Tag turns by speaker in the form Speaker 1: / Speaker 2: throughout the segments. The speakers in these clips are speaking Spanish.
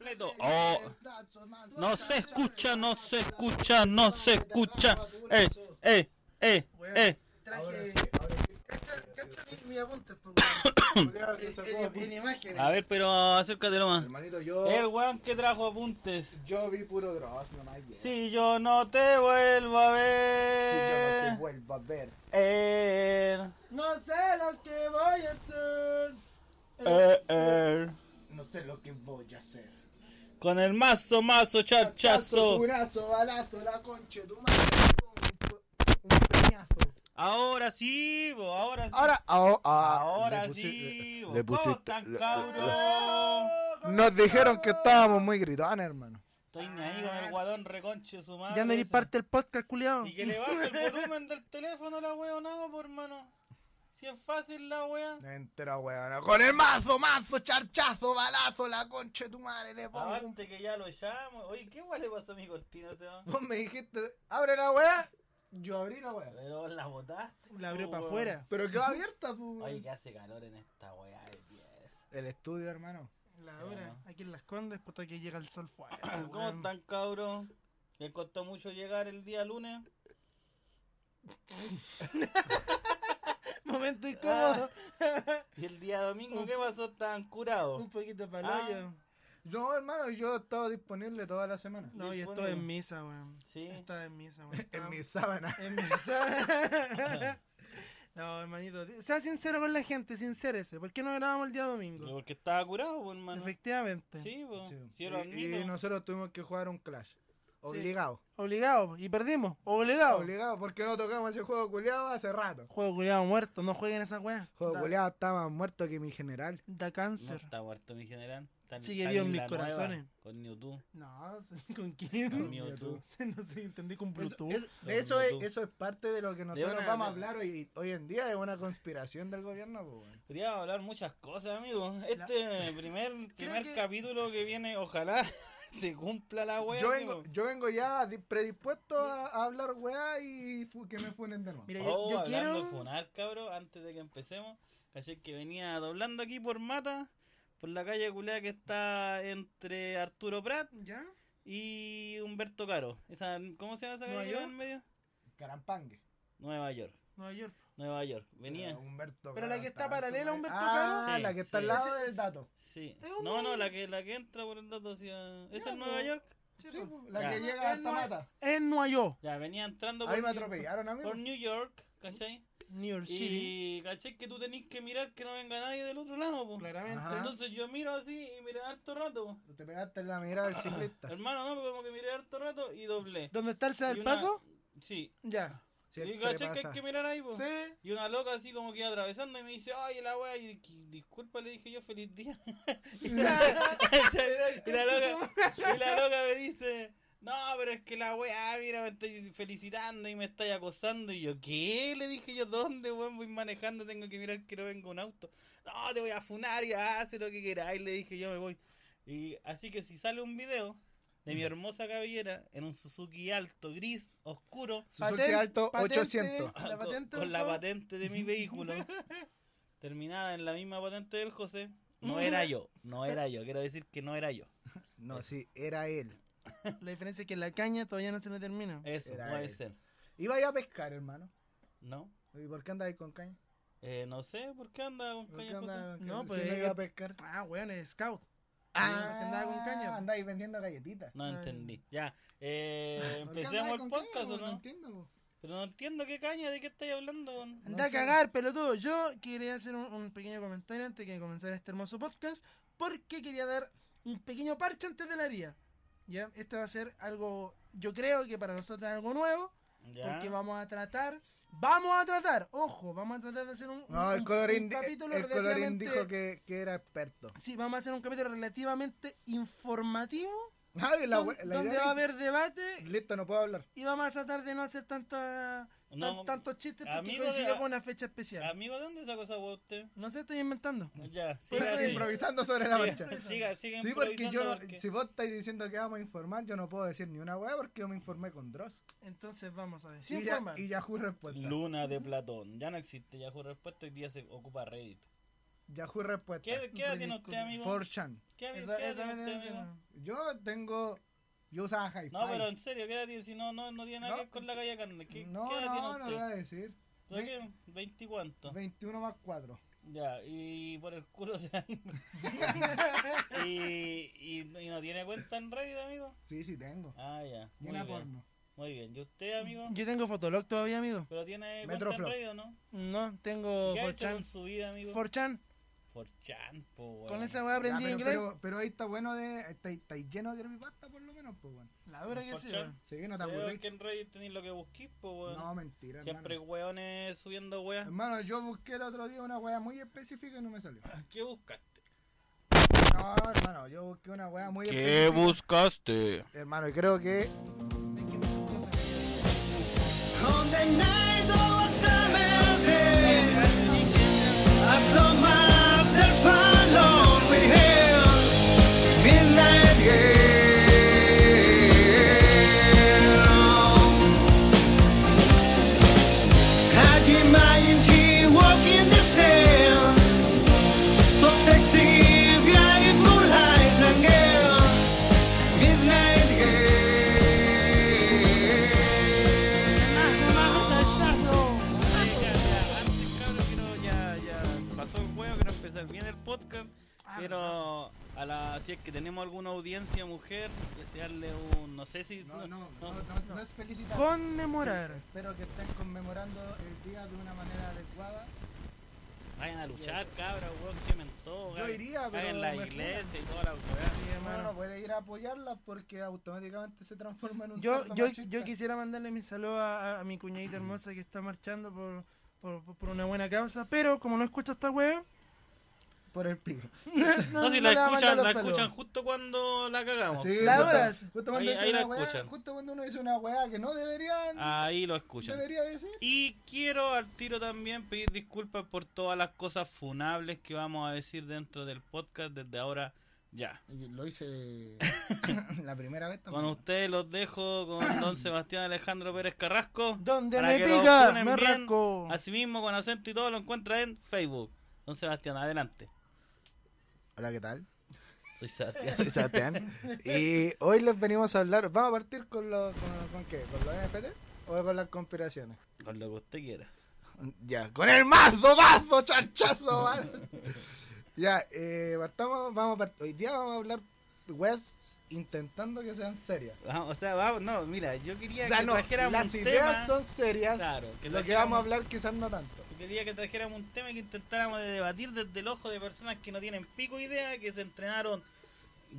Speaker 1: Ledo. Oh. No se escucha, no se escucha, no se escucha. Eh, eh, eh, eh.
Speaker 2: Traje. Cacha, cacha mi, mi apunte, po, weón.
Speaker 3: Eh,
Speaker 2: En- en, en imágenes.
Speaker 1: A ver, pero acércate nomás.
Speaker 4: Hermanito, yo,
Speaker 3: Eh,
Speaker 1: El weón que trajo apuntes.
Speaker 4: yo vi puro gross nomás. ya.
Speaker 1: Si yo no te vuelvo a
Speaker 4: Si yo no te
Speaker 3: eh.
Speaker 1: ver.
Speaker 4: vuelvo a ver.
Speaker 1: Er,
Speaker 2: No sé lo que voy a hacer.
Speaker 1: er, er.
Speaker 4: No sé lo que voy a hacer.
Speaker 1: Con el mazo, mazo,
Speaker 4: Chazo,
Speaker 1: chachazo.
Speaker 4: curazo, balazo, la concha, de tu madre. Un peñazo.
Speaker 1: Ahora sí, bo, ahora sí.
Speaker 3: Ahora, ah, ah,
Speaker 1: Ahora
Speaker 3: le pusi-
Speaker 1: sí,
Speaker 3: le
Speaker 1: vos. ¿Cómo
Speaker 3: pusiste-
Speaker 1: están,
Speaker 3: le-
Speaker 1: cabrón?
Speaker 3: le- Nos dijeron que estábamos muy gritones, hermano.
Speaker 1: Estoy ni ahí con el guadón reconche su madre.
Speaker 3: Ya no eres
Speaker 1: ese.
Speaker 3: parte del podcast, culiado.
Speaker 1: Y que le baje el volumen del teléfono a la wea, no, por hermano. Si es fácil la wea.
Speaker 3: Entera, weón. Con el mazo, mazo, charchazo, balazo, la concha de tu madre, le pongo un
Speaker 1: Aparte que ya lo llamo. Oye, ¿qué wea le pasó a mi cortina se va?
Speaker 3: Vos me dijiste, abre la weá,
Speaker 4: Yo abrí la weá.
Speaker 1: Pero la botaste.
Speaker 2: La abrió
Speaker 1: po,
Speaker 2: para
Speaker 1: weón.
Speaker 2: afuera.
Speaker 3: pero quedó abierta,
Speaker 2: pues,
Speaker 3: pu.
Speaker 1: Oye, que hace calor en esta wea de pies.
Speaker 3: El estudio, hermano.
Speaker 2: La
Speaker 1: Sí,
Speaker 2: hora. Aquí en las condes, puta que llega el sol fuera.
Speaker 1: ¿Cómo están, cabrón? ¿Les costó mucho llegar el día lunes?
Speaker 2: Momento incómodo.
Speaker 1: Ah. ¿Y el día domingo qué pasó? ¿Estaban curados?
Speaker 2: Un poquito para el
Speaker 1: Ah,
Speaker 2: hoyo.
Speaker 3: No, hermano, yo he estado disponible toda la semana.
Speaker 2: No, yo estoy en misa, weón.
Speaker 1: Sí.
Speaker 2: Estaba en misa, weón. Estaba-
Speaker 3: En mi sábana.
Speaker 2: En misa. No, hermanito. Sea sincero con la gente, sincérese. ¿Por qué no grabamos el día domingo?
Speaker 1: Porque estaba curado, pues, hermano.
Speaker 2: Efectivamente.
Speaker 1: Sí, pues.
Speaker 3: Sí.
Speaker 1: Sí,
Speaker 2: Eh,
Speaker 1: lo
Speaker 3: y, y
Speaker 1: admito.
Speaker 3: nosotros tuvimos que jugar un Clash. Obligado.
Speaker 2: Obligado. Y perdimos. Obligado.
Speaker 3: Obligado, porque no tocamos ese juego culiado hace rato.
Speaker 2: Juego culiado muerto. No jueguen esa weá.
Speaker 3: Juego
Speaker 2: Da-
Speaker 3: culiado está más muerto que mi general.
Speaker 2: Da
Speaker 1: No
Speaker 2: cáncer.
Speaker 1: está muerto mi general. Está,
Speaker 2: Sigue
Speaker 1: está
Speaker 2: vivo en
Speaker 1: en
Speaker 2: mis
Speaker 1: la nueva,
Speaker 2: corazones.
Speaker 1: Con Newton.
Speaker 2: No, ¿con
Speaker 1: Con
Speaker 2: quién?
Speaker 1: Mewtwo.
Speaker 2: No sé, entendí con
Speaker 3: Eso,
Speaker 2: Bluetooth.
Speaker 3: es- de eso,
Speaker 1: Bluetooth.
Speaker 3: es, eso es parte de lo que nosotros
Speaker 1: una-
Speaker 3: vamos a
Speaker 1: de-
Speaker 3: hablar hoy, hoy en día. Es una conspiración del gobierno, pues, weón.
Speaker 1: Hoy día vamos a hablar muchas cosas, amigos. Este primer, primer
Speaker 2: que-
Speaker 1: capítulo que viene, ojalá se cumpla la wea.
Speaker 3: Yo
Speaker 1: amigo.
Speaker 3: vengo, yo vengo ya di- predispuesto a, a hablar weá y fu- que me funen de nuevo.
Speaker 2: Mira, yo,
Speaker 1: Oh,
Speaker 2: yo
Speaker 1: hablando
Speaker 2: quiero.
Speaker 1: de funar, cabro, antes de que empecemos, caché que venía doblando aquí por Mata, por la calle culea que está entre Arturo Prat
Speaker 2: ¿Ya?
Speaker 1: y Humberto Caro. Esa, ¿Cómo se llama esa
Speaker 2: ¿Nueva
Speaker 1: calle
Speaker 2: York?
Speaker 1: en medio?
Speaker 3: Carampangue.
Speaker 1: Nueva York,
Speaker 2: Nueva York.
Speaker 1: Nueva York. Venía.
Speaker 3: Ah, Humberto
Speaker 2: Pero la
Speaker 3: Caro
Speaker 2: que está paralela a Humberto
Speaker 3: Ah,
Speaker 1: Caro. Sí,
Speaker 3: la que está
Speaker 1: sí.
Speaker 3: al lado del dato.
Speaker 1: Sí.
Speaker 2: Es un-
Speaker 1: No, no, la que, la que entra por el dato hacia. ¿Esa
Speaker 2: Ya,
Speaker 1: es Nueva
Speaker 2: po.
Speaker 1: York?
Speaker 3: Sí,
Speaker 2: Sí,
Speaker 3: pues, la
Speaker 1: Ya.
Speaker 3: que llega
Speaker 2: Él
Speaker 3: hasta
Speaker 2: no-
Speaker 3: Mata.
Speaker 2: En Nueva York.
Speaker 1: Ya, venía entrando por,
Speaker 3: Ahí me
Speaker 1: New-
Speaker 3: atropellaron a mí.
Speaker 1: por New York, ¿cachai?
Speaker 2: New York City.
Speaker 1: Y caché que tú tenés que mirar que no venga nadie del otro lado, po.
Speaker 2: Claramente.
Speaker 3: Ajá.
Speaker 1: Entonces yo miro así y miré harto rato, po.
Speaker 3: Te pegaste en la mirada del ciclista.
Speaker 1: Hermano, no, porque como que miré harto rato y doblé.
Speaker 2: ¿Dónde está el Sea
Speaker 1: Y
Speaker 2: del
Speaker 1: una-
Speaker 2: Paso?
Speaker 1: Sí.
Speaker 2: Ya.
Speaker 1: Y
Speaker 3: Siempre
Speaker 1: caché que hay
Speaker 3: pasa.
Speaker 1: que mirar ahí, po.
Speaker 3: pues,
Speaker 2: Sí.
Speaker 1: Y una loca así como que iba atravesando y me dice, ay, la wea, y que- disculpa, le dije yo, feliz día. y, la, y la loca, y la loca me dice, no, pero es que la wea, mira, me estáis felicitando y me estáis acosando. Y yo, ¿qué? Le dije yo, ¿dónde, weón? Voy manejando, tengo que mirar que no venga un auto. No, te voy a funar y haz lo que queráis, le dije yo, me voy. Y así que si sale un video de mi hermosa cabellera en un Suzuki alto, gris, oscuro,
Speaker 3: Suzuki
Speaker 2: Paten-
Speaker 3: Alto
Speaker 2: patente.
Speaker 3: 800.
Speaker 2: La
Speaker 1: con-
Speaker 2: patente,
Speaker 1: con,
Speaker 2: por
Speaker 1: la
Speaker 2: favor.
Speaker 1: patente de mi vehículo, terminada en la misma patente del José, no era yo, no era yo, quiero decir que no era yo.
Speaker 3: No, sí, era él.
Speaker 2: La diferencia es que la caña todavía no se le termina.
Speaker 1: Eso
Speaker 3: Era
Speaker 1: puede
Speaker 3: él.
Speaker 1: ser,
Speaker 3: Iba a ir a pescar, hermano.
Speaker 1: ¿no?
Speaker 3: ¿Y por qué andas ahí con caña?
Speaker 1: Eh, no sé, ¿por qué anda con
Speaker 3: ¿Por qué
Speaker 1: caña José?
Speaker 3: andas con
Speaker 2: No,
Speaker 3: caña?
Speaker 2: pues,
Speaker 3: Si
Speaker 2: es
Speaker 3: iba a
Speaker 2: que-
Speaker 3: pescar.
Speaker 2: Ah, weón, es scout.
Speaker 3: Ah,
Speaker 2: porque andaba con caña, po.
Speaker 3: Andáis vendiendo galletitas.
Speaker 1: No
Speaker 2: Ay.
Speaker 1: entendí. Ya, eh,
Speaker 3: ¿Por qué andáis
Speaker 1: empecemos el
Speaker 3: con caña,
Speaker 1: podcast,
Speaker 3: po?
Speaker 1: ¿o
Speaker 3: No
Speaker 1: ¿no?
Speaker 3: entiendo, pues. po.
Speaker 1: Pero no entiendo qué caña, de qué estáis hablando. weón.
Speaker 2: Anda a
Speaker 3: sé.
Speaker 2: cagar, pelotudo. Yo quería hacer un, un pequeño comentario antes de que comenzara este hermoso podcast. Porque quería dar un pequeño parche antes de la herida. Ya, este va a ser algo, yo creo que para nosotros es algo nuevo.
Speaker 1: Ya.
Speaker 2: Porque vamos a tratar, vamos a tratar, ojo, vamos a tratar de hacer un,
Speaker 3: No,
Speaker 2: un-
Speaker 3: el
Speaker 2: un-
Speaker 3: colorín,
Speaker 2: un
Speaker 3: di-
Speaker 2: capítulo
Speaker 3: el colorín
Speaker 2: relativamente-
Speaker 3: dijo que, que era experto.
Speaker 2: Sí, vamos a hacer un capítulo relativamente informativo.
Speaker 3: Nadie la,
Speaker 2: don-
Speaker 3: we- la
Speaker 2: donde
Speaker 3: idea
Speaker 2: va a
Speaker 3: es-
Speaker 2: haber debate
Speaker 3: Listo, no puedo hablar.
Speaker 2: y vamos a tratar de no hacer tanta, tan-
Speaker 1: No,
Speaker 2: tantos chistes porque
Speaker 1: amigo
Speaker 2: coincidió
Speaker 1: de-
Speaker 2: con una fecha especial.
Speaker 1: Amigo, ¿de dónde sacó esa hueá usted?
Speaker 2: No sé, estoy inventando.
Speaker 1: Ya,
Speaker 3: Por
Speaker 1: siga
Speaker 3: eso
Speaker 1: así.
Speaker 3: improvisando sobre la marcha.
Speaker 1: Siga, siga, siga
Speaker 3: Sí, porque yo,
Speaker 1: improvisando
Speaker 3: no-
Speaker 1: porque-
Speaker 3: si vos estáis diciendo que vamos a informar, yo no puedo decir ni una weá porque yo me informé con Dross.
Speaker 2: Entonces vamos a ver.
Speaker 3: y, ya, y Yahoo respuesta.
Speaker 1: Luna de Platón. Ya no existe Yahoo Respuesta, hoy día se ocupa Reddit.
Speaker 3: Yahoo respuesta.
Speaker 1: ¿Qué, qué edad tiene usted, amigo?
Speaker 3: 4chan.
Speaker 1: ¿Qué, qué
Speaker 2: Esa,
Speaker 1: edad
Speaker 2: esa
Speaker 1: tiene
Speaker 2: me
Speaker 1: usted,
Speaker 2: dice,
Speaker 1: amigo?
Speaker 2: no.
Speaker 3: Yo tengo. Yo usaba hi
Speaker 1: No, pero en serio, ¿qué edad tiene? Si no, no, no tiene nada que
Speaker 3: No.
Speaker 1: ver con la calle carne. ¿Qué,
Speaker 3: no,
Speaker 1: qué edad
Speaker 3: no, no
Speaker 1: tiene
Speaker 3: voy a
Speaker 1: usted?
Speaker 3: decir.
Speaker 1: ¿Tú qué? ¿20 y cuánto?
Speaker 3: 21 más 4.
Speaker 1: Ya, y por el culo se da. y, y, y no tiene cuenta en Reddit, amigo.
Speaker 3: Sí, sí, tengo.
Speaker 1: Ah, ya.
Speaker 3: Y
Speaker 1: Muy
Speaker 3: una
Speaker 1: bien.
Speaker 3: porno.
Speaker 1: Muy bien. ¿Y usted, amigo?
Speaker 2: Yo tengo Fotolog todavía, amigo.
Speaker 1: ¿Pero tiene cuenta en
Speaker 3: Metroflop. Oh,
Speaker 1: Reddit o no?
Speaker 2: No, tengo
Speaker 1: ¿Qué ha hecho con
Speaker 2: 4chan.
Speaker 1: su vida, amigo?
Speaker 2: 4chan.
Speaker 1: Forchan, po, weón.
Speaker 2: Con esa weá
Speaker 3: Ya,
Speaker 2: aprendí
Speaker 3: pero,
Speaker 2: inglés.
Speaker 3: pero, pero ahí está bueno de. Está, está lleno de creepypasta por lo menos, pues bueno.
Speaker 2: la dura que sí,
Speaker 1: 4chan.
Speaker 2: weón.
Speaker 3: Sí, no te
Speaker 1: Creo
Speaker 3: aburrís.
Speaker 1: que en Reddit tenéis lo que busquís, po, weón.
Speaker 3: No, mentira,
Speaker 1: Siempre
Speaker 3: hermano.
Speaker 1: weones subiendo weas.
Speaker 3: Hermano, yo busqué el otro día una weá muy específica y no me salió.
Speaker 1: ¿Qué buscaste?
Speaker 3: No, hermano, yo busqué una weá muy
Speaker 1: ¿Qué
Speaker 3: específica.
Speaker 1: buscaste?
Speaker 3: Hermano, y creo que.
Speaker 1: Antes, cabrón, quiero ya, ya pasó el huevo, quiero empezar bien el podcast. Quiero, a la, si es que tenemos alguna audiencia mujer, desearle un, no sé si...
Speaker 3: No, no,
Speaker 1: no.
Speaker 3: no, no, no es felicitar.
Speaker 2: Conmemorar.
Speaker 3: Espero que estén conmemorando el día de una manera adecuada.
Speaker 1: Vayan a luchar, cabra, weón, que mentó.
Speaker 3: Yo iría, pero.
Speaker 1: en la
Speaker 3: me
Speaker 1: iglesia y toda la weá.
Speaker 2: Sí,
Speaker 3: funan. No,
Speaker 2: hermano.
Speaker 3: no puede ir a apoyarlas porque automáticamente se transforma en un.
Speaker 2: Yo,
Speaker 3: salto
Speaker 2: yo,
Speaker 3: machista.
Speaker 2: yo quisiera mandarle mi saludo a, a mi cuñadita hermosa que está marchando por, por, por- por una buena causa, pero como no escucha esta wea,
Speaker 3: Por el pico.
Speaker 1: No, si
Speaker 2: le
Speaker 1: la
Speaker 2: va a mandar
Speaker 1: escuchan,
Speaker 2: los
Speaker 1: la
Speaker 2: saludos.
Speaker 1: escuchan justo cuando la cagamos.
Speaker 3: Sí,
Speaker 2: La
Speaker 3: justo-
Speaker 2: horas.
Speaker 3: Justo cuando,
Speaker 1: Ahí-
Speaker 3: dice
Speaker 1: ahí la
Speaker 3: una weá-
Speaker 1: escuchan.
Speaker 3: justo cuando uno dice una weá que no deberían.
Speaker 1: Ahí lo escuchan.
Speaker 3: Debería decir.
Speaker 1: Y quiero al tiro también pedir disculpas por todas las cosas funables que vamos a decir dentro del podcast desde ahora ya.
Speaker 3: Lo hice la primera vez
Speaker 1: Con ustedes los dejo con don Sebastián Alejandro Pérez Carrasco.
Speaker 2: donde
Speaker 1: Para
Speaker 2: me
Speaker 1: que lo
Speaker 2: pica,
Speaker 1: funen
Speaker 2: me
Speaker 1: bien.
Speaker 2: rasco.
Speaker 1: Asimismo con acento y todo lo encuentra en Facebook. Don Sebastián, adelante.
Speaker 3: Hola, ¿qué tal?
Speaker 1: Soy Sebastián.
Speaker 3: Soy Sebastián. Y hoy les venimos a hablar. ¿Vamos a partir con los. Con, con qué? ¿Con los NFT? ¿O con las conspiraciones?
Speaker 1: Con lo que usted quiera.
Speaker 3: Ya, con el mazo, mazo, chanchazo, mazo. Ya, eh, partamos, vamos a part- Hoy día vamos a hablar weas intentando que sean serias.
Speaker 1: Ah, O sea, vamos, no, mira, yo quería
Speaker 3: O sea,
Speaker 1: que
Speaker 3: no,
Speaker 1: trajéramos
Speaker 3: las
Speaker 1: un tema.
Speaker 3: ideas son serias.
Speaker 1: Claro, que
Speaker 3: lo que
Speaker 1: trajéramos-
Speaker 3: vamos a hablar quizás no tanto.
Speaker 1: Yo Quería que trajéramos un tema y que intentáramos de debatir desde el ojo de personas que no tienen pico idea, que se entrenaron.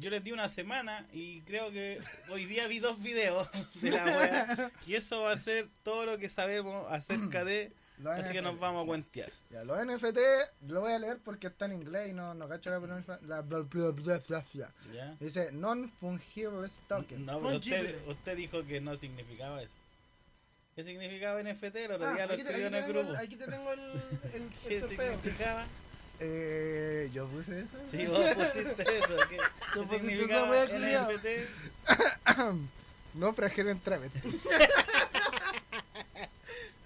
Speaker 1: Yo les di una semana y creo que hoy día vi dos videos de la wea. Y eso va a ser todo lo que sabemos acerca de.
Speaker 3: Los
Speaker 1: Así que
Speaker 3: NFT.
Speaker 1: nos vamos a cuentear.
Speaker 3: Ya, los NFT lo voy a leer porque está en inglés y no, no cacho la pronuncia- la bla, bla, bla, bla, bla.
Speaker 1: ¿Ya?
Speaker 3: Dice non-fungible token.
Speaker 1: No, pero
Speaker 2: Fungible.
Speaker 1: usted, usted dijo que no significaba eso. ¿Qué significaba NFT? El otro
Speaker 2: Ah,
Speaker 1: día lo
Speaker 2: aquí, te,
Speaker 1: escribió en
Speaker 2: aquí
Speaker 1: el
Speaker 2: te tengo el,
Speaker 1: grupo.
Speaker 2: aquí te tengo el, el-
Speaker 1: ¿Qué
Speaker 2: el torpedo.
Speaker 1: significaba?
Speaker 3: Eh, yo puse eso.
Speaker 1: Sí, vos pusiste eso. ¿Qué, qué
Speaker 2: pusiste esa
Speaker 1: significaba
Speaker 2: wea, culiao.
Speaker 1: NFT?
Speaker 3: No trajeron trámite.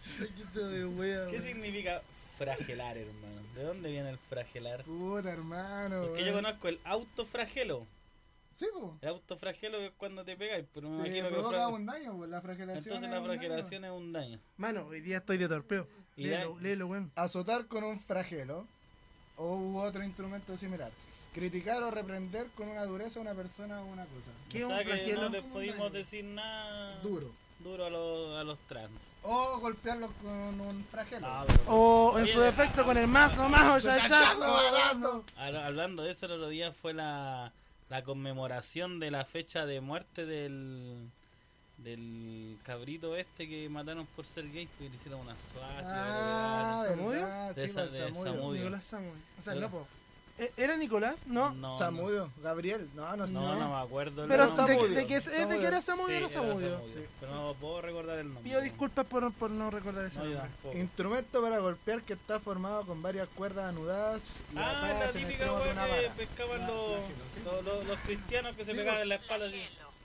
Speaker 2: Chiquito de wea,
Speaker 1: ¿Qué
Speaker 2: wea.
Speaker 1: significa fragelar, hermano? ¿De dónde viene el fragelar?
Speaker 3: Puta, hermano.
Speaker 1: Porque yo
Speaker 2: eh.
Speaker 3: weón.
Speaker 1: conozco el autofragelo.
Speaker 3: Sí, po.
Speaker 1: El autofragelo es cuando te pegáis, pero me
Speaker 3: Sí,
Speaker 1: imagino que
Speaker 3: provoca
Speaker 1: fra-
Speaker 3: un daño, pues, la fragelación.
Speaker 1: entonces
Speaker 3: es
Speaker 1: la
Speaker 3: un daño.
Speaker 1: fragelación es un daño.
Speaker 2: Mano, hoy día estoy de torpeo.
Speaker 1: Y da-
Speaker 2: Léelo, léelo, weón.
Speaker 3: Azotar con un fragelo o u otro instrumento similar. Criticar o reprender con una dureza a una persona o una cosa.
Speaker 1: o
Speaker 2: ¿Qué es
Speaker 1: sea
Speaker 2: un
Speaker 1: que
Speaker 2: flagelo?
Speaker 1: no les
Speaker 3: Un
Speaker 1: pudimos
Speaker 3: daño.
Speaker 1: decir nada
Speaker 3: Duro.
Speaker 1: duro a los, a los trans.
Speaker 3: O golpearlos con un fragelo. Pues
Speaker 1: Ah, pero-
Speaker 2: O en
Speaker 1: Oye,
Speaker 2: su defecto con el mazo, mazo, chachazo.
Speaker 3: balazo.
Speaker 1: Habla- Hablando de eso, el otro día fue la, la conmemoración de la fecha de muerte del del cabrito este que mataron por ser gay, que le hicieron una suástica.
Speaker 3: Ah,
Speaker 2: ¿verdad?
Speaker 3: ¿Samudio? Sí,
Speaker 1: César
Speaker 3: pues,
Speaker 1: de Samudio.
Speaker 3: Samudio.
Speaker 2: Nicolás Samuel. O sea,
Speaker 1: Era-
Speaker 2: no, po. ¿E- ¿Era Nicolás? No.
Speaker 3: Samudio, Gabriel. No, no, sé.
Speaker 1: No, no me acuerdo. el
Speaker 2: Pero
Speaker 1: nombre.
Speaker 2: de,
Speaker 3: Samudio.
Speaker 2: de que, es- de que era
Speaker 1: Sí,
Speaker 2: Samudio,
Speaker 1: era
Speaker 2: era Samudio.
Speaker 1: Samudio, Pero no puedo recordar el nombre.
Speaker 2: Pido disculpas por, por no recordar ese
Speaker 1: No, yo
Speaker 2: nombre.
Speaker 1: tampoco.
Speaker 3: Instrumento para golpear que está formado con varias cuerdas anudadas. Y
Speaker 1: Ah,
Speaker 3: atadas
Speaker 1: la
Speaker 3: en el
Speaker 1: típica
Speaker 3: extremo de una
Speaker 1: weá que
Speaker 3: vara.
Speaker 1: pescaban
Speaker 3: La-
Speaker 1: los,
Speaker 3: flagelo, sí.
Speaker 1: los, los- los cristianos que se
Speaker 3: Sí,
Speaker 1: pegaban en la espalda. así,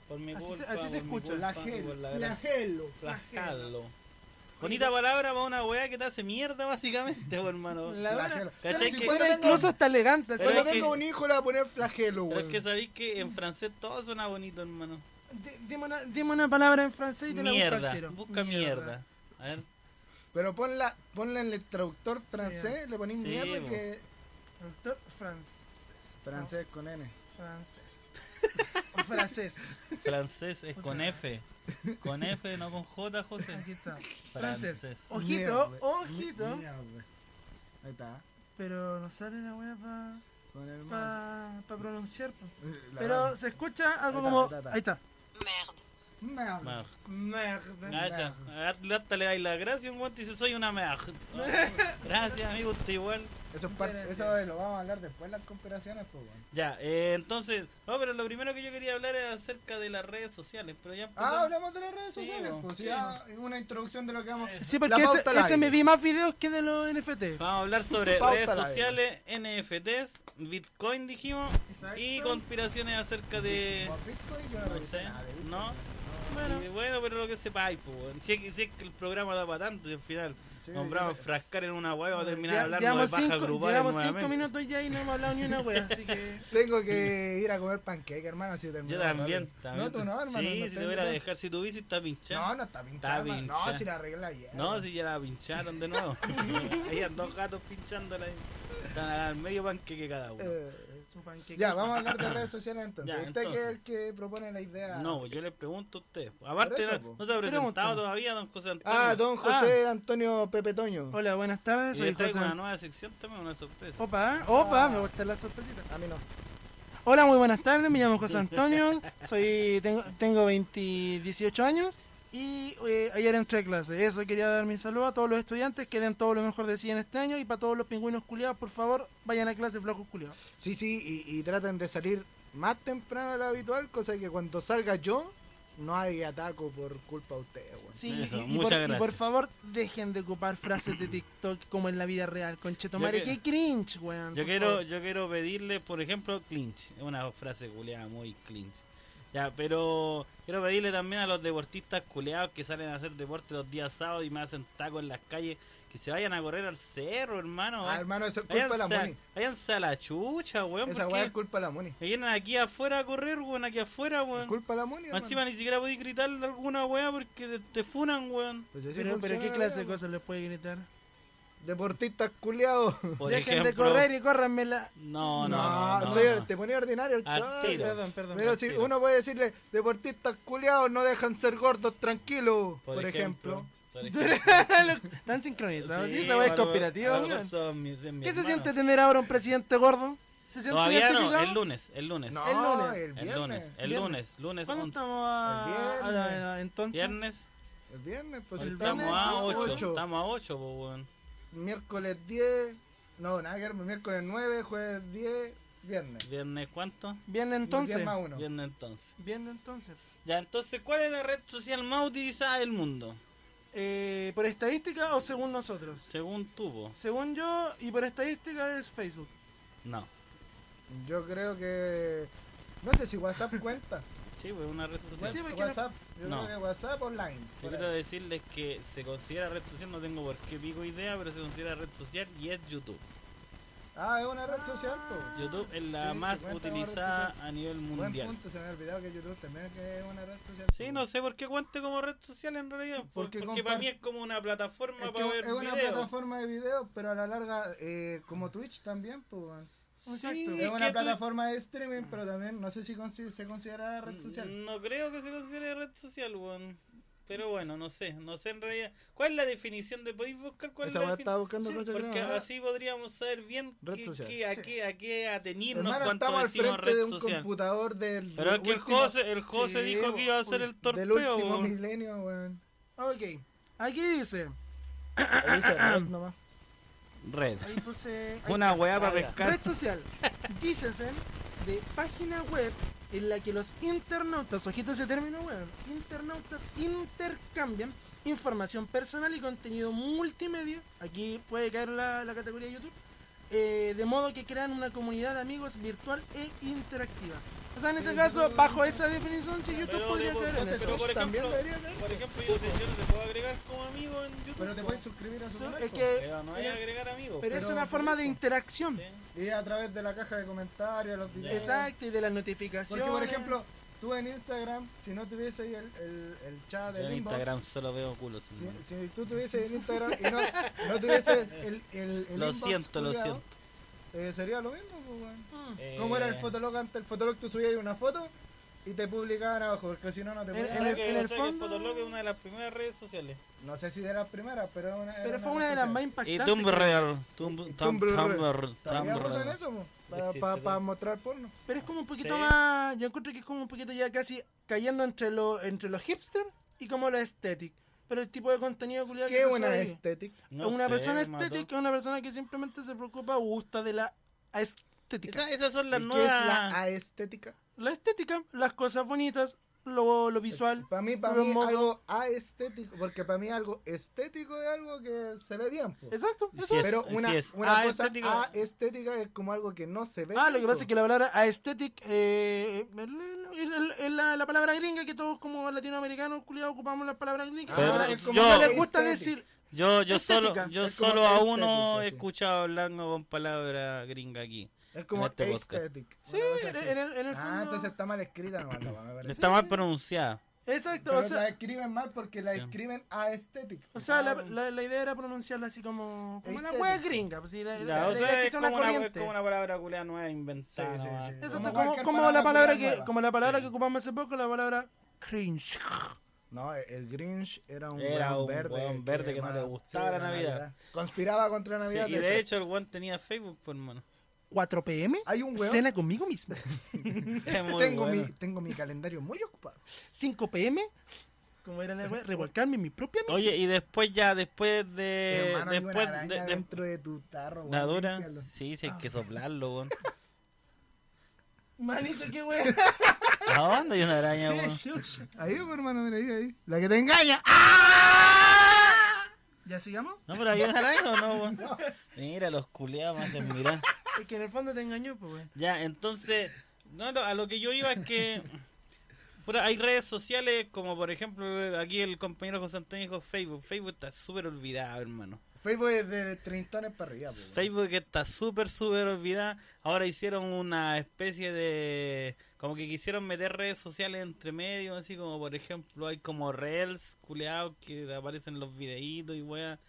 Speaker 1: Por mi
Speaker 2: Así se-
Speaker 1: culpa,
Speaker 2: así se
Speaker 1: por mi
Speaker 2: escucha.
Speaker 1: culpa,
Speaker 3: Flagelo,
Speaker 1: por la gran-
Speaker 3: flagelo.
Speaker 1: Flagello. Bonita palabra para una weá que te hace mierda, básicamente, po, hermano.
Speaker 2: La
Speaker 3: La
Speaker 2: buena-
Speaker 3: flagela.
Speaker 1: ¿Cachai
Speaker 3: Si
Speaker 1: que-
Speaker 3: cuando
Speaker 2: Suena
Speaker 3: tenga-
Speaker 2: incluso hasta elegante.
Speaker 1: Pero
Speaker 2: suena-
Speaker 3: Cuando
Speaker 1: es que-
Speaker 3: tenga un hijo le voy a poner flagelo,
Speaker 1: Pero es
Speaker 3: weón.
Speaker 1: que sabéis que en francés todo suena bonito, hermano.
Speaker 2: D- Dime una, dime una palabra en francés y te la busco al
Speaker 1: Mierda.
Speaker 2: tiro.
Speaker 1: Busca mierda. A ver.
Speaker 3: Pero ponla, ponla en el traductor francés, le ponís
Speaker 1: Sí,
Speaker 3: mierda
Speaker 1: bo.
Speaker 3: que
Speaker 2: Doctor francés.
Speaker 3: francés con N.
Speaker 2: No, francés. O francés.
Speaker 1: Francés es
Speaker 2: O
Speaker 1: con
Speaker 2: sea-
Speaker 1: F. Con F, no con J, José.
Speaker 2: Aquí está. Francés.
Speaker 1: Francés.
Speaker 2: Ojito,
Speaker 3: Mierda.
Speaker 2: ojito.
Speaker 3: Mierda. Ahí está.
Speaker 2: Pero no sale la wea para
Speaker 3: Con el más.
Speaker 2: pa, pa pronunciar. po.
Speaker 3: La
Speaker 2: Ah, Pero
Speaker 3: verdad.
Speaker 2: se escucha algo
Speaker 3: Ahí
Speaker 2: como.
Speaker 3: está,
Speaker 2: Ahí
Speaker 3: ahí
Speaker 2: está.
Speaker 5: Merde.
Speaker 3: Mierda.
Speaker 1: Maj.
Speaker 2: Merda.
Speaker 1: Gracias. Hasta le dais la gracia un guante y dice, soy una maj. Oh, Gracias, amigo, usted igual.
Speaker 3: Eso, es parte-
Speaker 2: Gracias.
Speaker 3: eso lo vamos a hablar después las comparaciones, pues, weón.
Speaker 1: Ya, eh, entonces, no, pero lo primero que yo quería hablar era acerca de las redes sociales, pero ya empezamos.
Speaker 3: Ah, hablamos de las redes
Speaker 1: Sí,
Speaker 3: sociales,
Speaker 1: bo.
Speaker 3: pues.
Speaker 1: Sí,
Speaker 3: ya, una introducción de lo que vamos.
Speaker 1: Sí.
Speaker 2: Sí,
Speaker 3: La
Speaker 2: porque ese,
Speaker 3: pauta al
Speaker 2: ese
Speaker 3: aire.
Speaker 2: me vi más videos que de los NFT.
Speaker 1: Vamos a hablar sobre
Speaker 3: Pauta
Speaker 1: redes
Speaker 3: al aire.
Speaker 1: sociales, NFTs, Bitcoin dijimos, y conspiraciones acerca de...
Speaker 3: Como Bitcoin, yo no
Speaker 1: No
Speaker 3: reviso
Speaker 1: sé,
Speaker 3: nada de Bitcoin.
Speaker 1: ¿no?
Speaker 2: Bueno.
Speaker 1: Y bueno, pero lo que sepáis, pues, weón. si, es que, si es que el programa da para tanto y al final
Speaker 3: Sí,
Speaker 1: nombramos
Speaker 3: yo-
Speaker 1: frascar en una hueá, va a terminar
Speaker 2: Ya-
Speaker 1: hablando de
Speaker 2: llevamos
Speaker 1: baja
Speaker 2: cinco,
Speaker 1: grupal
Speaker 2: llevamos
Speaker 1: nuevamente.
Speaker 2: cinco minutos ya y no hemos hablado ni una wea, así que.
Speaker 3: Tengo que ir a comer panqueque, hermano, si termino
Speaker 1: Yo
Speaker 3: tarde.
Speaker 1: también, también.
Speaker 3: No, tú no, hermano.
Speaker 1: Sí,
Speaker 3: no
Speaker 1: si
Speaker 3: tengo
Speaker 1: te voy a
Speaker 3: que-
Speaker 1: dejar, si tu bici está pinchada.
Speaker 3: No, no está pinchada.
Speaker 1: Está
Speaker 3: hermano.
Speaker 1: pinchada.
Speaker 3: No, si la arregla ayer.
Speaker 1: No, si ya la pincharon de nuevo. Habían dos gatos pinchándola ahí. Están al medio panqueque cada uno.
Speaker 3: Eh,
Speaker 2: Su panqueque.
Speaker 3: ya, vamos a hablar de redes sociales entonces.
Speaker 1: Ya,
Speaker 3: Usted que es
Speaker 1: entonces.
Speaker 3: el que propone la idea.
Speaker 1: No, yo les pregunto a ustedes. Aparte,
Speaker 3: Ah. eso,
Speaker 1: no,
Speaker 3: po.
Speaker 1: no se ha presentado
Speaker 2: Pregúntame.
Speaker 1: todavía don José Antonio.
Speaker 3: Ah, don José Antonio Pepe Toño.
Speaker 2: Hola, buenas tardes,
Speaker 1: y le
Speaker 2: soy
Speaker 1: traigo
Speaker 2: José.
Speaker 1: una nueva sección también, una sorpresa.
Speaker 2: Opa, opa,
Speaker 3: Ah.
Speaker 2: me gustan las sorpresitas.
Speaker 3: A mí no.
Speaker 2: Hola, muy buenas tardes, me llamo José Antonio, soy tengo, tengo 20 18 años y eh, ayer entré a clase. Eso, quería dar mi saludo a todos los estudiantes, que den todo lo mejor de sí en este año y para todos los pingüinos culiados, por favor, vayan a clase flojos culiados.
Speaker 3: Sí, sí, y, y traten de salir más temprano de lo habitual, cosa que cuando salga yo, no hay ataco por culpa de ustedes, weón.
Speaker 2: Sí,
Speaker 1: Eso,
Speaker 2: y- y,
Speaker 1: muchas
Speaker 2: por, y
Speaker 1: gracias.
Speaker 2: por favor, dejen de ocupar frases de TikTok como en la vida real, conchetomare,
Speaker 1: Yo que-
Speaker 2: qué cringe, weón.
Speaker 1: Yo
Speaker 2: por
Speaker 1: quiero,
Speaker 2: favor.
Speaker 1: yo quiero pedirle, por ejemplo, clinch. Es una frase culeada muy clinch. Ya, pero quiero pedirle también a los deportistas culeados que salen a hacer deporte los días sábados y me hacen tacos en las calles, que se vayan a correr al cerro, hermano.
Speaker 3: Ah, hermano, eso es culpa de la
Speaker 1: Váyanse a,
Speaker 3: Moni.
Speaker 1: váyanse a la chucha, weón.
Speaker 3: Esa
Speaker 1: porque
Speaker 3: weá es culpa de la Moni.
Speaker 1: me vienen aquí afuera a correr, weón, aquí afuera,
Speaker 3: Es
Speaker 1: weón.
Speaker 3: culpa de la Moni,
Speaker 1: Más
Speaker 3: hermano.
Speaker 1: Encima ni siquiera podéis gritarle alguna weá porque te, te funan, weón.
Speaker 3: Pues así
Speaker 2: Pero, pero
Speaker 3: funciona
Speaker 2: ¿qué
Speaker 3: la
Speaker 2: clase
Speaker 3: vida,
Speaker 2: de cosas les puede gritar?
Speaker 3: weón. Deportistas culiados.
Speaker 1: Por
Speaker 2: Dejen de
Speaker 1: ejemplo-
Speaker 2: correr y córranmela.
Speaker 1: No, no, no. no,
Speaker 3: sí,
Speaker 1: no.
Speaker 3: te ponía ordinario Ah, el
Speaker 1: Al
Speaker 3: todo.
Speaker 1: tiro.
Speaker 2: Perdón, Ah, perdón.
Speaker 3: Pero si
Speaker 1: tiro.
Speaker 3: uno puede decirle, deportistas culiados no dejan ser gordos, tranquilo, por, ejemplo.
Speaker 1: Por ejemplo.
Speaker 2: Están sincronizados.
Speaker 1: Sí,
Speaker 2: ¿Y esa weá es
Speaker 1: algo-
Speaker 2: conspirativa,
Speaker 1: algo
Speaker 2: weón.
Speaker 1: son mis- de mi
Speaker 2: ¿Qué se
Speaker 1: hermano.
Speaker 2: siente tener ahora un presidente gordo? ¿Se siente
Speaker 1: Todavía no,
Speaker 2: identificado?
Speaker 1: el lunes, el lunes.
Speaker 3: No,
Speaker 2: El lunes.
Speaker 3: El
Speaker 1: el
Speaker 3: viernes.
Speaker 1: lunes, el
Speaker 2: Viernes.
Speaker 1: lunes, lunes
Speaker 2: ¿Cuándo
Speaker 1: 11.
Speaker 2: estamos a,
Speaker 3: El viernes.
Speaker 2: a la- a- entonces?
Speaker 1: Viernes,
Speaker 3: El viernes, pues
Speaker 1: hoy
Speaker 3: el
Speaker 1: estamos
Speaker 3: viernes
Speaker 1: a
Speaker 3: 18,
Speaker 1: 8, estamos a 8, po, weón.
Speaker 3: Miércoles 10. No, nada que ver, miércoles 9, jueves 10, viernes.
Speaker 1: Viernes cuánto?
Speaker 2: Viernes entonces.
Speaker 3: Diez más uno.
Speaker 1: Viernes entonces.
Speaker 2: Viernes entonces.
Speaker 1: Ya, entonces, ¿cuál es la red social más utilizada del mundo?
Speaker 2: Eh, ¿Por estadística o según nosotros?
Speaker 1: Según tú, po.
Speaker 2: Según yo, y por estadística es Facebook.
Speaker 1: No.
Speaker 3: Yo creo que. No sé si WhatsApp cuenta.
Speaker 1: Sí, pues una red social.
Speaker 2: Sí, porque
Speaker 3: WhatsApp, yo
Speaker 1: No.
Speaker 3: creo que WhatsApp online.
Speaker 1: Yo
Speaker 3: por
Speaker 1: quiero
Speaker 3: ahí.
Speaker 1: decirles que se considera red social, no tengo por qué pico idea, pero se considera red social y es YouTube.
Speaker 3: Ah, es una red social, pues.
Speaker 1: YouTube es la
Speaker 3: Sí,
Speaker 1: más
Speaker 3: se cuenta como red
Speaker 1: utilizada a nivel
Speaker 3: Buen
Speaker 1: mundial.
Speaker 3: punto, se me había olvidado que YouTube también es una red social.
Speaker 1: Sí, no sé por qué cuente como red social en realidad. por- Porque,
Speaker 3: Porque
Speaker 1: para
Speaker 3: comparte-
Speaker 1: mí es como una plataforma
Speaker 3: Es, que
Speaker 1: para ver
Speaker 3: es una
Speaker 1: videos. Mm.
Speaker 3: plataforma de videos, pero a la larga, eh, como Twitch también, pues. weón.
Speaker 2: Exacto.
Speaker 1: Sí,
Speaker 3: Es una
Speaker 1: que Mm. tú-
Speaker 3: plataforma de streaming, pero también no sé si consi- se considera
Speaker 1: Mm,
Speaker 3: red social.
Speaker 1: No creo que se considere red social, weón. Pero bueno, no sé, no sé en realidad. ¿Cuál es la definición de podéis buscar cuál
Speaker 3: Esa
Speaker 1: es la
Speaker 3: weá
Speaker 1: definición?
Speaker 3: estaba buscando
Speaker 2: Sí,
Speaker 3: cosas que no.
Speaker 1: Porque
Speaker 3: ah,
Speaker 1: así podríamos saber bien
Speaker 3: Red
Speaker 1: qué-
Speaker 3: social.
Speaker 1: qué- a,
Speaker 2: Sí.
Speaker 1: qué, a qué atenernos
Speaker 3: Hermano,
Speaker 1: cuando
Speaker 3: estamos al
Speaker 1: decimos
Speaker 3: frente de
Speaker 1: red
Speaker 3: un
Speaker 1: social.
Speaker 3: computador del.
Speaker 1: Pero es que el
Speaker 3: último-
Speaker 1: José, el José
Speaker 2: Sí,
Speaker 1: dijo que iba a
Speaker 2: weón.
Speaker 1: hacer el
Speaker 3: Del
Speaker 1: torpeo,
Speaker 3: último
Speaker 1: weón.
Speaker 3: milenio, weón.
Speaker 2: Ok. Aquí dice.
Speaker 3: Ahí dice red eh, nomás.
Speaker 1: Red.
Speaker 2: Ahí puse. ahí
Speaker 1: Una
Speaker 2: está.
Speaker 1: weá para
Speaker 3: Ah, ya.
Speaker 1: pescar.
Speaker 2: Red social. Dícese de página web en la que los internautas, ojito ese término web, internautas intercambian información personal y contenido multimedia. Aquí puede caer la, la categoría YouTube. eh, de modo que crean una comunidad de amigos virtual e interactiva. O sea, en ese caso, bajo esa definición, si YouTube
Speaker 1: Pero
Speaker 2: podría
Speaker 1: de-
Speaker 2: caer en
Speaker 1: pero
Speaker 2: eso.
Speaker 1: por
Speaker 3: también
Speaker 1: ejemplo-
Speaker 3: debería caer.
Speaker 1: Por ejemplo, yo te, yo no te puedo agregar como amigo en YouTube.
Speaker 3: Pero te
Speaker 1: po.
Speaker 3: puedes suscribir a su
Speaker 2: Eso-
Speaker 3: canal.
Speaker 2: Es
Speaker 3: po.
Speaker 2: que.
Speaker 1: Pero no hay
Speaker 2: pero-
Speaker 1: agregar amigos.
Speaker 2: Pero es
Speaker 3: pero-
Speaker 2: una forma de interacción.
Speaker 1: Sí.
Speaker 3: Y a través de la caja de comentarios, los videos.
Speaker 2: Exacto, y de las notificaciones.
Speaker 3: Porque, por ejemplo, tú en Instagram, si no tuviese ahí el, el, el chat
Speaker 1: Yo
Speaker 3: Ah, del
Speaker 1: en
Speaker 3: inbox,
Speaker 1: Instagram solo veo culos.
Speaker 3: Si,
Speaker 1: hermano.
Speaker 3: si tú tuviese el Instagram y no, no tuviese el, el, el
Speaker 1: Lo
Speaker 3: inbox
Speaker 1: siento, lo
Speaker 3: culiao,
Speaker 1: siento.
Speaker 3: eh, sería lo mismo, pues, weón.
Speaker 2: Mm.
Speaker 3: ¿Cómo era el
Speaker 1: Eh,
Speaker 3: Fotolog antes? El Fotolog tú subías una foto y te publicaban abajo, porque si no, no te
Speaker 2: En-
Speaker 3: publicaban.
Speaker 1: En el,
Speaker 2: en el
Speaker 1: fondo...
Speaker 2: fondo-
Speaker 1: Fotolog es una de las primeras redes sociales.
Speaker 3: No sé si de las primeras, pero era una. era
Speaker 2: Pero fue una de las
Speaker 3: cosa.
Speaker 2: más impactantes.
Speaker 1: Y Tumblr,
Speaker 3: Y
Speaker 1: Tum- Tum-
Speaker 3: Tumblr.
Speaker 1: Tumblr,
Speaker 3: ¿Todavía usan
Speaker 1: Tumblr.
Speaker 3: eso, pues,
Speaker 1: Existe
Speaker 3: Para
Speaker 1: todavía.
Speaker 3: mostrar porno.
Speaker 2: Pero es como un poquito
Speaker 1: Sí.
Speaker 2: más. Yo encuentro que es como un poquito ya casi cayendo entre los entre los hipster y como los aesthetic. Pero el tipo de contenido culiado que
Speaker 3: Qué
Speaker 2: se
Speaker 3: buena
Speaker 2: sube ahí.
Speaker 3: estética.
Speaker 1: No
Speaker 2: una
Speaker 1: sé,
Speaker 2: persona
Speaker 1: me mató.
Speaker 2: estética es una persona que simplemente se preocupa o gusta de la estética.
Speaker 1: Esa- esas son las
Speaker 3: ¿Y
Speaker 1: nuevas.
Speaker 3: ¿Qué es la aestética?
Speaker 2: La estética, las cosas bonitas, lo, lo visual.
Speaker 3: Para mí, para
Speaker 2: Lo
Speaker 3: mí
Speaker 2: hermoso.
Speaker 3: algo aestético, porque para mí algo estético es algo que se ve bien. po.
Speaker 2: Exacto,
Speaker 1: Sí
Speaker 2: eso es.
Speaker 1: es.
Speaker 3: Pero
Speaker 1: así
Speaker 3: una,
Speaker 1: es.
Speaker 3: una cosa
Speaker 1: Aestética.
Speaker 3: aestética es como algo que no se ve.
Speaker 2: Ah,
Speaker 3: bien, pues.
Speaker 2: lo que pasa
Speaker 3: po.
Speaker 2: es que la palabra aesthetic eh, es la, la palabra gringa que todos como latinoamericanos culiados ocupamos la palabra gringa.
Speaker 1: Pero-
Speaker 2: Ahora,
Speaker 3: Ah, es como
Speaker 1: yo-
Speaker 2: Ah, no
Speaker 3: algo
Speaker 2: les gusta
Speaker 3: estético.
Speaker 2: decir
Speaker 1: Yo, yo solo,
Speaker 2: Estética.
Speaker 1: yo
Speaker 3: Es como
Speaker 1: solo a
Speaker 3: estética, pues.
Speaker 1: uno he
Speaker 3: sí.
Speaker 1: escuchado hablando con palabra gringa aquí.
Speaker 3: Es como
Speaker 1: en este podcast.
Speaker 3: aesthetic.
Speaker 2: Sí,
Speaker 3: una cosa
Speaker 2: en,
Speaker 3: así.
Speaker 2: en el, en el fondo.
Speaker 3: Ah, entonces está mal escrita nomás la weá, me parece.
Speaker 1: Está mal pronunciada.
Speaker 2: Exacto,
Speaker 3: Pero
Speaker 2: o
Speaker 3: la
Speaker 2: sea,
Speaker 3: escriben mal porque la
Speaker 1: Sí.
Speaker 3: escriben aesthetic.
Speaker 2: o sea, la, la- la idea era pronunciarla así como, como una
Speaker 3: Estética.
Speaker 2: wea gringa. Pues, sí, la, la-
Speaker 1: Ya, o
Speaker 2: la
Speaker 1: sea,
Speaker 2: idea es
Speaker 1: es
Speaker 2: que sea
Speaker 1: como
Speaker 2: una
Speaker 1: una, es
Speaker 2: corriente.
Speaker 1: como una palabra culea nueva inventada.
Speaker 3: Sí, sí,
Speaker 1: nomás.
Speaker 3: sí.
Speaker 2: Exacto,
Speaker 3: como
Speaker 2: como,
Speaker 3: cualquier
Speaker 2: como
Speaker 3: palabra
Speaker 2: la palabra
Speaker 3: culiao
Speaker 2: que,
Speaker 3: nueva.
Speaker 2: como la palabra
Speaker 1: Sí.
Speaker 2: que ocupamos hace poco, la palabra cringe.
Speaker 3: No, el- el Grinch era un
Speaker 1: Era
Speaker 3: weón
Speaker 1: un
Speaker 3: verde.
Speaker 1: weón verde que no
Speaker 3: más-
Speaker 1: le gustaba la Navidad.
Speaker 3: Conspiraba contra
Speaker 1: Sí,
Speaker 3: Navidad.
Speaker 1: y de hecho el one tenía Facebook, por hermano.
Speaker 2: 4 pm,
Speaker 3: hay un weón.
Speaker 2: cena conmigo mismo.
Speaker 1: Es muy
Speaker 3: Tengo,
Speaker 1: bueno.
Speaker 3: mi, tengo mi calendario muy ocupado.
Speaker 2: 5 pm, como era la wea, revolcarme en mi propia mesa.
Speaker 1: Oye, y después ya, después de...
Speaker 3: Hermano, hay
Speaker 1: Eh, después
Speaker 3: una araña
Speaker 1: de, de-
Speaker 3: dentro de tu tarro. weón,
Speaker 1: la dura,
Speaker 3: límpialo.
Speaker 1: sí, sí, hay
Speaker 3: Ah.
Speaker 1: que soplarlo, weón.
Speaker 2: Manito, qué wea.
Speaker 1: ¿A dónde hay una araña, weón?
Speaker 3: Ahí, pues, hermano, mira, ahí, ahí. La que te engaña. ¡Ah!
Speaker 2: ¿Ya sigamos?
Speaker 1: No, pero hay una araña o no, weón. Mira, los culeados me hacen mirar.
Speaker 2: Es que en el fondo te engañó, pues wea.
Speaker 1: Ya, entonces, no, no, a lo que yo iba es que puta, hay redes sociales como por ejemplo aquí el compañero José Antonio dijo Facebook. Facebook está súper olvidado, hermano.
Speaker 3: Facebook es de treintones para arriba. pues, weón.
Speaker 1: Facebook está súper, súper olvidado. Ahora hicieron una especie de... Como que quisieron meter redes sociales entre medio, así como por ejemplo hay como Reels, culeados, que aparecen los videitos y weas.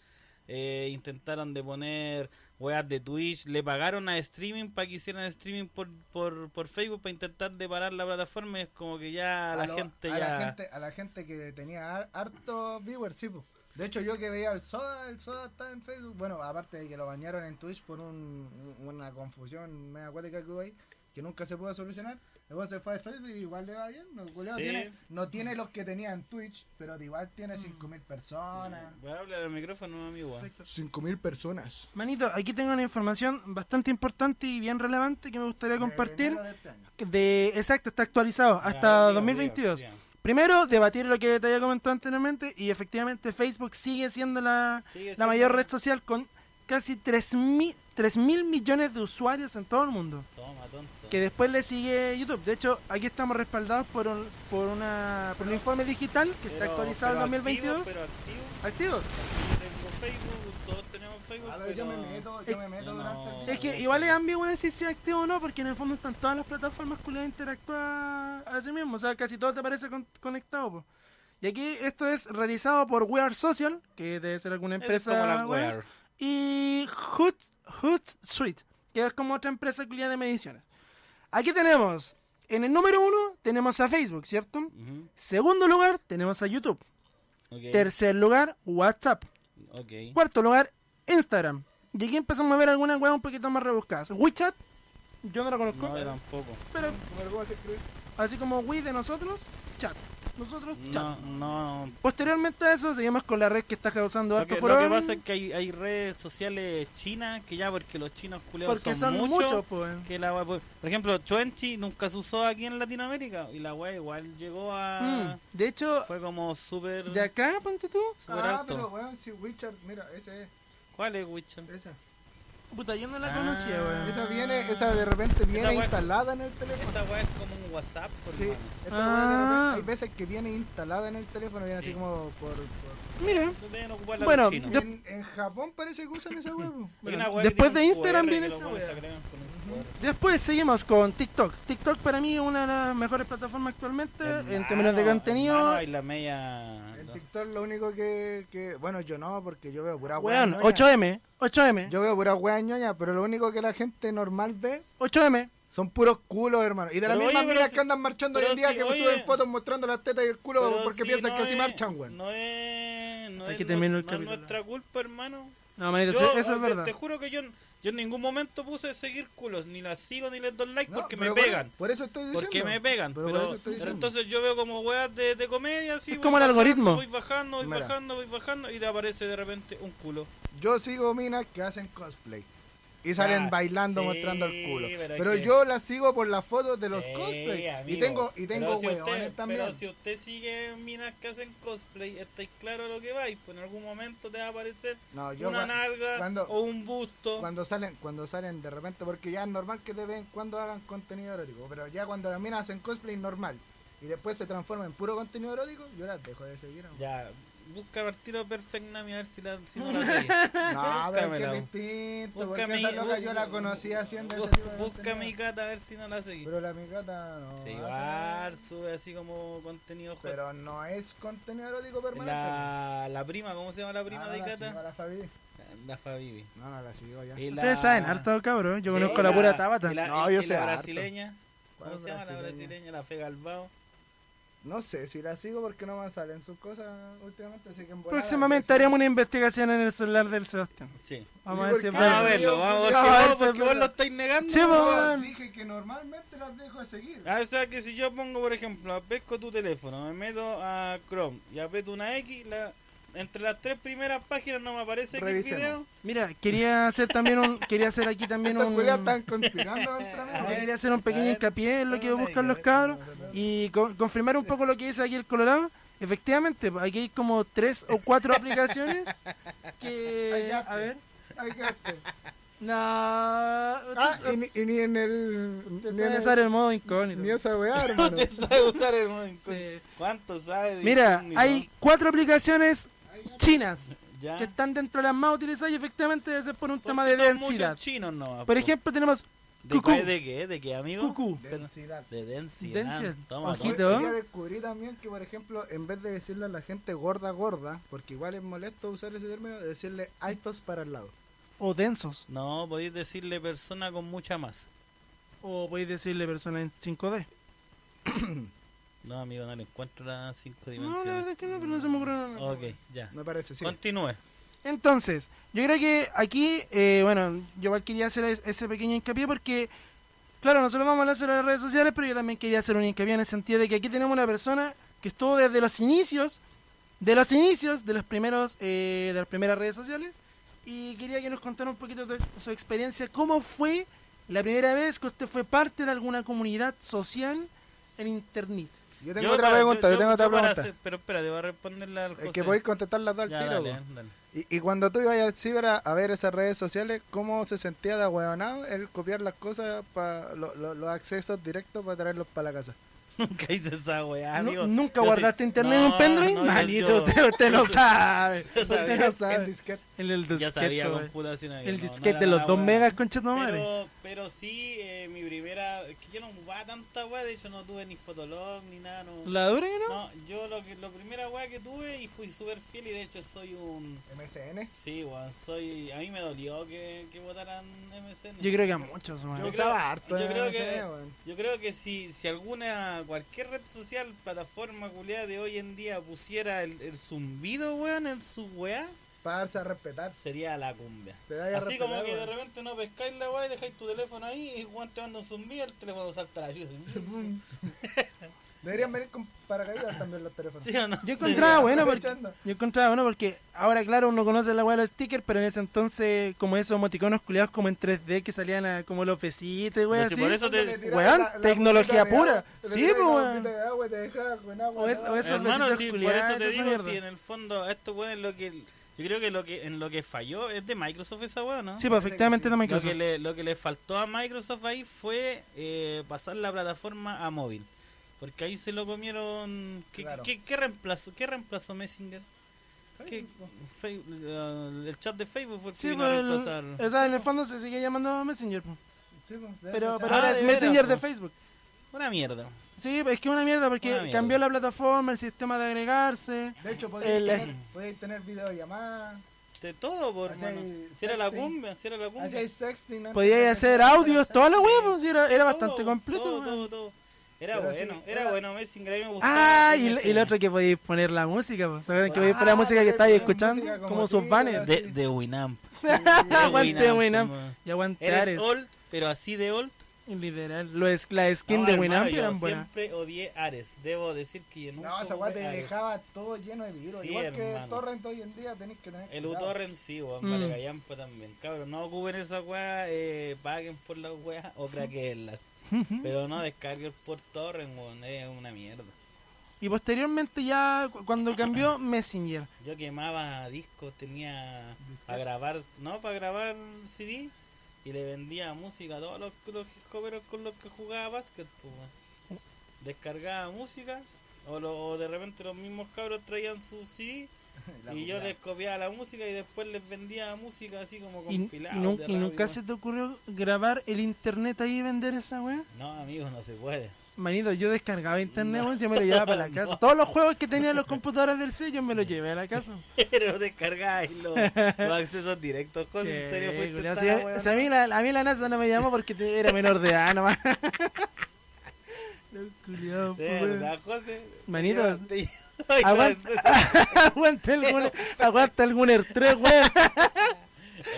Speaker 1: Eh, intentaron de poner weas de Twitch, le pagaron a streaming para que hicieran streaming por, por, por Facebook para intentar de parar la plataforma y es como que ya la
Speaker 3: lo-
Speaker 1: gente
Speaker 3: a
Speaker 1: ya...
Speaker 3: la gente, a la gente que tenía har- hartos viewers, sí, po. De hecho, yo que veía el Soda, el Soda está en Facebook. Bueno, aparte de que lo bañaron en Twitch por un- una confusión media acuática que hubo ahí, que nunca se pudo solucionar. Luego se fue a Facebook y igual le va bien. No, culiao,
Speaker 1: Sí.
Speaker 3: tiene, no tiene los que tenía en Twitch, pero igual tiene
Speaker 2: Mm.
Speaker 3: 5.000 personas.
Speaker 1: Voy a hablar al micrófono, amigo.
Speaker 3: 5.000 personas.
Speaker 2: Manito, aquí tengo una información bastante importante y bien relevante que me gustaría compartir.
Speaker 3: este
Speaker 2: De, exacto, está actualizado hasta 2022. Primero, debatir lo que te había comentado anteriormente y efectivamente Facebook sigue siendo la, la mayor red social con casi 3 mil, millones de usuarios en todo el mundo.
Speaker 1: Toma, tonto.
Speaker 2: Que después le sigue YouTube. De hecho, aquí estamos respaldados por un, por una, por un informe digital que está
Speaker 1: Pero-
Speaker 2: actualizado en
Speaker 1: pero
Speaker 2: 2022.
Speaker 1: activo, pero activo.
Speaker 2: Activos.
Speaker 1: Yo tengo Facebook, todos tenemos Facebook.
Speaker 3: A ver, yo me
Speaker 1: pero- Eh,
Speaker 3: meto, yo me meto
Speaker 1: no,
Speaker 3: durante el día.
Speaker 2: Es que igual es ambiguo decir si es activo o no, porque en el fondo están todas las plataformas culiadas interactúan a sí mismo. O sea, casi todo te parece con- conectado. po. Y aquí esto es realizado por We Are Social, que debe ser alguna
Speaker 1: Es
Speaker 2: empresa.
Speaker 1: como la
Speaker 2: web,
Speaker 1: web.
Speaker 2: Y Hoot, Hootsuite, que es como otra empresa culiada de mediciones. Aquí tenemos, en el número uno tenemos a Facebook, ¿cierto?
Speaker 1: Ujú,
Speaker 2: Segundo lugar tenemos a YouTube.
Speaker 1: ok,
Speaker 2: Tercer lugar, WhatsApp.
Speaker 1: ok.
Speaker 2: Cuarto lugar, Instagram. Y aquí empezamos a ver algunas weas un poquito más rebuscadas. WeChat, yo no la conozco,
Speaker 1: No, yo tampoco.
Speaker 2: pero
Speaker 3: Pero ¿cómo se escribe?
Speaker 2: así como We de nosotros, chat. Nosotros, chat.
Speaker 1: No, no.
Speaker 2: Posteriormente a eso, seguimos con la red que está causando
Speaker 1: Lo
Speaker 2: harto
Speaker 1: que, lo
Speaker 2: furor.
Speaker 1: que pasa es que hay, hay redes sociales chinas que ya, porque los chinos culeados
Speaker 2: porque son
Speaker 1: muchos.
Speaker 2: muchos, pues.
Speaker 1: que la wea- por, por ejemplo, Twenty nunca se usó aquí en Latinoamérica y la web igual llegó a.
Speaker 2: Mm, De hecho,
Speaker 1: Fue como súper.
Speaker 2: de acá, ponte tú.
Speaker 1: súper
Speaker 3: Ah,
Speaker 1: alto.
Speaker 3: pero weón, si Witcher, mira, ese es,
Speaker 1: ¿Cuál es Witcher?
Speaker 3: esa.
Speaker 2: Puta, yo no la
Speaker 3: Ah.
Speaker 2: conocía, weón.
Speaker 3: Esa viene, esa de repente viene
Speaker 1: weá-
Speaker 3: instalada en el teléfono.
Speaker 1: Esa weá es como un WhatsApp, por
Speaker 3: Sí,
Speaker 1: hermano.
Speaker 3: esta weá de repente-
Speaker 2: Ah.
Speaker 3: hay veces que viene instalada en el teléfono, viene
Speaker 1: Sí.
Speaker 3: así como por... por-
Speaker 2: Mira,
Speaker 1: No deben ocuparla
Speaker 2: Bueno,
Speaker 1: los chinos.
Speaker 2: Yo-
Speaker 3: En, en Japón parece que usan esa huevo.
Speaker 1: Hay una weá que
Speaker 2: después
Speaker 1: tiene
Speaker 2: de
Speaker 1: un
Speaker 2: Instagram
Speaker 1: QR que
Speaker 2: viene
Speaker 1: los
Speaker 2: esa
Speaker 1: weones
Speaker 2: weá.
Speaker 1: se agregan con un QR.
Speaker 2: después seguimos con TikTok. TikTok para mí es una de las mejores plataformas actualmente en
Speaker 1: Hermano,
Speaker 2: términos de contenido.
Speaker 1: hermano, y la media.
Speaker 3: En TikTok lo único que, que- Bueno, yo no, porque yo veo pura hueá
Speaker 2: Weón, ¿eh?
Speaker 3: ñoña.
Speaker 2: 8M, 8M,
Speaker 3: Yo veo pura hueá ñoña, pero lo único que la gente normal ve
Speaker 2: 8M.
Speaker 3: son puros culos, hermano. Y de las
Speaker 1: Pero
Speaker 3: mismas
Speaker 1: oye, pero
Speaker 3: miras
Speaker 1: si-
Speaker 3: que andan marchando hoy
Speaker 1: pero
Speaker 3: en día,
Speaker 1: si,
Speaker 3: que
Speaker 1: oye.
Speaker 3: suben fotos mostrando las tetas y el culo
Speaker 1: Pero
Speaker 3: porque
Speaker 1: si
Speaker 3: piensan
Speaker 1: no
Speaker 3: que así
Speaker 1: es-
Speaker 3: marchan, weón.
Speaker 1: No es. No
Speaker 2: Hay
Speaker 1: es,
Speaker 2: que
Speaker 1: nu-
Speaker 2: terminar el
Speaker 1: no es
Speaker 2: capítulo.
Speaker 1: nuestra culpa, hermano.
Speaker 2: No, manito,
Speaker 1: Yo,
Speaker 2: eso eso es
Speaker 1: te-
Speaker 2: verdad.
Speaker 1: Te juro que este yo, yo en ningún momento puse seguir culos, ni las sigo ni les doy like
Speaker 3: No,
Speaker 1: porque me
Speaker 3: pero por-
Speaker 1: pegan.
Speaker 3: Por eso estoy diciendo.
Speaker 1: Porque me pegan,
Speaker 3: Pero
Speaker 1: pero,
Speaker 3: por eso estoy
Speaker 1: pero
Speaker 3: diciendo.
Speaker 1: entonces yo veo como weas de, de comedia, así.
Speaker 2: Es
Speaker 1: voy
Speaker 2: como el
Speaker 1: bajando,
Speaker 2: algoritmo.
Speaker 1: Voy bajando, voy
Speaker 3: Mira.
Speaker 1: bajando, voy bajando y te aparece de repente un culo.
Speaker 3: Yo sigo minas que hacen cosplay. Y salen
Speaker 1: Ah,
Speaker 3: bailando
Speaker 1: sí,
Speaker 3: mostrando el culo.
Speaker 1: pero
Speaker 3: Pero,
Speaker 1: es que-
Speaker 3: yo las sigo por las fotos de los
Speaker 1: Sí,
Speaker 3: cosplay.
Speaker 1: amigo.
Speaker 3: Y tengo, y tengo
Speaker 1: pero si
Speaker 3: hueones
Speaker 1: usted,
Speaker 3: también.
Speaker 1: Pero si usted sigue minas que hacen cosplay, estáis claro lo que vais, pues en algún momento te va a aparecer
Speaker 3: No, yo
Speaker 1: una
Speaker 3: cua-
Speaker 1: nalga
Speaker 3: cuando-
Speaker 1: o un busto.
Speaker 3: cuando salen, cuando salen de repente, porque ya es normal que de vez en cuando hagan contenido erótico, pero ya cuando las minas hacen cosplay normal y después se transforma en puro contenido erótico, yo las dejo de seguir. amigo.
Speaker 1: Ya, busca Martino Perfect Nami a ver si, la, si no la veis.
Speaker 3: No, pero es que
Speaker 1: Búscamela.
Speaker 3: es distinto, porque
Speaker 1: Búscame,
Speaker 3: esa loca yo la
Speaker 1: bú-
Speaker 3: conocí haciendo
Speaker 1: bú-
Speaker 3: ese tipo de
Speaker 1: Busca mi
Speaker 3: contenido.
Speaker 1: cata a ver si no la seguís.
Speaker 3: Pero la migata no.
Speaker 1: Se
Speaker 3: hace
Speaker 1: igual,
Speaker 3: nada.
Speaker 1: sube así como contenido hot.
Speaker 3: Pero no es contenido erótico permanente.
Speaker 1: la, la prima, ¿cómo se llama la prima
Speaker 3: Ah, no
Speaker 1: de
Speaker 3: la sigo a
Speaker 1: Cata? Eh,
Speaker 3: la Fabi.
Speaker 1: La Fabibi.
Speaker 3: No, no la sigo ya.
Speaker 1: Y la-
Speaker 2: Ustedes saben, harto cabrón. Yo
Speaker 1: Sí,
Speaker 2: conozco la
Speaker 1: la-
Speaker 2: pura Tabata.
Speaker 1: y la-
Speaker 3: No,
Speaker 1: y-
Speaker 3: yo
Speaker 1: y
Speaker 3: sé
Speaker 1: la
Speaker 3: harto.
Speaker 1: brasileña. ¿Cómo
Speaker 3: ¿Cuál
Speaker 1: se llama la
Speaker 3: brasileña?
Speaker 1: brasileña? La Fe Galbao.
Speaker 3: No sé si la sigo porque no me salen sus cosas últimamente, así que en volada,
Speaker 2: Próximamente
Speaker 3: ya
Speaker 2: haremos una investigación en el celular del Sebastián.
Speaker 1: Sí.
Speaker 2: Vamos a
Speaker 3: ¿Y
Speaker 2: ver
Speaker 3: por
Speaker 2: si es
Speaker 3: qué?
Speaker 1: Vamos a
Speaker 2: verdad.
Speaker 1: verlo, vamos a ver.
Speaker 2: Dios,
Speaker 1: que
Speaker 2: Dios,
Speaker 1: no,
Speaker 2: Dios,
Speaker 1: porque
Speaker 2: Dios.
Speaker 1: vos lo estáis negando.
Speaker 2: Sí,
Speaker 3: sé.
Speaker 2: vos.
Speaker 3: No,
Speaker 2: weón.
Speaker 3: dije que normalmente las dejo de seguir.
Speaker 1: Ah, o sea que si yo pongo, por ejemplo, pesco tu teléfono, me meto a Chrome y aprieto una X, la- entre las tres primeras páginas no me aparece el
Speaker 3: Revisemos.
Speaker 1: video.
Speaker 2: Mira, quería hacer también un, quería hacer aquí también
Speaker 3: Estos
Speaker 2: un,
Speaker 3: culiados están conspirando contra mí.
Speaker 2: Ah, quería hacer un pequeño hincapié en lo que buscan los cabros y co- confirmar un poco lo que dice aquí el Colorado. Efectivamente, pues, aquí hay como tres o cuatro aplicaciones que, a ver,
Speaker 3: Ay, qué asco.
Speaker 2: no,
Speaker 3: Ah,
Speaker 2: ah,
Speaker 1: eh,
Speaker 3: y, ni- y ni en el. Ni, en el-
Speaker 2: usar el modo
Speaker 3: ni
Speaker 2: incógnito.
Speaker 3: esa weá, hermano.
Speaker 1: Usted sabe usar el móvil.
Speaker 2: Sí.
Speaker 1: ¿Cuánto sabe? de
Speaker 2: Mira,
Speaker 1: incógnito?
Speaker 2: hay cuatro aplicaciones chinas
Speaker 1: Ya.
Speaker 2: que están dentro de las más utilizadas y efectivamente debe ser por un
Speaker 1: Ah. Porque
Speaker 2: tema de
Speaker 1: son
Speaker 2: densidad.
Speaker 1: muchos chinos nomás,
Speaker 2: Por
Speaker 1: po.
Speaker 2: ejemplo, tenemos
Speaker 1: ¿De,
Speaker 2: cucú.
Speaker 1: cuál- de qué? ¿De qué, amigo?
Speaker 2: Cucú.
Speaker 3: Densidad.
Speaker 1: De densidad.
Speaker 2: Densidad.
Speaker 1: Toma,
Speaker 2: Ojito.
Speaker 1: toma.
Speaker 3: Yo descubrí también que, por ejemplo, en vez de decirle a la gente gorda, gorda, porque igual es molesto usar ese término, decirle altos para el lado.
Speaker 2: o densos.
Speaker 1: No, podéis decirle persona con mucha masa.
Speaker 2: O podéis decirle personas en 5D.
Speaker 1: No, amigo, no le encuentro las cinco
Speaker 2: No,
Speaker 1: dimensiones.
Speaker 2: la verdad es que no, pero no se me ocurre nada.
Speaker 1: Ok, ya.
Speaker 3: Me parece, sí.
Speaker 1: Continúe.
Speaker 2: Entonces, yo creo que aquí, eh, bueno, yo igual quería hacer es- ese pequeño hincapié porque, claro, nosotros vamos a hablar sobre las redes sociales, pero yo también quería hacer un hincapié en el sentido de que aquí tenemos una persona que estuvo desde los inicios, de los inicios de los primeros, eh, de las primeras redes sociales, y quería que nos contara un poquito de su experiencia, cómo fue la primera vez que usted fue parte de alguna comunidad social en internet.
Speaker 3: Yo tengo
Speaker 1: Yo
Speaker 3: otra
Speaker 1: pa-
Speaker 3: pregunta, yo, tengo otra
Speaker 1: para
Speaker 3: pregunta.
Speaker 1: hacer- pero espérate, voy a responderla al José.
Speaker 3: Es que podéis contestar las dos al
Speaker 1: Ya,
Speaker 3: tiro.
Speaker 1: dale,
Speaker 3: po.
Speaker 1: dale.
Speaker 3: Y, y cuando tú ibas al ciber a, a ver esas redes sociales, ¿cómo se sentía de ahueonado el copiar las cosas, para los accesos directos para traerlos para la casa?
Speaker 1: Nunca hice esa weá,
Speaker 2: Nu-
Speaker 1: amigo.
Speaker 2: ¿Nunca
Speaker 1: Yo
Speaker 2: guardaste
Speaker 1: sí-
Speaker 2: internet en
Speaker 1: No,
Speaker 2: un pendrive?
Speaker 1: no, yo-
Speaker 2: Manito,
Speaker 1: yo-
Speaker 2: usted, usted no sabe.
Speaker 1: yo
Speaker 2: usted
Speaker 1: sabía-
Speaker 2: no
Speaker 3: En
Speaker 2: sabe.
Speaker 3: disquete.
Speaker 2: En el
Speaker 1: Ya
Speaker 2: disquete,
Speaker 1: sabía
Speaker 2: güey.
Speaker 1: computación. amigo,
Speaker 2: El
Speaker 1: no, no
Speaker 2: disquete
Speaker 1: era
Speaker 2: de los
Speaker 1: la
Speaker 2: 2
Speaker 1: weá.
Speaker 2: megas, concha tu madre.
Speaker 1: Pero, pero sí, eh, mi primera. Es que yo no jugaba tanta weá, de hecho no tuve ni Fotolog ni nada. No,
Speaker 2: ¿La dura que no?
Speaker 1: no yo lo que lo primera weá que tuve y fui súper fiel y de hecho soy un.
Speaker 3: MSN.
Speaker 1: Sí, weón, soy. A mí me dolió que, que votaran MSN.
Speaker 2: Yo creo que a muchos, güey.
Speaker 1: Yo creo- yo creo que- Yo creo que si, si alguna, cualquier red social, plataforma culiada de hoy en día pusiera el, el zumbido, weón, en su weá,
Speaker 3: Pasa a respetar.
Speaker 1: sería la cumbia.
Speaker 3: Te da a
Speaker 1: Así
Speaker 3: respetar,
Speaker 1: como que de
Speaker 3: weón.
Speaker 1: repente no pescáis la weá y dejáis tu teléfono ahí y Juan te manda un zumbido, el teléfono salta a la ayuda.
Speaker 3: Deberían venir con paracaídas también los teléfonos.
Speaker 1: ¿Sí o no?
Speaker 2: Yo encontraba bueno porque.
Speaker 3: Aprovechando.
Speaker 2: Yo encontraba bueno porque ahora, claro, uno conoce la weá de los stickers, pero en ese entonces, como esos emoticonos culiados como en 3D que salían a- como los besitos, güey,
Speaker 1: Pero si
Speaker 2: así.
Speaker 1: por eso te-
Speaker 3: Cuando le tiraban
Speaker 2: Weón,
Speaker 3: la- la
Speaker 2: tecnología
Speaker 3: bombita de
Speaker 2: pura.
Speaker 3: agua, te le
Speaker 2: Sí,
Speaker 3: tiraban
Speaker 2: po,
Speaker 3: la
Speaker 2: weón.
Speaker 3: bombita de agua y te dejaban con agua,
Speaker 2: O es-
Speaker 3: nada.
Speaker 2: o es- esos
Speaker 1: Hermano,
Speaker 2: besitos
Speaker 1: sí, por
Speaker 2: culiados,
Speaker 1: eso te
Speaker 2: esa
Speaker 1: digo,
Speaker 2: mierda.
Speaker 1: si en el fondo, esto weón es lo que. Yo creo que lo que en lo que falló es de Microsoft esa weá, ¿no?
Speaker 2: Sí, pues efectivamente
Speaker 3: Lo
Speaker 2: de
Speaker 1: Lo
Speaker 2: Microsoft.
Speaker 1: que, le, lo que le faltó a Microsoft ahí fue eh, pasar la plataforma a móvil. Porque ahí se lo comieron. ¿Qué,
Speaker 3: Claro.
Speaker 1: qué, qué reemplazó, qué reemplazó Messenger? ¿Qué-
Speaker 2: pues.
Speaker 1: Fe- eh, el chat de Facebook fue el que
Speaker 2: Sí,
Speaker 1: vino a
Speaker 2: pues, el-
Speaker 1: reemplazar.
Speaker 2: o sea, en el fondo se sigue llamando Messenger. po.
Speaker 3: Sí, pues, se
Speaker 2: Pero,
Speaker 3: hace-
Speaker 2: pero
Speaker 1: Ah,
Speaker 2: ahora
Speaker 1: de
Speaker 2: es
Speaker 1: veras,
Speaker 2: Messenger de
Speaker 1: po.
Speaker 2: Facebook.
Speaker 1: Una mierda.
Speaker 2: Sí, es que una mierda porque
Speaker 1: Una mierda.
Speaker 2: cambió la plataforma, el sistema de agregarse.
Speaker 3: De hecho, podéis
Speaker 2: el- eh,
Speaker 3: tener, podéis tener videollamadas.
Speaker 1: De todo, por
Speaker 3: Así
Speaker 1: hermano.
Speaker 3: hay
Speaker 1: Si era la
Speaker 3: sexting.
Speaker 1: cumbia, si era la cumbia.
Speaker 3: Hacíais sexting. antes de
Speaker 2: Podíais hacer
Speaker 3: tener-
Speaker 2: audios, toda la web,
Speaker 3: Sí.
Speaker 2: era, era
Speaker 1: Todo,
Speaker 2: bastante completo.
Speaker 1: Todo,
Speaker 2: weón.
Speaker 1: todo, todo. Era
Speaker 3: Pero
Speaker 1: bueno,
Speaker 3: sí,
Speaker 1: era
Speaker 3: era-
Speaker 1: bueno Messenger, a mí me gustaba.
Speaker 2: Ah, y,
Speaker 1: el
Speaker 2: el- y lo
Speaker 1: Messenger.
Speaker 2: otro que podéis poner la música, po. ¿se acuerdan que podéis
Speaker 3: Ah,
Speaker 2: poner la música que
Speaker 3: podéis
Speaker 2: estáis
Speaker 3: poner música
Speaker 2: escuchando?
Speaker 3: como
Speaker 2: Como sus
Speaker 3: ti,
Speaker 2: banners.
Speaker 3: weón.
Speaker 1: De, de Winamp.
Speaker 2: Ah, Aguante Winamp.
Speaker 1: hermano.
Speaker 2: Y aguantar
Speaker 1: Eres
Speaker 2: Ares.
Speaker 1: old, pero así de old.
Speaker 2: Literal. Lo es, la skin
Speaker 1: No,
Speaker 2: de
Speaker 1: hermano,
Speaker 2: Winamp
Speaker 1: yo
Speaker 2: eran buenas.
Speaker 1: siempre odié Ares. Debo decir que yo nunca
Speaker 3: No, esa weá
Speaker 1: ocupé
Speaker 3: te
Speaker 1: Ares.
Speaker 3: dejaba todo lleno de virus.
Speaker 1: Sí,
Speaker 3: Igual que
Speaker 1: hermano.
Speaker 3: Torrent hoy en día tenéis que tener.
Speaker 1: El
Speaker 3: cuidado.
Speaker 1: Utorren sí, weón,
Speaker 2: Mm.
Speaker 1: vale callampa también. Cabrón, no ocupen esa weá, eh, paguen por las weas o craqueenlas. Pero no descarguen por torrent, weón, es una mierda.
Speaker 2: Y posteriormente ya cu- cuando cambió Messenger.
Speaker 1: Yo quemaba discos, tenía
Speaker 3: Disquete.
Speaker 1: para grabar, no, para grabar CD y le vendía música a todos los, los coperos con los que jugaba básquet, pues, weón. Descargaba música o, lo- o de repente los mismos cabros traían su CD
Speaker 3: La
Speaker 1: y yo
Speaker 3: jugada.
Speaker 1: les copiaba la música y después les vendía música así como
Speaker 2: Y, y
Speaker 1: compilada.
Speaker 2: nun- y nunca se te ocurrió grabar el internet ahí y vender esa weá.
Speaker 1: No, amigos, no se puede.
Speaker 2: Manito, yo descargaba internet,
Speaker 1: No.
Speaker 2: weón, yo me lo llevaba para la casa.
Speaker 1: No.
Speaker 2: Todos los juegos que tenían los computadores del sello me los llevé a la casa.
Speaker 1: Pero descargáis los, los accesos directos, José.
Speaker 2: Sí,
Speaker 1: en serio, fuiste
Speaker 2: culiao,
Speaker 1: tan
Speaker 2: si-
Speaker 1: ahueonado.
Speaker 2: si a, mí la, a mí la NASA no me llamó porque te- era menor de edad nomás. No, culiao,
Speaker 1: De
Speaker 2: pues, weón.
Speaker 1: verdad, José.
Speaker 2: Manito,
Speaker 1: Te- Ay,
Speaker 2: Aguanta. aguanta el Gunner, aguanta el Gunner 3, weón.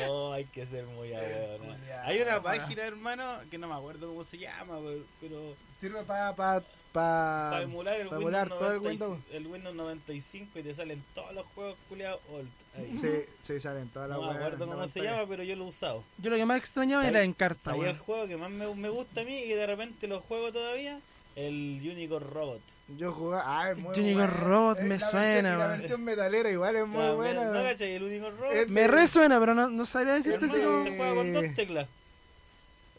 Speaker 1: Oh, hay que ser muy abuelo.
Speaker 3: culiao,
Speaker 1: Hay una
Speaker 3: weón.
Speaker 1: página, hermano, que no me acuerdo cómo se llama, weón, pero
Speaker 3: Sirve para. Pa, pa...
Speaker 1: para emular, el,
Speaker 3: Ah, para
Speaker 1: Windows
Speaker 3: emular todo el
Speaker 1: 95,
Speaker 3: Windows.
Speaker 1: el Windows 95 y te salen todos los juegos culiados old. ahí.
Speaker 3: Se, se salen todas las
Speaker 1: no me
Speaker 3: weas
Speaker 1: acuerdo
Speaker 3: en la
Speaker 1: cómo se
Speaker 3: pantalla.
Speaker 1: llama, pero yo lo he usado.
Speaker 2: Yo lo que más extrañaba
Speaker 1: ¿Sabes?
Speaker 2: era en carta,
Speaker 1: Sabía el
Speaker 2: weón.
Speaker 1: juego que más me, me gusta a mí y de repente lo juego todavía, el Unicorn Robot.
Speaker 3: Yo jugaba. Ah, es muy
Speaker 2: Yo digo,
Speaker 3: buena.
Speaker 2: Robot,
Speaker 3: Eh,
Speaker 2: me
Speaker 3: la
Speaker 2: suena,
Speaker 3: Versión, y la
Speaker 2: weón.
Speaker 3: versión metalera igual es muy
Speaker 1: También,
Speaker 3: buena.
Speaker 1: Ah, ¿No
Speaker 3: weón. Eh,
Speaker 1: cachai? El Unicorn Robot.
Speaker 3: Es-
Speaker 2: Me resuena, pero no, no sabría decirte
Speaker 1: Hermano,
Speaker 2: si como...
Speaker 1: Se juega con dos teclas.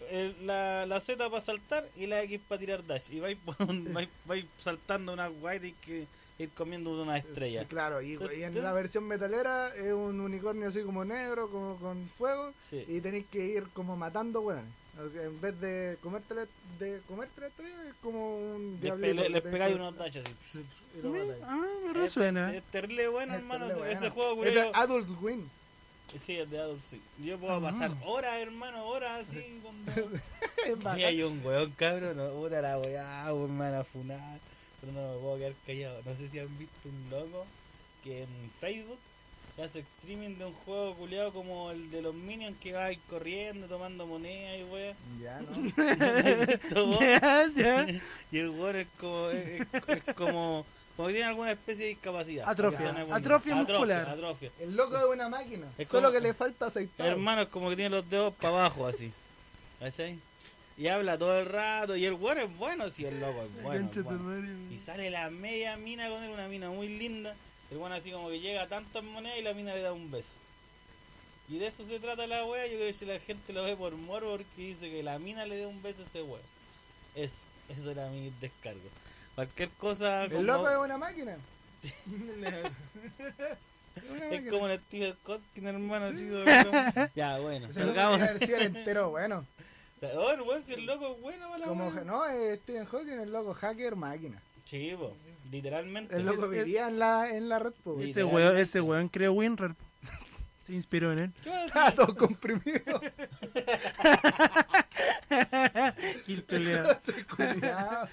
Speaker 1: El- la, la Z para saltar y la X para tirar dash. Y vais, por un- vais, vais saltando una guay y que ir comiendo una estrella.
Speaker 3: Sí, Claro, y,
Speaker 1: Entonces-
Speaker 3: y en la versión metalera es un unicornio así como negro, como con fuego,
Speaker 1: Sí.
Speaker 3: y tenéis que ir como matando weones. O sea, en vez de comértela, de comértela todavía, es como un
Speaker 1: Les,
Speaker 3: diablito.
Speaker 1: pe- les
Speaker 3: que
Speaker 1: pegáis
Speaker 3: tenés que-
Speaker 1: unos dash así.
Speaker 3: Sí, y lo
Speaker 2: Me-
Speaker 3: matáis.
Speaker 2: Ah, me resuena.
Speaker 1: Es, es terrible bueno,
Speaker 3: Es
Speaker 1: hermano.
Speaker 3: terrible
Speaker 1: ese
Speaker 3: bueno.
Speaker 1: juego,
Speaker 3: Es de
Speaker 1: culero.
Speaker 3: Adult Win.
Speaker 1: Sí, el de Adult Swim. Yo puedo
Speaker 2: Ah.
Speaker 1: pasar horas, hermano, horas así. Cuando...
Speaker 3: Es
Speaker 1: Y
Speaker 3: bacán.
Speaker 1: hay un weón, cabrón. No, puta la weá, weón, me van a funar. Pero no me puedo quedar callado. No sé si han visto un loco que en Facebook hace streaming de un juego culiado como el de los minions que va ahí corriendo, tomando monedas y weá.
Speaker 3: Ya, ¿no?
Speaker 1: ¿No lo has visto vos?
Speaker 2: Ya, ya.
Speaker 1: y el weón es como. Es, es- es como como que tiene alguna especie de discapacidad.
Speaker 2: Atrofia,
Speaker 1: Aunque suene bonito.
Speaker 2: atrofia muscular.
Speaker 1: Atrofia.
Speaker 3: El loco de una máquina.
Speaker 1: Es
Speaker 3: solo
Speaker 1: como-
Speaker 3: que le falta aceitar.
Speaker 1: Hermano, es como que tiene los dedos para abajo así. ¿Cachai? Y habla todo el rato. Y el weón es bueno, si el loco es bueno. es
Speaker 2: Concha tu
Speaker 1: bueno.
Speaker 2: madre,
Speaker 1: Y
Speaker 2: weón.
Speaker 1: sale la media mina con él, una mina muy linda. El bueno así como que llega a tantas monedas y la mina le da un beso. Y de eso se trata la wea, yo creo que la gente lo ve por morbo porque dice que la mina le dé un beso a ese wea. Eso, eso era mi descargo. Cualquier cosa como,
Speaker 3: El loco de una máquina. Es una
Speaker 1: es
Speaker 3: máquina.
Speaker 1: como el Steve Hawking, hermano, así, weón. Ya, bueno,
Speaker 3: Ese loco
Speaker 1: salgamos.
Speaker 3: debe haber sido el entero bueno.
Speaker 1: O sea, oh, el weón, si el loco es bueno para la
Speaker 3: Como,
Speaker 1: wea.
Speaker 3: no, eh, Stephen Hawking, el loco hacker máquina.
Speaker 1: Sí, po, literalmente.
Speaker 3: El loco
Speaker 2: Es- es-
Speaker 3: vivía en la, en la red, pues.
Speaker 2: Ese weón, ese weón creó WinRAR. Se inspiró en él.
Speaker 1: ¿Qué va a decir?
Speaker 3: Estaba todo comprimido.
Speaker 2: Gil culiao.
Speaker 3: Se culiao.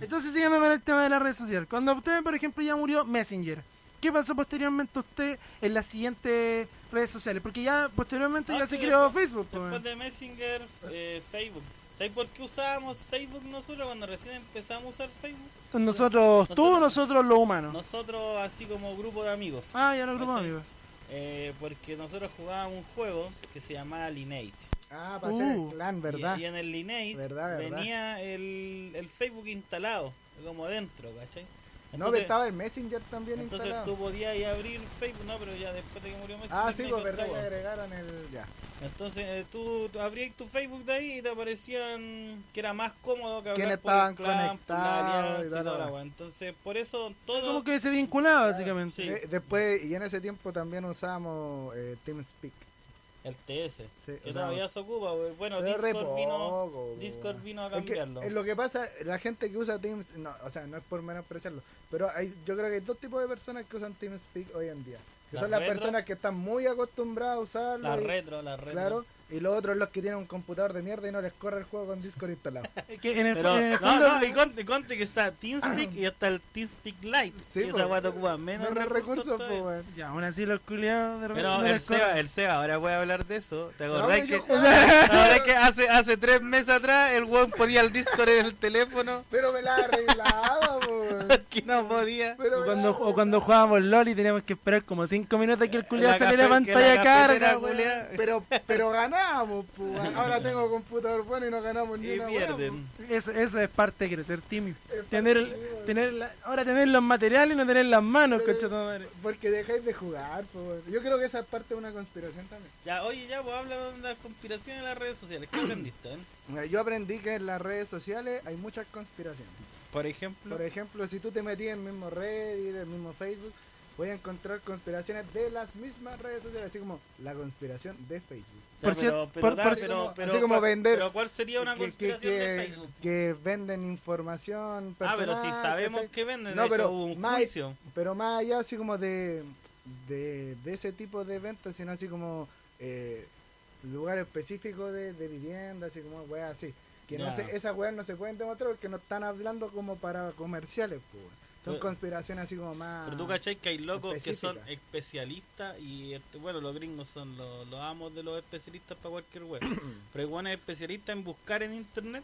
Speaker 2: Entonces, siguiendo con el tema de la red social, cuando usted, por ejemplo, ya murió Messenger, ¿qué pasó posteriormente a usted en las siguientes redes sociales? Porque ya posteriormente
Speaker 1: Ah,
Speaker 2: ya
Speaker 1: sí,
Speaker 2: se creó
Speaker 1: después-
Speaker 2: Facebook, pues,
Speaker 1: Después
Speaker 2: weón.
Speaker 1: de Messenger, eh, Facebook. ¿Sabes por qué usábamos Facebook nosotros cuando recién empezamos a usar Facebook?
Speaker 2: Nosotros, tú,
Speaker 1: nosotros-
Speaker 2: nosotros los humanos.
Speaker 1: Nosotros así como grupo de amigos.
Speaker 2: Ah, ya los grupos
Speaker 1: Sí.
Speaker 2: amigos.
Speaker 1: Eh, porque nosotros jugábamos un juego que se llamaba Lineage.
Speaker 3: Ah, para hacer
Speaker 2: Uh.
Speaker 3: el clan, ¿verdad?
Speaker 1: Y, y en el Lineage
Speaker 3: Verdad, verdad.
Speaker 1: venía el, el Facebook instalado, como adentro, ¿cachai?
Speaker 3: No, que
Speaker 1: Entonces-
Speaker 3: estaba el Messenger también
Speaker 1: Entonces
Speaker 3: instalado.
Speaker 1: tú podías ir a abrir Facebook, no, pero ya después de que murió Messenger.
Speaker 3: Ah, sí,
Speaker 1: no hay
Speaker 3: pues verdad que
Speaker 1: cachai, po.
Speaker 3: agregaron el. Ya.
Speaker 1: Entonces eh, tú tú abrías tu Facebook de ahí y te aparecían que era más cómomodo que hablar
Speaker 3: ¿Quiénes
Speaker 1: por el
Speaker 3: estaban
Speaker 1: clan, por la
Speaker 3: conectados y
Speaker 1: alianza y
Speaker 3: toda la
Speaker 1: toda la
Speaker 3: wea?
Speaker 1: wea. Entonces por eso
Speaker 2: Como
Speaker 1: todo...
Speaker 2: que se vinculaba, básicamente.
Speaker 1: Sí.
Speaker 3: Eh, después, y en ese tiempo también usábamos eh, TeamSpeak.
Speaker 1: El TS,
Speaker 3: Sí,
Speaker 1: que
Speaker 3: usábamos-
Speaker 1: todavía se ocupa. pues. Bueno,
Speaker 3: pero re
Speaker 1: Discord vino,
Speaker 3: poco, po.
Speaker 1: Discord vino a
Speaker 3: Es que,
Speaker 1: cambiarlo.
Speaker 3: eh, lo que pasa, la gente que usa Teams, no, o sea, no es por menospreciarlo, pero hay, yo creo que hay dos tipos de personas que usan TeamSpeak hoy en día. Que
Speaker 1: Las
Speaker 3: son las
Speaker 1: retro.
Speaker 3: personas que están muy acostumbradas a usarlo.
Speaker 1: La
Speaker 3: y-
Speaker 1: retro, la retro.
Speaker 3: Claro, y los otros los que tienen un computador de mierda y no les corre el juego con Discord instalado.
Speaker 2: Es que en el,
Speaker 1: Pero,
Speaker 2: en el
Speaker 1: no,
Speaker 2: fondo.
Speaker 1: no, y conte, y conte que está TeamSpeak y hasta el TeamSpeak Lite.
Speaker 3: Sí,
Speaker 1: que
Speaker 3: pues.
Speaker 1: esa wea te ocupa menos,
Speaker 3: Menos recursos,
Speaker 1: todavía.
Speaker 3: pues, weón.
Speaker 2: Ya, aún así los culiados de repente
Speaker 5: Pero
Speaker 2: no
Speaker 5: el
Speaker 2: les corre.
Speaker 5: Seba, el Seba, ahora voy a hablar de eso. ¿Te
Speaker 3: Pero,
Speaker 5: acordás
Speaker 3: hombre,
Speaker 5: que,
Speaker 3: pues, yo jugaba-
Speaker 5: ¿te acordás que hace, hace tres meses atrás el weón ponía el Discord en el teléfono?
Speaker 3: Pero me la arreglaba, po, weón.
Speaker 5: Que no podía.
Speaker 3: Pero
Speaker 2: O
Speaker 3: me
Speaker 2: cuando,
Speaker 3: la
Speaker 2: o cuando jugábamos LOL y teníamos que esperar como 5 minutos a que el culiado
Speaker 5: La
Speaker 2: saliera la
Speaker 5: cafe- que la
Speaker 2: pantalla carga.
Speaker 5: cafetera,
Speaker 2: weón.
Speaker 5: culiao.
Speaker 3: Pero, pero ganamos, pues. weón. Ahora tengo computador bueno y no ganamos ni
Speaker 5: Y
Speaker 3: una weá, pues.
Speaker 5: pierden.
Speaker 2: Eso, eso es parte de crecer, Timmy.
Speaker 3: po. Es
Speaker 2: Tener,
Speaker 3: parte, weón.
Speaker 2: tener la- ahora tener los materiales y no tener las manos,
Speaker 3: Pero-
Speaker 2: coche madre.
Speaker 3: Porque dejáis de jugar, po, weón. Yo creo que esa es parte de una conspiración también.
Speaker 1: Ya, oye, ya, pues habla de las conspiraciones en las redes sociales. ¿Qué aprendiste? eh?
Speaker 3: Mira, Yo aprendí que en las redes sociales hay muchas conspiraciones.
Speaker 1: Por ejemplo,
Speaker 3: Por ejemplo, si tú te metías en el mismo Reddit, en el mismo Facebook, voy a encontrar conspiraciones de las mismas redes sociales, así como la conspiración de Facebook.
Speaker 1: Ya,
Speaker 2: Por
Speaker 1: pero,
Speaker 2: cierto-
Speaker 1: pero,
Speaker 2: por-
Speaker 1: da,
Speaker 2: por-
Speaker 1: pero-
Speaker 3: así
Speaker 1: pero
Speaker 3: como
Speaker 1: ¿cuál-
Speaker 3: vender.
Speaker 1: Pero ¿cuál sería una
Speaker 3: que, que-
Speaker 1: conspiración de
Speaker 3: que-
Speaker 1: Facebook?
Speaker 3: que venden información
Speaker 1: Ah,
Speaker 3: personal.
Speaker 1: pero si sabemos
Speaker 3: ¿cachai?
Speaker 1: que venden,
Speaker 3: No,
Speaker 1: de hecho,
Speaker 3: pero
Speaker 1: hubo un
Speaker 3: más-
Speaker 1: juicio.
Speaker 3: Pero más allá así como de, de, de ese tipo de eventos, sino así como eh, lugar específico de, de vivienda, así como weas así. Que no
Speaker 1: Ya.
Speaker 3: se- esas weas no se pueden demostrar porque no están hablando como para comerciales, pues. Son
Speaker 1: Pero-
Speaker 3: conspiraciones así como más...
Speaker 1: Pero tú cachai que hay locos que son
Speaker 3: específica.
Speaker 1: especialistas y este, bueno, los gringos son los, los amos de los especialistas para cualquier web. pero hay buenos especialistas en buscar en internet.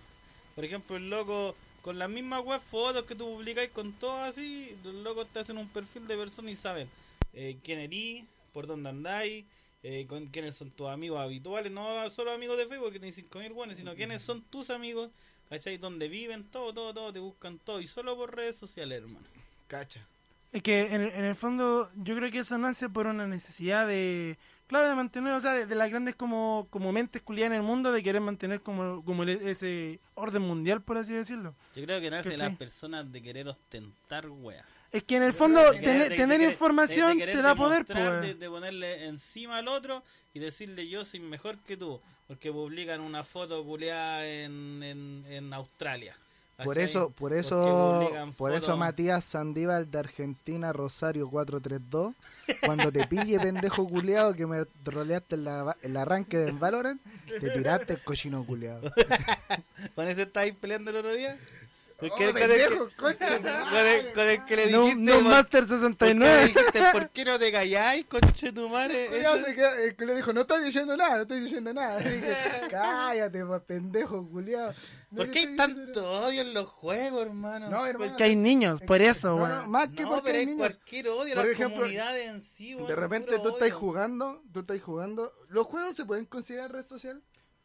Speaker 1: Por ejemplo, el loco con las mismas web fotos que tú publicáis con todo así, los locos te hacen un perfil de persona y saben eh, quién eres, por dónde andáis, eh, con quiénes son tus amigos habituales, no solo amigos de Facebook que tenéis 5000 buenos, sino quiénes son tus amigos, ¿cachai? Dónde viven, todo, todo, todo, te buscan todo y solo por redes sociales, hermano.
Speaker 3: Cacha.
Speaker 2: Es que en, en el fondo yo creo que eso nace por una necesidad de, claro, de mantener, o sea, de, de las grandes como, como mentes culiadas en el mundo, de querer mantener como, como el- ese orden mundial, por así decirlo.
Speaker 1: Yo creo que nace de
Speaker 2: ¿Cachai?
Speaker 1: las personas de querer ostentar, wea.
Speaker 2: Es que en el fondo
Speaker 1: De
Speaker 2: tener,
Speaker 1: querer- de-
Speaker 2: tener
Speaker 1: de- de-
Speaker 2: información
Speaker 1: de querer
Speaker 2: te da poder,
Speaker 1: demostrar,
Speaker 2: pues.
Speaker 1: De, de ponerle encima al otro y decirle yo soy mejor que tú. Porque publican una foto culeada en, en, en Australia.
Speaker 3: Por
Speaker 1: ¿cachai?
Speaker 3: eso, por
Speaker 1: Porque
Speaker 3: eso,
Speaker 1: publican
Speaker 3: por eso
Speaker 1: fotos-
Speaker 3: Matías Sandíbal de Argentina, Rosario 432, cuando te pille pendejo culeado que me troleaste en la- el arranque de Valorant, te tiraste el cochino culeado.
Speaker 5: Con ese estáis peleando el otro día.
Speaker 3: Oh,
Speaker 5: Que- con, el que,
Speaker 3: pendejo, concha de madre.
Speaker 5: con el- con el que le
Speaker 2: No,
Speaker 5: dijiste,
Speaker 2: no
Speaker 5: "Por-
Speaker 2: Master
Speaker 5: por qué le
Speaker 2: 69.
Speaker 5: dijiste, ¿por qué no te calláis, conche tu madre?
Speaker 3: Culeado se quedó- El culeado dijo, no estoy diciendo nada, no estoy diciendo nada. Le dije, cállate, pues, pendejo culeado. No,
Speaker 5: ¿Por
Speaker 3: yo
Speaker 5: qué hay
Speaker 3: estoy diciendo
Speaker 5: tanto odio en los juegos, hermano?
Speaker 3: nada". No, hermano.
Speaker 2: Porque hay niños, por eso,
Speaker 3: no, no,
Speaker 2: weón.
Speaker 3: más que
Speaker 1: No,
Speaker 3: porque
Speaker 1: pero
Speaker 3: hay
Speaker 1: es
Speaker 3: Ah, niños.
Speaker 1: cualquier odio,
Speaker 3: Por
Speaker 1: las
Speaker 3: ejemplo,
Speaker 1: comunidades en sí, weón,
Speaker 3: De repente
Speaker 1: puro
Speaker 3: tú estás
Speaker 1: odio.
Speaker 3: jugando, tú estás jugando. ¿Los juegos se pueden considerar red social?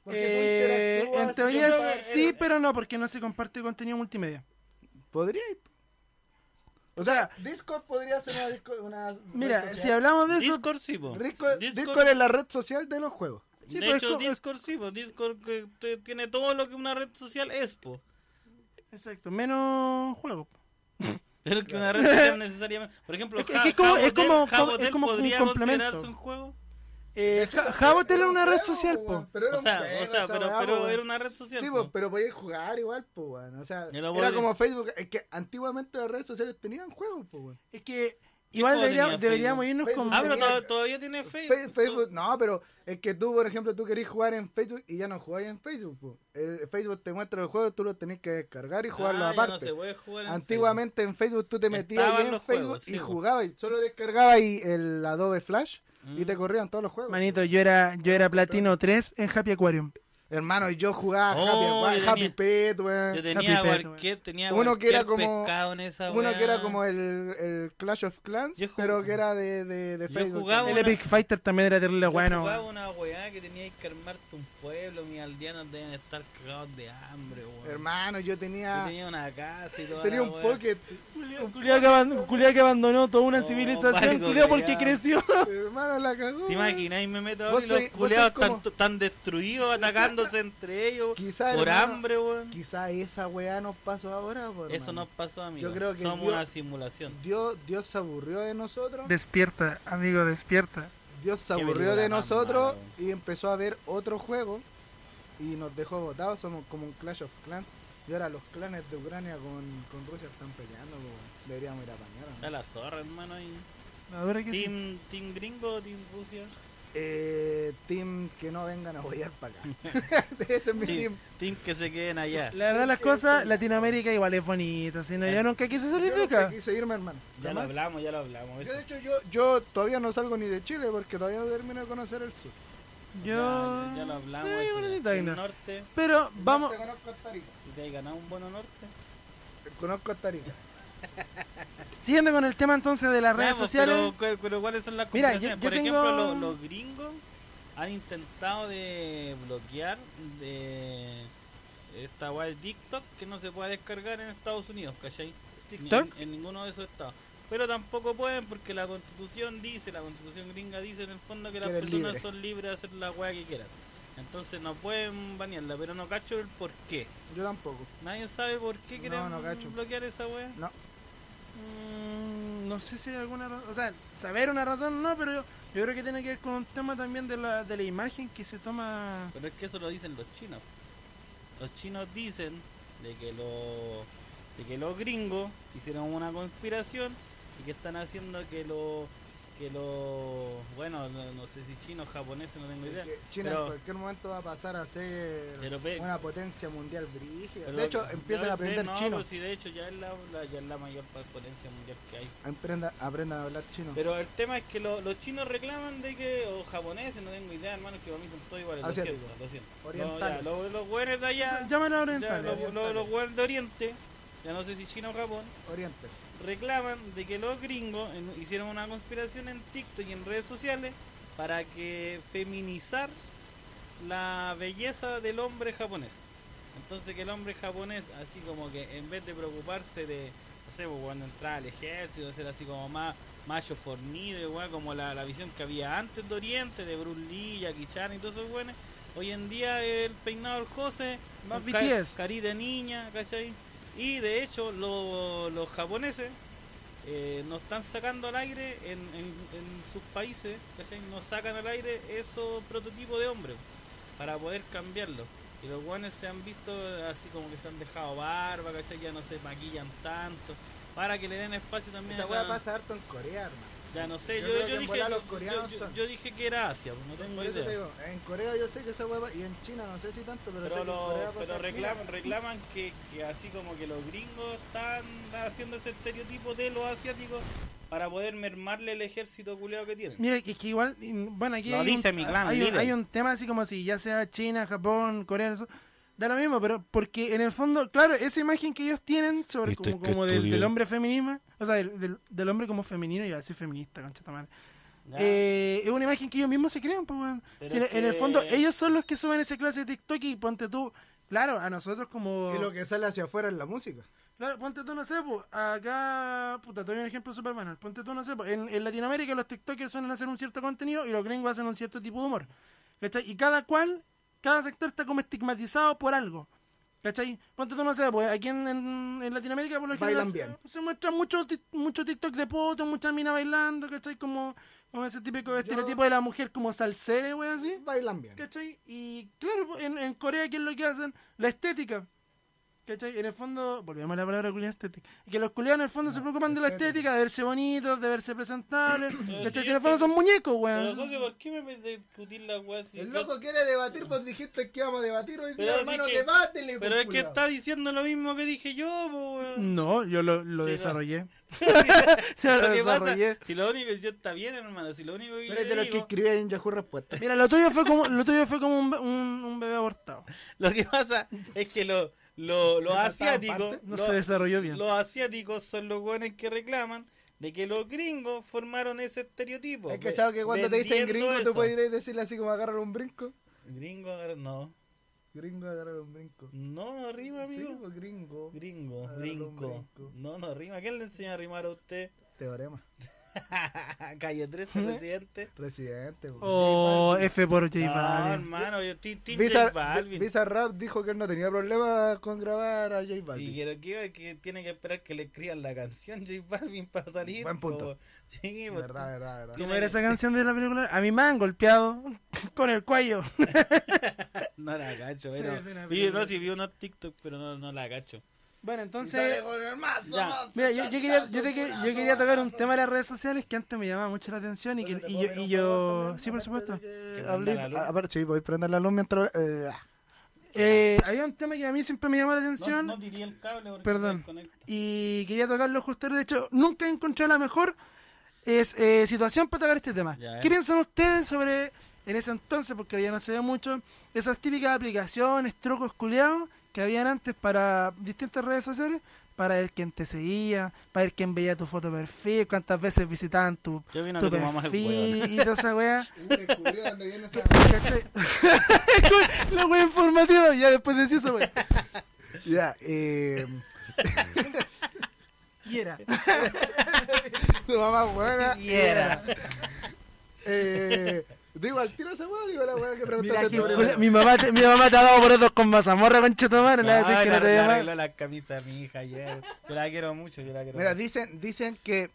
Speaker 2: Eh,
Speaker 3: tú interactúas,
Speaker 2: en teoría
Speaker 3: yo creo-
Speaker 2: sí, pero no, porque no se comparte contenido multimedia.
Speaker 3: Podría. O sea, Discord podría ser una, disco- una red
Speaker 2: Mira,
Speaker 3: social.
Speaker 2: si hablamos de eso,
Speaker 1: Discord sí, po.
Speaker 3: Discord,
Speaker 1: Discord-
Speaker 3: Discord es la red social de los juegos.
Speaker 2: sí,
Speaker 1: de
Speaker 2: pues,
Speaker 1: hecho,
Speaker 2: es como-
Speaker 1: Discord sí, po. Discord que te- tiene todo lo que una red social es, po.
Speaker 2: exacto, menos juegos.
Speaker 1: Pero que una red social necesariamente. Por ejemplo,
Speaker 2: Es que-
Speaker 1: Ja-
Speaker 2: es que como- es
Speaker 1: Jabotel-
Speaker 2: como- es
Speaker 1: Jabotel
Speaker 2: como un
Speaker 1: podría
Speaker 2: complemento.
Speaker 1: considerarse un juego.
Speaker 2: Eh, Ja- Jabotel es una red social,
Speaker 3: po,
Speaker 2: po.
Speaker 3: weón, Pero era
Speaker 1: O
Speaker 3: un
Speaker 1: sea,
Speaker 3: juego
Speaker 1: o sea
Speaker 3: esa
Speaker 1: pero,
Speaker 3: weá,
Speaker 1: pero
Speaker 3: po, weón.
Speaker 1: era una red social.
Speaker 3: Sí,
Speaker 1: po.
Speaker 3: po, pero podías jugar igual, pues, weón. O sea,
Speaker 1: Yo
Speaker 3: era
Speaker 1: lo podía-
Speaker 3: como Facebook. Es que antiguamente las redes sociales tenían juegos, pues, weón.
Speaker 2: Es que igual
Speaker 1: ¿Cómo
Speaker 2: debería-
Speaker 1: tenía
Speaker 2: deberíamos irnos
Speaker 3: Facebook?
Speaker 2: con...
Speaker 1: Ah, pero
Speaker 3: Tenía-
Speaker 1: to- todavía tiene Facebook.
Speaker 3: Fe- Facebook, no, pero es que tú, por ejemplo, tú querés jugar en Facebook y ya no jugáis en Facebook, po. El Facebook te muestra los juegos, tú los tenés que descargar y jugarlos
Speaker 1: Ah, ya No
Speaker 3: aparte.
Speaker 1: se puede jugar en
Speaker 3: Antiguamente en Facebook tú te metías
Speaker 1: Estaban
Speaker 3: en
Speaker 1: los
Speaker 3: Facebook
Speaker 1: juegos, sí,
Speaker 3: y
Speaker 1: po.
Speaker 3: jugabas, solo descargabas y el Adobe Flash
Speaker 1: Facebook. Mm.
Speaker 3: y te corrían todos los juegos.
Speaker 2: Manito, yo era, yo era Platino 3 en Happy Aquarium.
Speaker 3: Hermano, y yo jugaba
Speaker 1: Oh,
Speaker 3: Happy,
Speaker 1: yo
Speaker 3: Happy
Speaker 1: tenía-
Speaker 3: Pet, weón.
Speaker 1: Yo tenía
Speaker 2: Happy Pet,
Speaker 1: cualquier, tenía
Speaker 3: Uno que era
Speaker 1: cualquier
Speaker 3: como-
Speaker 1: pescado en esa
Speaker 3: Uno
Speaker 1: weá.
Speaker 3: que era como el, el Clash of Clans,
Speaker 1: Yo jug-
Speaker 3: pero que era de, de, de
Speaker 1: Yo
Speaker 3: Facebook.
Speaker 1: jugaba-
Speaker 3: también.
Speaker 2: El Epic Fighter también era terrible
Speaker 1: Yo
Speaker 2: bueno.
Speaker 1: jugaba
Speaker 2: weón.
Speaker 1: una weá que tenías que armarte un pueblo, mis aldeanos deben estar cagados de hambre, weón.
Speaker 3: Hermano, yo
Speaker 1: Yo
Speaker 3: tenía,
Speaker 1: tenía una casa y todo.
Speaker 3: tenía un pocket.
Speaker 6: Culiao que, aban- culiao que abandonó toda una
Speaker 1: Oh,
Speaker 6: civilización,
Speaker 1: Marco,
Speaker 6: culiao porque
Speaker 1: culiao.
Speaker 6: creció.
Speaker 3: Hermano, la cagó.
Speaker 1: ¿Te imaginas? Y me meto
Speaker 3: Vos
Speaker 1: ahora y los
Speaker 3: sois- vos
Speaker 1: culeados
Speaker 3: sois como-
Speaker 1: tan, tan destruidos, atacándose entre ellos.
Speaker 3: Quizás,
Speaker 1: por hambre, weón.
Speaker 3: quizá esa weá nos pasó ahora. po,
Speaker 1: Eso
Speaker 3: hermano.
Speaker 1: nos pasó a mí.
Speaker 3: Yo creo que
Speaker 1: Somos
Speaker 3: Dios-
Speaker 1: una simulación.
Speaker 3: Dios, Dios se aburrió de nosotros.
Speaker 2: Despierta, amigo, despierta.
Speaker 3: Dios se
Speaker 1: Qué
Speaker 3: aburrió
Speaker 1: película
Speaker 3: de
Speaker 1: más
Speaker 3: nosotros
Speaker 1: mala,
Speaker 3: y empezó a ver otro juego y nos dejó botados. Somos como un Clash of Clans. Y ahora los clanes de Ucrania con, con Rusia están peleando. po, weón. Deberíamos ir a apañar.
Speaker 1: Está la zorra, hermano. ahí.
Speaker 2: La dura que sí.
Speaker 1: Team, team gringo, team Rusia.
Speaker 3: Eh, team, que no vengan a apoyar para acá. Ese es mi
Speaker 1: Sí.
Speaker 3: team.
Speaker 1: Team que se queden allá.
Speaker 2: La verdad, las cosas, Latinoamérica igual es bonita. Si
Speaker 1: Eh.
Speaker 2: no, yo nunca quise salir
Speaker 3: Yo
Speaker 2: de
Speaker 3: nunca
Speaker 2: acá.
Speaker 3: quise irme, hermano.
Speaker 1: Ya lo
Speaker 3: Jamás.
Speaker 1: hablamos, ya lo hablamos.
Speaker 3: Yo,
Speaker 1: eso.
Speaker 3: de hecho, yo, yo todavía no salgo ni de Chile porque todavía no termino de conocer el sur.
Speaker 2: Yo.
Speaker 1: Ya, ya- ya lo hablamos.
Speaker 2: Sí,
Speaker 1: eso,
Speaker 2: bueno, ni
Speaker 1: el
Speaker 2: taina.
Speaker 1: norte,
Speaker 2: Pero vamos.
Speaker 3: Te conozco Costa Rica.
Speaker 1: si te has ganado un bono norte.
Speaker 3: Conozco Costa Rica.
Speaker 2: Siguiendo con el tema entonces de las
Speaker 1: Ya,
Speaker 2: redes
Speaker 1: pues,
Speaker 2: sociales.
Speaker 1: Pero, cu- pero ¿cuáles son las
Speaker 2: Mira, yo-
Speaker 1: complicaciones?
Speaker 2: yo
Speaker 1: Por ejemplo,
Speaker 2: tengo-
Speaker 1: lo- los, gringos han intentado de bloquear de esta weá de TikTok que no se puede descargar en Estados Unidos, ¿cachai? Ni-
Speaker 2: ¿TikTok?
Speaker 1: En, en ninguno de esos estados. Pero tampoco pueden porque la constitución dice, la constitución gringa dice en el fondo que las
Speaker 3: eres
Speaker 1: personas
Speaker 3: libre.
Speaker 1: son libres de hacer la weá que quieran. Entonces no pueden banearla, pero no cacho el por qué.
Speaker 3: Yo tampoco.
Speaker 1: Nadie sabe por qué
Speaker 3: No,
Speaker 1: quieren
Speaker 3: no cacho.
Speaker 1: bloquear esa weá.
Speaker 2: Mm, No sé si hay alguna razón. O sea, saber una razón no, pero yo, yo creo que tiene que ver con un tema también de la, de la imagen que se toma.
Speaker 1: Pero es que eso lo dicen los chinos. Los chinos dicen de que los de que los gringos hicieron una conspiración y que están haciendo que los que los bueno no, no sé si chinos japoneses no tengo idea
Speaker 3: Porque China
Speaker 1: pero-
Speaker 3: en cualquier momento va a pasar a ser
Speaker 1: pero ve-
Speaker 3: una potencia mundial brígida.
Speaker 1: pero-
Speaker 3: De hecho,
Speaker 1: pero
Speaker 3: empiezan a
Speaker 1: ve-
Speaker 3: aprender
Speaker 1: no,
Speaker 3: chino.
Speaker 1: pues sí, de hecho ya es la, la- ya es la mayor potencia mundial que hay
Speaker 3: Aprenda- aprendan a hablar chino.
Speaker 1: pero el tema es que lo- los chinos reclaman de que o japoneses no tengo idea hermano que para mí son todos iguales lo
Speaker 3: Asiático.
Speaker 1: siento lo siento No,
Speaker 3: Orientales.
Speaker 1: ya, los los güeyes de allá
Speaker 2: Llámalo
Speaker 1: Ya,
Speaker 2: oriental.
Speaker 1: los, los, los güeyes de Oriente, ya no sé si China o Japón,
Speaker 3: Oriente.
Speaker 1: reclaman de que los gringos en- hicieron una conspiración en TikTok y en redes sociales para que feminizar la belleza del hombre japonés. Entonces que el hombre japonés, así como que en vez de preocuparse de, no sé, pues, cuando entraba al ejército, ser así como más macho fornido, y weá, como la, la visión que había antes de Oriente, de Bruce Lee, Jackie Chan y todos esos buenos, hoy en día el peinado del José,
Speaker 2: Los
Speaker 1: ca-
Speaker 2: BTS.
Speaker 1: cari de niña, ¿cachai? Y de hecho lo- los japoneses eh, no están sacando al aire en, en, en sus países, ¿cachai? No sacan al aire esos prototipos de hombres para poder cambiarlos. Y los guanes se han visto así como que se han dejado barba, ¿cachai? Ya no se maquillan tanto. Para que le den espacio también
Speaker 3: Esa
Speaker 1: a la-
Speaker 3: weá pasa harto en Corea, hermano.
Speaker 1: Ya no sé,
Speaker 3: Yo
Speaker 1: yo,
Speaker 3: creo
Speaker 1: yo
Speaker 3: que en
Speaker 1: dije,
Speaker 3: volá los
Speaker 1: yo-
Speaker 3: coreanos
Speaker 1: yo-
Speaker 3: son.
Speaker 1: yo dije que era Asia, pues, no tengo
Speaker 3: Por eso
Speaker 1: idea.
Speaker 3: te digo, en Corea yo sé que esa weá pa- y en China no sé si tanto, pero, sé
Speaker 1: pero,
Speaker 3: que en
Speaker 1: lo-
Speaker 3: Corea pasa
Speaker 1: pero
Speaker 3: harto.
Speaker 1: reclaman, reclaman que, que así como que los gringos están haciendo ese estereotipo de los asiáticos para poder mermarle el ejército culeado que tienen.
Speaker 2: Mira, es que igual, mm, bueno, aquí
Speaker 1: Lo
Speaker 2: hay,
Speaker 1: dice
Speaker 2: un,
Speaker 1: mi gran
Speaker 2: hay, un,
Speaker 1: líder.
Speaker 2: hay un tema así como si ya sea China, Japón, Corea del Sur, da lo mismo, pero porque en el fondo, claro, esa imagen que ellos tienen sobre
Speaker 6: Viste
Speaker 2: como,
Speaker 6: que
Speaker 2: como del,
Speaker 6: estudié.
Speaker 2: del hombre feminismo, o sea, del, del- del hombre como femenino, iba a decir feminista, concha tu madre,
Speaker 1: Ya,
Speaker 2: eh, es una imagen que ellos mismos se crean, pues, weón.
Speaker 1: pero
Speaker 2: Si en,
Speaker 1: es
Speaker 2: en el
Speaker 1: que-
Speaker 2: fondo, ellos son los que suben ese clase de TikTok y ponte tú, claro, a nosotros como...
Speaker 3: Y lo que sale hacia afuera es la música.
Speaker 2: Claro, ponte tú, no sé, po, acá, puta, te doy un ejemplo súper banal. Ponte tú, no sé, po, en, en Latinoamérica los TikTokers suelen hacer un cierto contenido y los gringos hacen un cierto tipo de humor. ¿Cachai? Y cada cual, cada sector está como estigmatizado por algo. ¿Cachai? Ponte tú, no sé, pues aquí en, en- en Latinoamérica por lo
Speaker 3: Bailan
Speaker 2: general se-
Speaker 3: bien.
Speaker 2: se, muestra mucho, ti- mucho TikTok de poto, mucha mina bailando, ¿cachai? Como, como ese típico estereotipo de la mujer como salsera,
Speaker 1: ¿Ah,
Speaker 2: wey, así.
Speaker 3: Bailan bien.
Speaker 2: ¿Cachai? Y claro, po, en, en Corea, ¿qué es lo que hacen? La estética. ¿Cachai? En el fondo, volvemos a la palabra culiada estética. Que los culiados en el fondo
Speaker 3: No,
Speaker 2: se preocupan de la
Speaker 3: estética.
Speaker 2: estética, de verse bonitos, de verse presentables. ¿Cachai?
Speaker 1: sí,
Speaker 2: Si en el fondo
Speaker 1: esto-
Speaker 2: son muñecos,
Speaker 1: Pero
Speaker 2: weón.
Speaker 1: entonces, ¿por qué me metes a discutir la weá si
Speaker 3: El
Speaker 1: yo-
Speaker 3: loco quiere debatir, vos dijiste que íbamos a debatir hoy
Speaker 1: Pero
Speaker 3: día,
Speaker 1: así
Speaker 3: hermano,
Speaker 1: que-
Speaker 3: debátele.
Speaker 1: Pero
Speaker 3: pues,
Speaker 1: es que
Speaker 3: culiao.
Speaker 1: está diciendo lo mismo que dije yo, po, weón.
Speaker 2: No, yo lo, lo
Speaker 1: Sí, no.
Speaker 2: desarrollé.
Speaker 1: lo que pasa,
Speaker 5: desarrollé.
Speaker 1: si lo único yo está bien, hermano, si lo único que yo
Speaker 5: Pero es de
Speaker 1: le
Speaker 5: los que
Speaker 1: digo-
Speaker 5: escribí en Yahoo Respuesta.
Speaker 2: Mira, lo tuyo fue como, lo tuyo fue como un, be- un- un bebé abortado.
Speaker 1: lo que pasa es que lo, lo, los asiáticos,
Speaker 2: No
Speaker 1: los-
Speaker 2: se desarrolló bien.
Speaker 1: los asiáticos son los weones que reclaman de que los gringos formaron ese estereotipo. pues,
Speaker 3: Es que chavo que cuando te dicen
Speaker 1: vendiendo
Speaker 3: gringo, tú
Speaker 1: eso.
Speaker 3: podrías decirle así como agarrar un brinco.
Speaker 1: Gringo, a ver, no.
Speaker 3: Gringo, agarrar un brinco.
Speaker 1: No, no rima, amigo.
Speaker 3: Sí, pues, gringo.
Speaker 1: Gringo,
Speaker 3: Agarrar un
Speaker 1: gringo.
Speaker 3: brinco.
Speaker 1: No, no rima. ¿Quién le enseñó a rimar a usted?
Speaker 3: Teorema.
Speaker 1: Calle
Speaker 2: ¿Eh?
Speaker 1: 13, presidente.
Speaker 3: Residente. pues.
Speaker 2: Oh, O F por J
Speaker 1: No,
Speaker 2: Balvin.
Speaker 1: hermano, yo estoy Team J
Speaker 3: Visa,
Speaker 1: Balvin.
Speaker 3: Visa Rap dijo que él no tenía problema con grabar a J
Speaker 1: Y
Speaker 3: Balvin.
Speaker 1: quiero que iba que tiene que esperar que le escriban la canción J Balvin para salir.
Speaker 3: Buen punto.
Speaker 1: po. Sí,
Speaker 2: pues,
Speaker 1: po.
Speaker 3: Verdad, verdad, verdad.
Speaker 2: ¿Cómo era esa canción de la película? A mi me han golpeado con el cuello.
Speaker 1: No la cacho,
Speaker 2: Es de una
Speaker 1: pero. Vi,
Speaker 2: película.
Speaker 1: no, si vi unos TikTok, pero no, no la cacho.
Speaker 2: Bueno,
Speaker 4: Dale
Speaker 2: entonces...
Speaker 4: con el mazo,
Speaker 1: Ya.
Speaker 4: mazo,
Speaker 2: Mira, yo, yo
Speaker 4: chachazo,
Speaker 2: quería, yo, te que-
Speaker 4: curado,
Speaker 2: yo quería tocar un
Speaker 4: mazo.
Speaker 2: tema de las redes sociales que antes me llamaba mucho la atención y, que, y yo... y yo- sí, por supuesto.
Speaker 1: Que
Speaker 3: Hablé,
Speaker 1: prenda la luz.
Speaker 3: a, a ver, Ah, sí, voy a prender la luz mientras. eh, ah.
Speaker 2: Eh, había un tema que a mí siempre me llamó la
Speaker 1: No,
Speaker 2: atención
Speaker 1: no diría el cable porque
Speaker 2: Perdón.
Speaker 1: se desconecta.
Speaker 2: y quería tocarlo justo ahora. De hecho, nunca he encontrado la mejor es, eh, situación para tocar este tema.
Speaker 1: Ya, eh.
Speaker 2: ¿Qué piensan ustedes sobre, en ese entonces, porque ya no se ve mucho, esas típicas aplicaciones, trucos culeados que habían antes para distintas redes sociales? Para ver quién te seguía, para ver quién veía tu foto de perfil, cuántas veces visitaban tu,
Speaker 1: Yo vino
Speaker 2: tu
Speaker 1: que tu mamá es huevona.
Speaker 2: perfil y toda esa wea.
Speaker 4: Y descubrió dónde viene esa-
Speaker 2: ¿Cachai? la wea informativa, ya después decía esa wea.
Speaker 3: Ya, eh.
Speaker 2: Y era.
Speaker 3: tu mamá buena.
Speaker 1: Y era.
Speaker 3: Eh, digo, al tiro se va, digo la weá que preguntaste tú primero.
Speaker 2: Mi mamá, te, mi mamá te ha dado boletos con mazamorra, concha tu madre.
Speaker 1: No,
Speaker 2: Le vas a decir que
Speaker 1: le-
Speaker 2: no te
Speaker 1: le
Speaker 2: llama.
Speaker 1: arregló la camisa a mi hija ayer. Yo la quiero mucho, yo la quiero.
Speaker 3: Mira,
Speaker 1: mucho.
Speaker 3: dicen, dicen que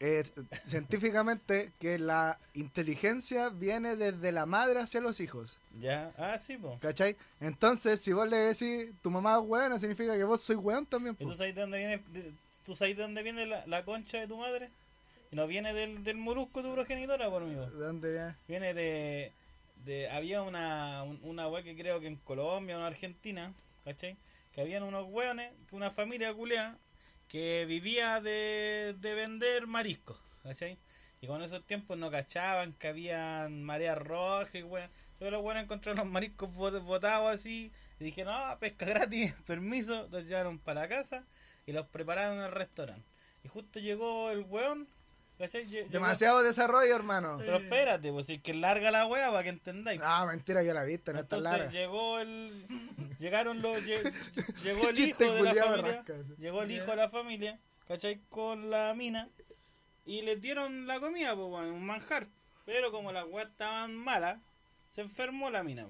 Speaker 3: eh, científicamente que la inteligencia viene desde la madre hacia los hijos,
Speaker 1: Ya, ah, sí, po.
Speaker 3: ¿cachai? Entonces, si vos le decís tu mamá es weona, significa que vos sois weón también.
Speaker 1: ¿Y tú
Speaker 3: Pues.
Speaker 1: sabes de dónde viene, de- tú sabes de dónde viene la, la concha de tu madre? Y no viene del, del molusco tu progenitora, por mí.
Speaker 3: ¿De dónde viene?
Speaker 1: Viene de. de había una, un- una wea que creo que en Colombia o en Argentina, ¿cachai? Que habían unos weones, que una familia culea, que vivía de, de vender mariscos, ¿cachai? Y con esos tiempos no cachaban que habían mareas rojas y weón. Entonces los weones encontraron los mariscos bot- botados así. Y dijeron, ah, pesca gratis, permiso. Los llevaron para la casa y los prepararon en el restaurante. Y justo llegó el weón, ¿cachai? Lle- llegó-
Speaker 3: Demasiado desarrollo, hermano.
Speaker 1: pero espérate, pues si es que es larga la wea para que entendáis.
Speaker 3: No, mentira, ya la viste, Ah, no está
Speaker 1: Entonces
Speaker 3: larga.
Speaker 1: llegó el. Llegaron los. lle- llegó el hijo
Speaker 3: Chiste
Speaker 1: de la
Speaker 3: culiao,
Speaker 1: familia.
Speaker 3: rasca, sí.
Speaker 1: Llegó el hijo de la familia, ¿cachai? Con la mina. Y les dieron la comida, pues, weón, un manjar. Pero como las weas estaban malas, se enfermó la mina.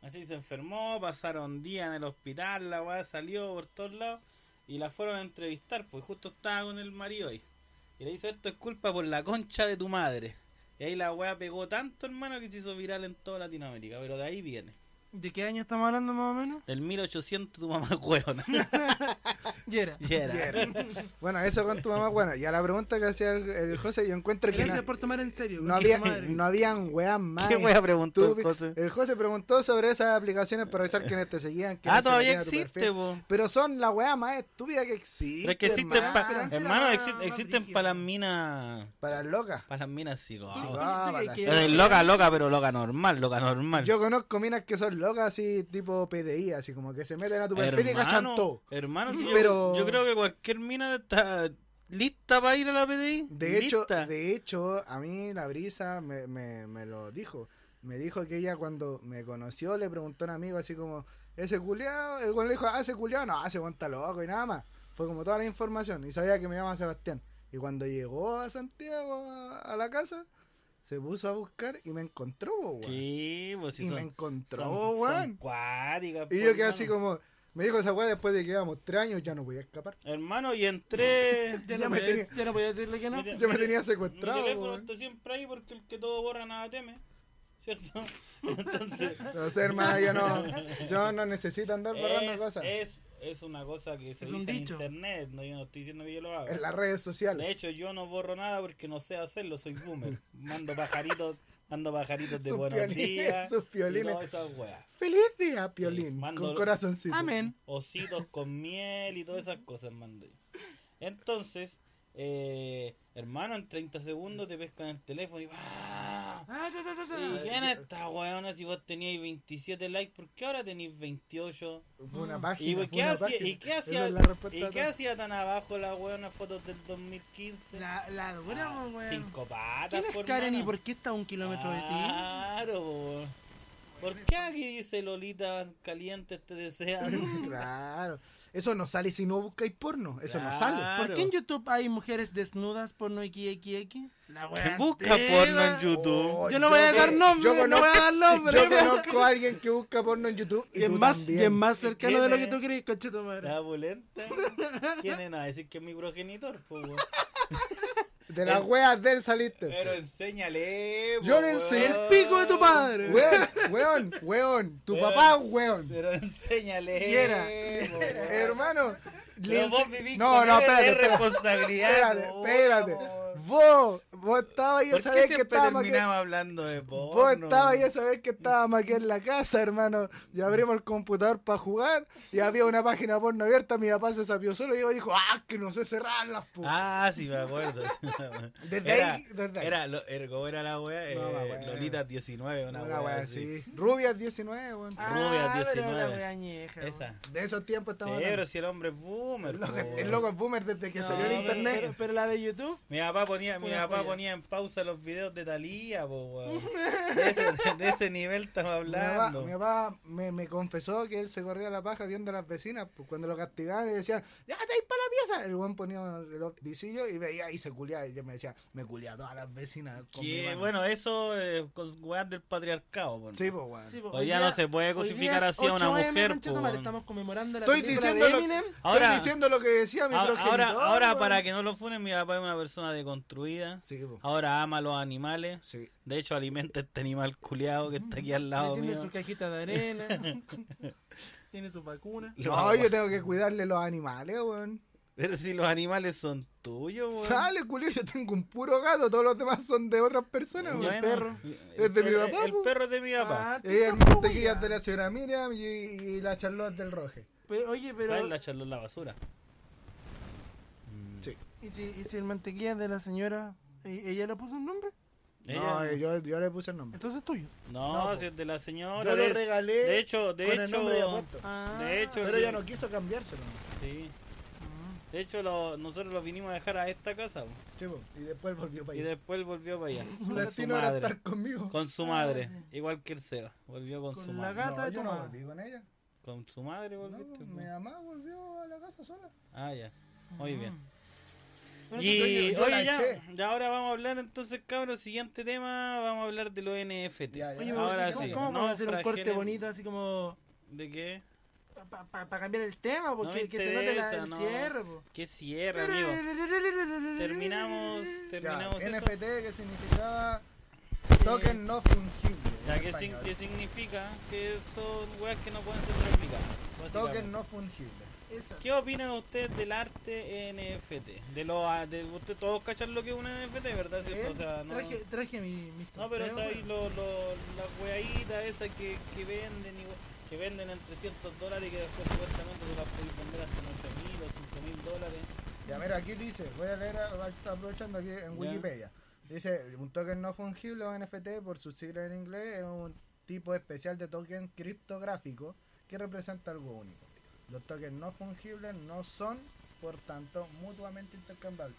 Speaker 1: Así se enfermó, pasaron días en el hospital, la weá salió por todos lados. Y la fueron a entrevistar, pues justo estaba con el marido ahí. Y le dice, esto es culpa por la concha de tu madre. Y ahí la weá pegó tanto, hermano, que se hizo viral en toda Latinoamérica. Pero de ahí viene.
Speaker 2: ¿De qué año estamos hablando más o menos?
Speaker 1: Del 1800 tu mamá hueona.
Speaker 2: Y era.
Speaker 1: Y era.
Speaker 3: Bueno, eso con tu mamá, bueno. Y a la pregunta que hacía el, el José, yo encuentro que
Speaker 2: Gracias
Speaker 3: no,
Speaker 2: por tomar en serio.
Speaker 3: no
Speaker 2: concha
Speaker 3: había,
Speaker 2: tu madre.
Speaker 3: no habían weas más.
Speaker 5: ¿Qué voy a preguntar,
Speaker 3: Tú vi-
Speaker 5: José?
Speaker 3: El José preguntó sobre esas aplicaciones para avisar quiénes te seguían. quiénes
Speaker 1: Ah,
Speaker 3: se
Speaker 1: todavía
Speaker 3: metían a tu
Speaker 1: existe,
Speaker 3: perfil.
Speaker 1: po.
Speaker 3: Pero son la weá más estúpida que existe.
Speaker 1: Pero es que existen,
Speaker 3: hermano.
Speaker 1: pa-
Speaker 2: pero antes
Speaker 1: hermano,
Speaker 2: era
Speaker 1: exi-
Speaker 2: más
Speaker 1: existen
Speaker 2: brígido.
Speaker 1: para las minas,
Speaker 3: Para el loca.
Speaker 1: para las minas sí, go.
Speaker 2: Sí,
Speaker 3: Ah,
Speaker 2: yo estoy
Speaker 3: bala,
Speaker 2: aquí.
Speaker 3: sí.
Speaker 1: Pero es loca, loca, pero loca normal, loca normal.
Speaker 3: Yo conozco minas que son locas así, tipo PDI, así como que se meten a tu perfil y cachan todo.
Speaker 1: hermano, si yo-
Speaker 3: Pero-
Speaker 1: yo, creo que cualquier mina está lista para ir a la PDI.
Speaker 3: De hecho,
Speaker 1: lista.
Speaker 3: de hecho, a mí la brisa me, me, me lo dijo. Me dijo que ella cuando me conoció le preguntó a un amigo así como, ese culiao, el güey le dijo, ah, ese culiao, no, ese guanta loco y nada más. Fue como toda la información y sabía que me llamaba Sebastián. Y cuando llegó a Santiago, a, a la casa, se puso a buscar y me encontró, po, weón.
Speaker 1: sí, pues
Speaker 3: y
Speaker 1: si
Speaker 3: me
Speaker 1: son,
Speaker 3: encontró,
Speaker 1: son, son
Speaker 3: weón.
Speaker 1: cuáticas,
Speaker 3: Y
Speaker 1: po,
Speaker 3: yo quedé así
Speaker 1: hermano.
Speaker 3: como, me dijo esa weá después de que íbamos tres años, ya no podía escapar.
Speaker 1: Hermano, y entré.
Speaker 2: Ya,
Speaker 3: Ya
Speaker 2: no
Speaker 3: me
Speaker 2: podía,
Speaker 3: tenía-
Speaker 2: ya no podía decirle que no.
Speaker 1: Mi te-
Speaker 3: Yo
Speaker 1: mi
Speaker 3: me
Speaker 1: te-
Speaker 3: tenía
Speaker 1: Mi
Speaker 3: secuestrado,
Speaker 1: teléfono
Speaker 3: weón.
Speaker 1: está siempre ahí porque el que todo borra nada teme. ¿cierto? Entonces,
Speaker 3: No sé, hermano, yo no, yo no necesito andar borrando
Speaker 1: es,
Speaker 3: cosas.
Speaker 1: es, es una cosa que se
Speaker 2: Es un
Speaker 1: dice en
Speaker 2: dicho.
Speaker 1: internet, no, yo no estoy diciendo que yo lo haga.
Speaker 3: En las redes
Speaker 1: De
Speaker 3: sociales.
Speaker 1: hecho, yo no borro nada porque no sé hacerlo, soy boomer. Mando pajaritos, mando pajaritos de
Speaker 3: sus
Speaker 1: buenos
Speaker 3: piolines,
Speaker 1: días.
Speaker 3: sus
Speaker 1: y
Speaker 3: piolines.
Speaker 1: todas esas weas.
Speaker 3: Feliz día, piolín.
Speaker 1: mando-
Speaker 3: Con corazoncito.
Speaker 2: Amén.
Speaker 1: Ositos con miel y todas esas cosas mando yo. Entonces, eh, hermano, en 30 segundos te pescan el teléfono y ¡ah!
Speaker 2: Ah, ta, ta, ta, ta.
Speaker 1: ¿Y quién está, weona? Si vos teníais 27 likes, ¿por qué ahora tenéis 28?
Speaker 3: Fue una
Speaker 2: Mm.
Speaker 3: página.
Speaker 1: ¿Y
Speaker 3: fue
Speaker 1: qué
Speaker 3: una
Speaker 1: hacía,
Speaker 3: página.
Speaker 1: ¿y qué
Speaker 3: Esa
Speaker 1: hacía,
Speaker 3: es la respuesta
Speaker 1: ¿y
Speaker 3: a
Speaker 1: qué
Speaker 3: todo.
Speaker 1: hacía tan abajo la weona fotos del 2015?
Speaker 2: La, la dura,
Speaker 1: Ah,
Speaker 2: po, weón.
Speaker 1: Cinco patas,
Speaker 2: ¿Quién es
Speaker 1: por
Speaker 2: Karen y
Speaker 1: mano.
Speaker 2: por qué está a un kilómetro de
Speaker 3: Ah.
Speaker 2: ti?
Speaker 1: Claro, po. ¿Por qué aquí dice Lolita caliente te desean?
Speaker 3: Claro. Eso no sale si no buscáis porno. Eso no sale.
Speaker 1: Claro.
Speaker 2: ¿Por qué en YouTube hay mujeres desnudas porno XXX? La weá
Speaker 5: Busca
Speaker 2: antigua.
Speaker 5: porno en YouTube.
Speaker 3: Oh,
Speaker 6: Yo no voy a
Speaker 3: que-
Speaker 6: dar nombre,
Speaker 3: Yo
Speaker 6: no voy
Speaker 3: conozco,
Speaker 6: a dar nombre.
Speaker 3: yo conozco a alguien que busca porno en YouTube y,
Speaker 6: Y es
Speaker 3: tú
Speaker 6: más, y
Speaker 3: también.
Speaker 6: es más cercano de lo que tú
Speaker 2: crees, coche tu madre?
Speaker 1: La bulenta. ¿Quién es? No, decir que es mi progenitor, po, weón.
Speaker 3: De las
Speaker 1: es-
Speaker 3: weas de él saliste.
Speaker 1: Pero enséñale, po,
Speaker 3: Yo le enseñé
Speaker 1: weón.
Speaker 3: el
Speaker 6: pico de tu padre.
Speaker 3: Weón, weón, weón. Tu
Speaker 1: Weón,
Speaker 3: papá, weón.
Speaker 1: Pero enséñale.
Speaker 3: Y era.
Speaker 1: po, weón.
Speaker 3: Hermano. le
Speaker 1: Pero vos
Speaker 3: ense-
Speaker 1: vivís
Speaker 3: no,
Speaker 1: con
Speaker 3: no,
Speaker 1: él,
Speaker 3: espérate,
Speaker 1: es
Speaker 3: espérate.
Speaker 1: responsabilidad.
Speaker 3: Espérate,
Speaker 1: po,
Speaker 3: espérate.
Speaker 1: weón.
Speaker 3: Vos, vos estabas ahí
Speaker 5: ¿Por
Speaker 3: esa
Speaker 5: qué
Speaker 3: vez que
Speaker 5: siempre
Speaker 3: estaba más que-
Speaker 5: terminamos hablando de porno?
Speaker 1: Oh,
Speaker 3: Vos estabas ahí esa vez que estábamos aquí en la casa, hermano. Y abrimos el computador para jugar. Y había una página porno abierta. Mi papá se sapió solo. Y yo dijo, ah, que no sé cerrarlas, po.
Speaker 1: Ah, sí, me acuerdo. sí, me acuerdo.
Speaker 3: desde
Speaker 1: era-
Speaker 3: ahí, desde ahí.
Speaker 1: Era, lo, era- ¿cómo era la wea?
Speaker 3: No, la
Speaker 1: Eh,
Speaker 3: wea.
Speaker 1: Lolita 19, una,
Speaker 3: una
Speaker 1: wea,
Speaker 3: wea
Speaker 1: así.
Speaker 3: así. Rubias 19, weón.
Speaker 1: Rubia,
Speaker 2: Ah, pero
Speaker 1: 19.
Speaker 2: la weá añeja,
Speaker 1: Esa.
Speaker 3: De esos tiempos
Speaker 1: Sí,
Speaker 3: estamos
Speaker 1: pero
Speaker 3: hablando.
Speaker 1: si el hombre es boomer.
Speaker 3: El loco-
Speaker 1: po.
Speaker 3: El loco es boomer desde que
Speaker 2: weón.
Speaker 3: salió el
Speaker 1: pero-
Speaker 3: internet.
Speaker 2: Pero, pero la de YouTube.
Speaker 1: Mi papá ponía, mi
Speaker 2: Una
Speaker 1: papá
Speaker 2: joya.
Speaker 1: ponía en pausa los videos de Talía, po, weón. De ese, de ese nivel estamos
Speaker 3: Mi papá,
Speaker 1: hablando.
Speaker 3: mi papá me, me confesó que él se corría la paja viendo a las vecinas, pues cuando lo castigaban y decían, ya te ir para la pieza. El buen ponía los visillos y veía y se culiaba. Y yo me decía, me culiaba a todas las vecinas. con mi
Speaker 1: que
Speaker 3: mano".
Speaker 1: bueno, eso eh, con weas del patriarcado, po.
Speaker 3: Sí, pues, weón.
Speaker 2: Sí, po,
Speaker 1: Hoy ya no se puede cosificar
Speaker 2: hoy día
Speaker 1: así a una
Speaker 2: 8M,
Speaker 1: mujer,
Speaker 2: concha
Speaker 1: po,
Speaker 2: tu madre,
Speaker 1: weón.
Speaker 2: Estamos conmemorando la
Speaker 3: Estoy
Speaker 2: película
Speaker 3: diciendo
Speaker 2: de
Speaker 3: lo-
Speaker 2: Eminem.
Speaker 1: Ahora,
Speaker 3: Estoy diciendo lo que decía mi
Speaker 1: ahora,
Speaker 3: progenitor.
Speaker 1: ahora, ahora
Speaker 3: weón.
Speaker 1: para que no lo funen, mi papá es una persona deconstruida.
Speaker 3: Sí, pues.
Speaker 1: Ahora ama a los animales.
Speaker 3: Sí.
Speaker 1: De hecho, alimenta a este animal culiado que está aquí al
Speaker 2: Mm, Ya
Speaker 1: lado
Speaker 2: tiene
Speaker 1: mío.
Speaker 2: su cajita de arena. tiene su vacuna.
Speaker 1: Lo
Speaker 3: No,
Speaker 1: ama.
Speaker 3: yo tengo que cuidarle los animales, weón.
Speaker 1: Pero si los animales son tuyos, weón.
Speaker 3: Sale, culio, yo tengo un puro gato, todos los demás son de otras personas,
Speaker 1: Bueno,
Speaker 3: weón.
Speaker 1: el
Speaker 2: perro.
Speaker 3: Es de mi
Speaker 1: perro-
Speaker 3: papá,
Speaker 1: El
Speaker 3: po.
Speaker 1: perro es de mi papá.
Speaker 2: Ah, tú
Speaker 3: Eh,
Speaker 2: tampoco,
Speaker 3: mantequillas
Speaker 2: ya.
Speaker 3: de la señora Miriam y, y la Charlotte del Roje.
Speaker 2: Pe- Oye,
Speaker 1: ¿Sabes?
Speaker 2: pero.
Speaker 1: La charló en la basura. Mm,
Speaker 3: Sí.
Speaker 2: ¿Y si, ¿Y si el mantequilla de la señora. e- ¿Ella le puso un nombre?
Speaker 3: No,
Speaker 1: Ella-
Speaker 3: yo, yo le puse el nombre.
Speaker 2: Entonces es tuyo.
Speaker 1: no,
Speaker 3: no,
Speaker 1: si es de la señora.
Speaker 3: Yo lo
Speaker 1: De,
Speaker 3: regalé.
Speaker 1: de hecho, de
Speaker 3: con el
Speaker 1: hecho.
Speaker 3: nombre ya puesto.
Speaker 2: Ah.
Speaker 1: De hecho,
Speaker 3: Pero
Speaker 1: el-
Speaker 3: ella no quiso cambiárselo.
Speaker 1: sí.
Speaker 2: Ah.
Speaker 1: De hecho, lo- nosotros lo vinimos a dejar a esta casa po,
Speaker 3: Chivo, y después volvió para
Speaker 1: y
Speaker 3: allá.
Speaker 1: después volvió para allá.
Speaker 3: Su
Speaker 1: Con su
Speaker 3: destino era Ah,
Speaker 1: madre.
Speaker 3: estar conmigo.
Speaker 1: Con su madre. Igual que el Seba. Volvió con,
Speaker 2: Con
Speaker 1: su
Speaker 2: la
Speaker 1: madre.
Speaker 2: gata
Speaker 3: No,
Speaker 2: de
Speaker 3: yo
Speaker 2: tu
Speaker 3: no
Speaker 2: madre.
Speaker 3: volví con ella.
Speaker 1: Con su madre
Speaker 3: No, pues,
Speaker 1: volviste. po.
Speaker 3: mi mamá volvió a la casa sola.
Speaker 1: ah, ya. Muy bien.
Speaker 3: Bueno,
Speaker 1: Y
Speaker 3: entonces yo- yo
Speaker 1: oye,
Speaker 3: la
Speaker 1: ya,
Speaker 3: eché.
Speaker 1: ya ahora vamos a hablar entonces, cabros, siguiente tema, vamos a hablar de los NFT.
Speaker 3: Ya, ya.
Speaker 2: Oye,
Speaker 1: ahora
Speaker 2: ¿cómo,
Speaker 1: sí.
Speaker 2: ¿Cómo
Speaker 1: no
Speaker 2: vamos a hacer un corte
Speaker 1: flagelen-
Speaker 2: bonito así como.
Speaker 1: ¿De qué?
Speaker 2: para cambiar el tema? Porque
Speaker 1: me
Speaker 2: que se note la-
Speaker 1: interesa,
Speaker 2: el
Speaker 1: no.
Speaker 2: cierre, po.
Speaker 1: ¿Qué cierre, amigo? Terminamos,
Speaker 3: Ya,
Speaker 1: terminamos eso.
Speaker 3: NFT que significaba token no fungible. en
Speaker 1: Eh, Ya, ¿qué,
Speaker 3: español.
Speaker 1: sin- qué significa? Que son weas que no pueden ser replicadas. básicamente.
Speaker 3: Token no fungible.
Speaker 2: Eso.
Speaker 1: ¿Qué opinan ustedes del arte NFT? De lo, a- de, usted, todos cachan lo que es un NFT, ¿verdad? ¿Cierto?
Speaker 3: Eh,
Speaker 1: O sea, no,
Speaker 2: Traje, traje mi, mis
Speaker 1: no pero
Speaker 2: trofeos,
Speaker 1: sabéis
Speaker 2: weón.
Speaker 1: lo, lo- las weaditas esas que, que venden y we- que venden en 300 dólares y que después supuestamente tú las puedes vender hasta en 8 mil o 5 mil dólares.
Speaker 3: Ya, mira, aquí dice, voy a leer, a- aprovechando aquí en
Speaker 1: Ya.
Speaker 3: Wikipedia. Dice, un token no fungible o NFT, por sus siglas en inglés, es un tipo especial de token criptográfico que representa algo único. Los tokens no fungibles no son, por tanto, mutuamente intercambiables.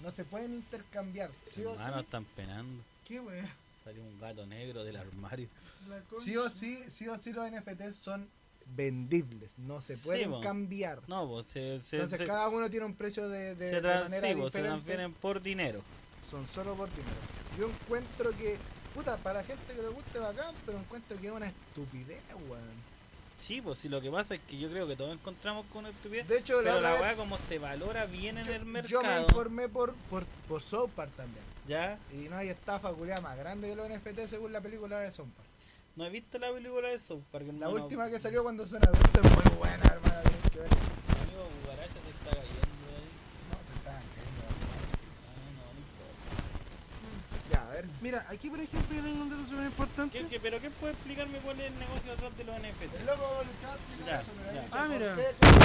Speaker 3: No se pueden intercambiar. Sí o
Speaker 1: Hermano,
Speaker 3: sí,
Speaker 1: están penando.
Speaker 2: ¿Qué, weón?
Speaker 1: Salió un gato negro del armario.
Speaker 2: La con-
Speaker 3: sí o sí, sí o sí los NFT son vendibles. No se pueden
Speaker 1: bo.
Speaker 3: cambiar.
Speaker 1: No, pues se, se,
Speaker 3: Entonces
Speaker 1: se,
Speaker 3: cada uno tiene un precio de, de,
Speaker 1: se
Speaker 3: de
Speaker 1: trans-
Speaker 3: manera
Speaker 1: sí, pues, se
Speaker 3: diferente.
Speaker 1: transfieren por dinero.
Speaker 3: son solo por dinero. Yo encuentro que, puta, para gente que le guste bacán, pero encuentro que es una estupidez, weón.
Speaker 1: Sí, pues si lo que pasa es que yo creo que todos encontramos con una estupidez.
Speaker 3: De hecho,
Speaker 1: Pero
Speaker 3: la
Speaker 1: la
Speaker 3: otra
Speaker 1: weá como se valora bien en
Speaker 3: vez,
Speaker 1: el
Speaker 3: yo me
Speaker 1: mercado.
Speaker 3: informé por, por, por South Park también.
Speaker 1: Ya,
Speaker 3: Y no hay estafa culiada más grande que los NFT según la película de South Park.
Speaker 1: no he visto la película de South Park.
Speaker 3: La
Speaker 1: hermano.
Speaker 3: última que salió cuando son adultos es muy buena, hermano. tenés que ver.
Speaker 1: Mi amigo Cucaracha se está cayendo eh. ahí.
Speaker 3: No, se estaban cayendo.
Speaker 1: Ah, no, no importa.
Speaker 3: Ya, a ver.
Speaker 2: Mira, aquí por ejemplo yo tengo un dato súper importante.
Speaker 1: ¿Qué- qué- ¿Pero qué puede explicarme cuál es el negocio atrás de los NFT?
Speaker 4: El loco del Capri,
Speaker 1: Ya,
Speaker 4: eso me
Speaker 1: ya.
Speaker 4: dice,
Speaker 2: Ah, mira.
Speaker 4: ¿por qué?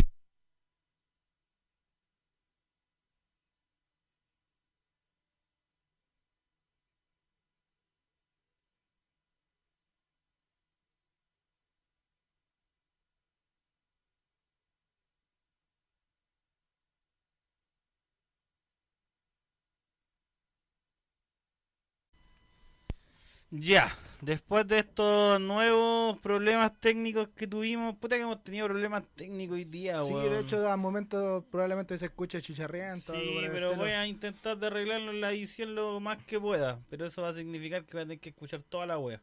Speaker 1: Ya, después de estos nuevos problemas técnicos que tuvimos, puta que hemos tenido problemas técnicos hoy día,
Speaker 3: Sí,
Speaker 1: weón.
Speaker 3: de hecho, al momento probablemente se escuche chicharreando.
Speaker 1: Sí, pero voy a intentar de arreglarlo en la edición lo más que pueda, pero eso va a significar que voy a tener que escuchar toda la wea.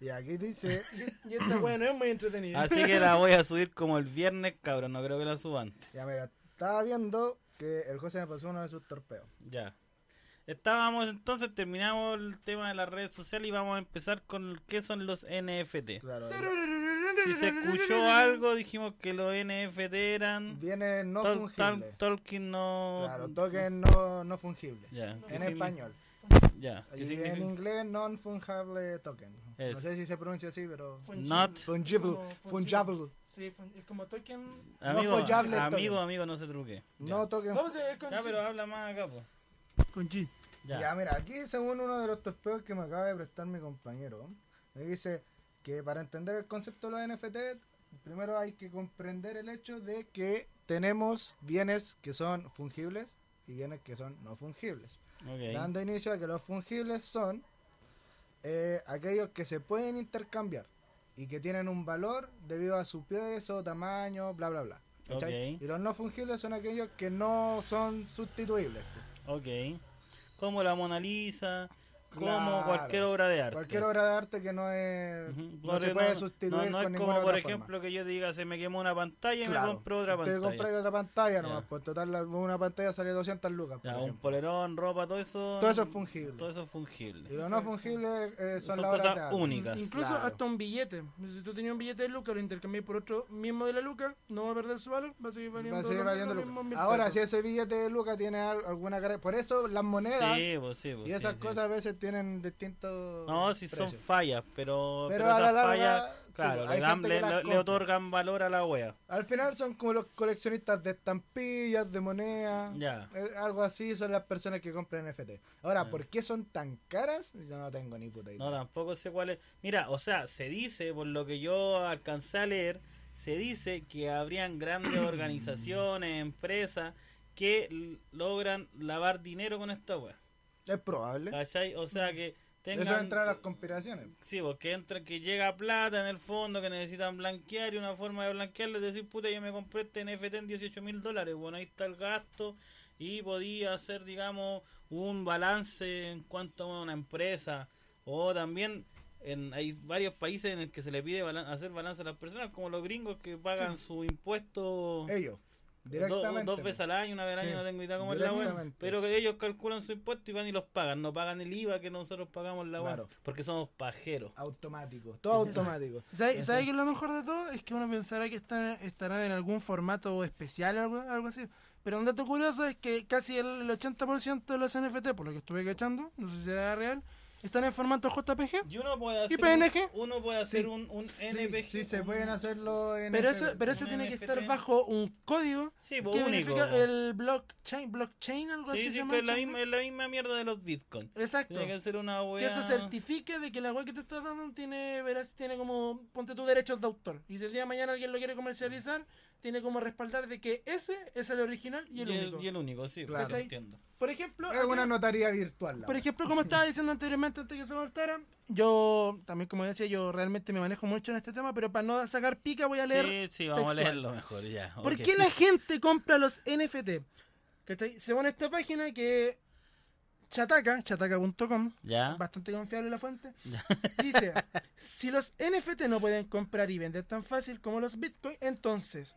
Speaker 3: Y aquí dice.
Speaker 6: Y esta weá no es muy entretenida.
Speaker 1: Así que la voy a subir como el viernes, cabrón, no creo que la suba antes.
Speaker 3: Ya, mira, estaba viendo que el José me pasó uno de sus torpeos.
Speaker 1: Ya. Estábamos entonces, terminamos el tema de las redes sociales y vamos a empezar con qué son los NFT.
Speaker 3: Claro,
Speaker 1: Si se escuchó algo, dijimos que los NFT eran...
Speaker 3: viene no
Speaker 1: Tol-
Speaker 3: fungible.
Speaker 1: tal- Tolkien no.
Speaker 3: Claro, token no, no fungible.
Speaker 1: Ya, ¿qué
Speaker 3: En
Speaker 1: signi-
Speaker 3: español.
Speaker 1: Ya,
Speaker 3: Y
Speaker 1: ¿qué
Speaker 3: en
Speaker 1: significa?
Speaker 3: inglés, non-fungible token.
Speaker 1: Eso.
Speaker 3: No sé si se pronuncia así, pero.
Speaker 6: Fungible.
Speaker 1: Not-
Speaker 3: Fungible.
Speaker 6: Como
Speaker 3: Fungible.
Speaker 6: Sí, fun- es como token.
Speaker 1: Amigo,
Speaker 3: follable
Speaker 1: amigo,
Speaker 3: token.
Speaker 1: amigo, no se truque. Ya.
Speaker 3: No token.
Speaker 6: Vamos a ver con
Speaker 1: Ya, pero habla más acá, po.
Speaker 2: Con G.
Speaker 1: Ya.
Speaker 3: Ya, mira, aquí según uno de los torpeos que me acaba de prestar mi compañero, me dice que para entender el concepto de los NFT, primero hay que comprender el hecho de que tenemos bienes que son fungibles y bienes que son no fungibles.
Speaker 1: Ok.
Speaker 3: Dando inicio a que los fungibles son eh, aquellos que se pueden intercambiar y que tienen un valor debido a su peso, tamaño, bla, bla, bla. ¿cachai?
Speaker 1: Ok.
Speaker 3: Y los no fungibles son aquellos que no son sustituibles. pues.
Speaker 1: Ok. Como la Mona Lisa, como
Speaker 3: Claro.
Speaker 1: cualquier obra de arte.
Speaker 3: Cualquier obra de arte que no es
Speaker 1: Ujú.
Speaker 3: no
Speaker 1: Porque
Speaker 3: se puede sustituir
Speaker 1: no- no es
Speaker 3: con
Speaker 1: como,
Speaker 3: ninguna
Speaker 1: por
Speaker 3: otra
Speaker 1: ejemplo,
Speaker 3: forma.
Speaker 1: que yo diga, se me quemó una pantalla y me
Speaker 3: Claro,
Speaker 1: compro otra
Speaker 3: usted
Speaker 1: pantalla.
Speaker 3: compra otra pantalla
Speaker 1: Ya.
Speaker 3: nomás, pues total la- una pantalla sale 200 lucas. por
Speaker 1: Ya, un
Speaker 3: ejemplo.
Speaker 1: polerón, ropa, todo eso.
Speaker 3: Todo eso es fungible.
Speaker 1: Todo eso es fungible.
Speaker 3: Y los no fungibles eh, son,
Speaker 1: Son
Speaker 3: las obras de
Speaker 1: cosas
Speaker 3: arte.
Speaker 1: únicas.
Speaker 2: Incluso
Speaker 3: Claro.
Speaker 2: hasta un billete. Si tú tenías un billete de lucas, lo intercambié por otro mismo de la lucas, no va a perder su valor, va a seguir valiendo,
Speaker 3: Va a seguir
Speaker 2: lo-
Speaker 3: valiendo
Speaker 2: lo
Speaker 3: lucas.
Speaker 2: mismo, mil
Speaker 3: Ahora,
Speaker 2: pesos.
Speaker 3: si ese billete de lucas tiene al- alguna cara, por eso las monedas
Speaker 1: Sí, pues, sí, pues,
Speaker 3: y esas
Speaker 1: sí, sí.
Speaker 3: cosas a veces tienen distintos.
Speaker 1: No, si son
Speaker 3: precios.
Speaker 1: fallas, pero,
Speaker 3: Pero
Speaker 1: pero,
Speaker 3: a la
Speaker 1: esas
Speaker 3: larga,
Speaker 1: fallas,
Speaker 3: sí,
Speaker 1: claro,
Speaker 3: pues,
Speaker 1: le,
Speaker 3: hay
Speaker 1: dan-
Speaker 3: gente
Speaker 1: le,
Speaker 3: que las
Speaker 1: le- le
Speaker 3: compra.
Speaker 1: otorgan valor a la wea.
Speaker 3: Al final son como los coleccionistas de estampillas, de monedas.
Speaker 1: Ya.
Speaker 3: Eh, Algo así son las personas que compran NFT. Ahora,
Speaker 1: Ya.
Speaker 3: ¿por qué son tan caras? Yo no tengo ni puta idea.
Speaker 1: Ah. No, tampoco sé cuál es. Mira, o sea, se dice, por lo que yo alcancé a leer, se dice que habrían grandes organizaciones, empresas que l- logran lavar dinero con esta wea.
Speaker 3: Es probable.
Speaker 1: ¿Cachai? O sea que tengan...
Speaker 3: Mm. Eso entra a las conspiraciones.
Speaker 1: Sí, porque entra, que llega plata en el fondo, que necesitan blanquear y una forma de blanquearle es decir, puta, yo me compré este NFT en 18 mil dólares, bueno, ahí está el gasto y podía hacer, digamos, un balance en cuanto a una empresa o también en, hay varios países en el que se le pide balan- hacer balance a las personas, como los gringos que pagan su impuesto
Speaker 3: Ellos.
Speaker 1: do-
Speaker 3: Directamente.
Speaker 1: dos veces al año, una vez al
Speaker 3: Sí,
Speaker 1: año, no tengo idea cómo es la web,
Speaker 3: directamente.
Speaker 1: pero que ellos calculan su impuesto y van y los pagan, no pagan el IVA que nosotros pagamos la web,
Speaker 3: Claro.
Speaker 1: porque somos pajeros.
Speaker 3: Automático. Todo automático.
Speaker 2: ¿Sabes sabe qué es lo mejor de todo? Es que uno pensará que está, estará en algún formato especial o algo, algo así. Pero un dato curioso es que casi el 80% de los NFT, por lo que estuve cachando, no sé si era real, están en formato JPG.
Speaker 1: Y uno puede hacer,
Speaker 2: ¿Y PNG?
Speaker 1: Un, uno puede hacer un, un NPG.
Speaker 3: Sí, se
Speaker 1: un-
Speaker 3: pueden hacerlo en.
Speaker 2: Pero
Speaker 3: este-
Speaker 2: eso, pero eso
Speaker 1: un
Speaker 2: tiene que
Speaker 1: NFT.
Speaker 2: estar bajo un código
Speaker 1: Sí, pues,
Speaker 2: que
Speaker 1: único.
Speaker 2: verifica el blockchain, blockchain algo así.
Speaker 1: Sí,
Speaker 2: se
Speaker 1: sí,
Speaker 2: llama,
Speaker 1: que es la
Speaker 2: ¿cachai?
Speaker 1: misma, es la misma mierda de los bitcoins.
Speaker 2: Exacto.
Speaker 1: Tiene que ser una
Speaker 2: Que
Speaker 1: wea.
Speaker 2: eso certifique de que la web que te estás dando tiene, verás, tiene como, ponte tus derechos de autor. Y si el día de mañana alguien lo quiere comercializar, tiene como respaldar de que ese es el original y el único.
Speaker 1: Y el único, sí,
Speaker 3: Claro.
Speaker 1: claro. entiendo.
Speaker 2: Por ejemplo,
Speaker 3: Es una
Speaker 2: acá-
Speaker 3: notaría virtual. la
Speaker 2: por
Speaker 3: wea.
Speaker 2: ejemplo, como estaba diciendo anteriormente antes que se cortara, yo también como decía, yo realmente me manejo mucho en este tema, pero para no sacar pica voy a leer
Speaker 1: Sí, sí, vamos
Speaker 2: textual.
Speaker 1: a leerlo mejor ya.
Speaker 2: ¿Por
Speaker 1: ok.
Speaker 2: qué la gente compra los NFT? ¿Cachai? Se van a esta página que Chataca, chataca.com,
Speaker 5: Ya.
Speaker 2: bastante confiable la fuente,
Speaker 5: Ya.
Speaker 2: dice, si los NFT no pueden comprar y vender tan fácil como los Bitcoin, entonces,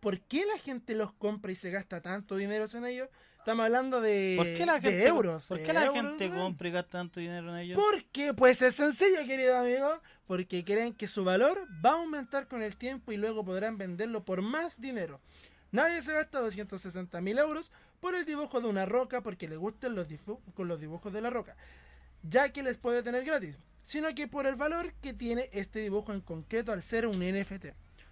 Speaker 2: ¿por qué la gente los compra y se gasta tanto dinero en ellos? Estamos hablando de,
Speaker 1: ¿Por qué la
Speaker 2: de
Speaker 1: gente,
Speaker 2: euros.
Speaker 1: ¿por qué la
Speaker 2: euros,
Speaker 1: gente
Speaker 2: weón.
Speaker 1: compra y gasta tanto dinero en ellos?
Speaker 2: Porque puede ser sencillo, querido amigo, porque creen que su valor va a aumentar con el tiempo y luego podrán venderlo por más dinero. Nadie se gasta 260 mil euros por el dibujo de una roca porque le gustan los, difu- con los dibujos de la roca, ya que les puede tener gratis, sino que por el valor que tiene este dibujo en concreto al ser un NFT.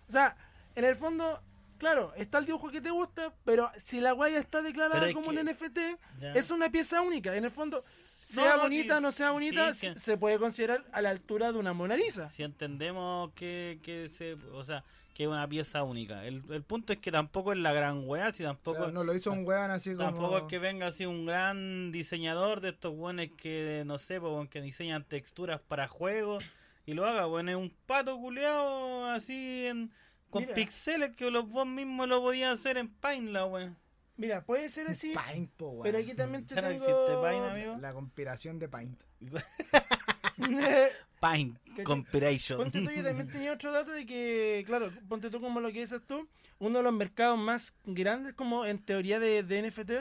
Speaker 2: O sea, en el fondo, claro, está el dibujo que te gusta, pero si la guaya está declarada
Speaker 1: Pero es
Speaker 2: como
Speaker 1: que-
Speaker 2: un NFT,
Speaker 1: Ya.
Speaker 2: es una pieza única. En el fondo, sea
Speaker 1: no,
Speaker 2: bonita
Speaker 1: sí,
Speaker 2: no sea
Speaker 1: sí,
Speaker 2: bonita,
Speaker 1: es que-
Speaker 2: se puede considerar a la altura de una Mona Lisa.
Speaker 1: Si entendemos que, que se, o sea, que es una pieza única. El, el punto es que tampoco es la gran weá, si tampoco,
Speaker 3: Claro, no lo hizo un weón así como.
Speaker 1: tampoco es que venga así un gran diseñador de estos buenos que, no sé, po, weón, que diseñan texturas para juegos y lo haga, bueno, es un pato culeado así en, con
Speaker 2: Mira.
Speaker 1: pixeles que los vos mismos lo podías hacer en Paint, la weón.
Speaker 2: Mira, puede ser así,
Speaker 3: Paint, po, weón.
Speaker 2: pero aquí también te
Speaker 1: Ya no existe Paint,
Speaker 2: tengo...
Speaker 1: amigo.
Speaker 3: La conspiración de Paint.
Speaker 5: Paint
Speaker 2: ¿Cachai?
Speaker 5: Compiration.
Speaker 2: Ponte tú, yo también tenía otro dato de que, claro, ponte tú como lo que dices tú, uno de los mercados más grandes como en teoría de, de NFT,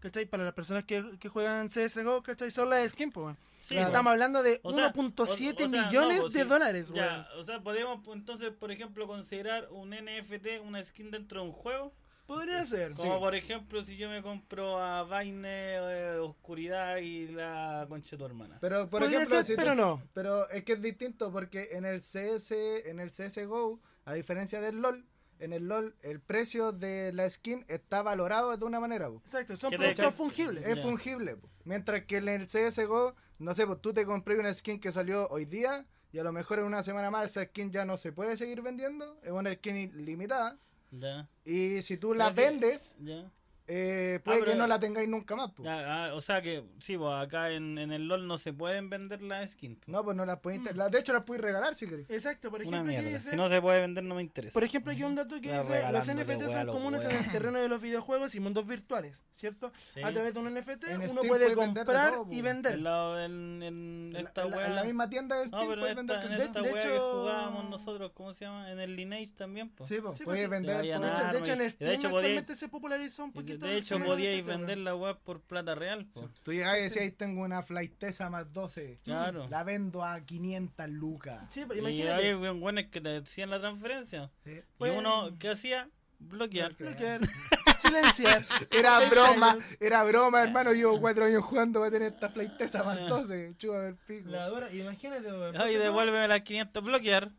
Speaker 2: ¿cachai? Para las personas que, que juegan CSGO, ¿cachai? Son las skins, pues, weón.
Speaker 1: Sí,
Speaker 3: Claro.
Speaker 1: po.
Speaker 2: Estamos hablando de
Speaker 1: O sea,
Speaker 2: 1.7
Speaker 1: o- o sea, no,
Speaker 2: millones
Speaker 1: pues,
Speaker 2: de
Speaker 1: sí,
Speaker 2: dólares, weón.
Speaker 1: Ya, o sea, podemos pues, entonces, por ejemplo, considerar un NFT una skin dentro de un juego.
Speaker 2: Podría ser, sí.
Speaker 1: Como por ejemplo, si yo me compro a Vaine, eh, Oscuridad y la concha de tu hermana.
Speaker 3: Pero, por
Speaker 2: Podría
Speaker 3: ejemplo,
Speaker 2: ser,
Speaker 3: si tú-
Speaker 2: pero no.
Speaker 3: Pero es que es distinto porque en el CS, en el CSGO, a diferencia del LOL, en el LOL el precio de la skin está valorado de una manera, po.
Speaker 2: Exacto, son
Speaker 1: Que te-
Speaker 2: productos
Speaker 1: que-
Speaker 2: fungibles.
Speaker 3: Es
Speaker 1: Ya.
Speaker 3: fungible, po. mientras que en el CSGO, no sé, pues tú te compré una skin que salió hoy día y a lo mejor en una semana más esa skin ya no se puede seguir vendiendo, es una skin limitada
Speaker 1: Ya,
Speaker 3: y si tú la
Speaker 1: Pero sí.
Speaker 3: vendes,
Speaker 1: ya.
Speaker 3: eh, puede
Speaker 1: Ah, pero-
Speaker 3: que no la tengáis nunca más, po.
Speaker 1: Ya, ah, o sea que, sí, pues acá en, en el LOL no se pueden vender las skins. pues.
Speaker 3: No, pues no las podéis, la- de hecho las podéis regalar si queréis.
Speaker 2: Exacto, por
Speaker 1: Una
Speaker 2: ejemplo, aquí
Speaker 1: mierda.
Speaker 2: dice-
Speaker 1: Si no se puede vender, no me interesa.
Speaker 2: por ejemplo, aquí un dato que
Speaker 1: Está
Speaker 2: dice, los
Speaker 1: regalándole
Speaker 2: NFT
Speaker 1: hueá a
Speaker 2: son
Speaker 1: los
Speaker 2: comunes en
Speaker 1: hueones.
Speaker 2: el terreno de los videojuegos y mundos virtuales, ¿cierto?
Speaker 1: Sí.
Speaker 2: A través de un NFT
Speaker 3: En
Speaker 2: uno
Speaker 3: Steam
Speaker 2: puede
Speaker 3: puedes vender de
Speaker 2: comprar
Speaker 3: todo,
Speaker 2: y
Speaker 3: po.
Speaker 2: vender.
Speaker 1: En, la, en, en
Speaker 3: En la-
Speaker 1: esta
Speaker 3: en la,
Speaker 1: weá.
Speaker 3: en la misma tienda de
Speaker 1: No,
Speaker 3: Steam
Speaker 1: pero
Speaker 3: podéis
Speaker 1: en
Speaker 3: vender
Speaker 1: esta, en
Speaker 3: cosas.
Speaker 1: esta
Speaker 2: de
Speaker 1: weá que
Speaker 2: hecho-
Speaker 1: jugábamos nosotros, ¿cómo se llama? En el Lineage también, pues.
Speaker 3: Sí, pues,
Speaker 2: Sí, pues,
Speaker 3: puedes
Speaker 2: sí.
Speaker 3: vender.
Speaker 1: Te vayan
Speaker 2: De
Speaker 3: puedes-
Speaker 2: hecho,
Speaker 1: Ah,
Speaker 2: de hecho, en
Speaker 1: de
Speaker 2: Steam
Speaker 1: hecho, podía-
Speaker 2: actualmente se popularizó un
Speaker 1: De,
Speaker 2: poquito.
Speaker 1: de
Speaker 2: el
Speaker 1: hecho,
Speaker 2: fenómeno
Speaker 1: podíais
Speaker 2: NFT, weón.
Speaker 1: vender la weá por plata real, pues.
Speaker 3: Tú llegabas y decías, tengo una flightesa más 12.
Speaker 1: Claro.
Speaker 3: La vendo a 500 lucas.
Speaker 2: Sí, pues,
Speaker 1: Y
Speaker 2: imagínate.
Speaker 1: hay weón- weones que te decían la transferencia.
Speaker 3: Sí.
Speaker 1: Y
Speaker 2: Bueno.
Speaker 1: uno, ¿qué hacía? Bloquear.
Speaker 2: bloquear, silenciar.
Speaker 3: Era broma, era broma, hermano. Llevo cuatro años jugando para tener esta flightesa más 12. Chúpame el pico.
Speaker 2: La dura, imagínate, weón,
Speaker 1: Ay,
Speaker 2: porque no,
Speaker 1: devuélveme las 500, bloquear.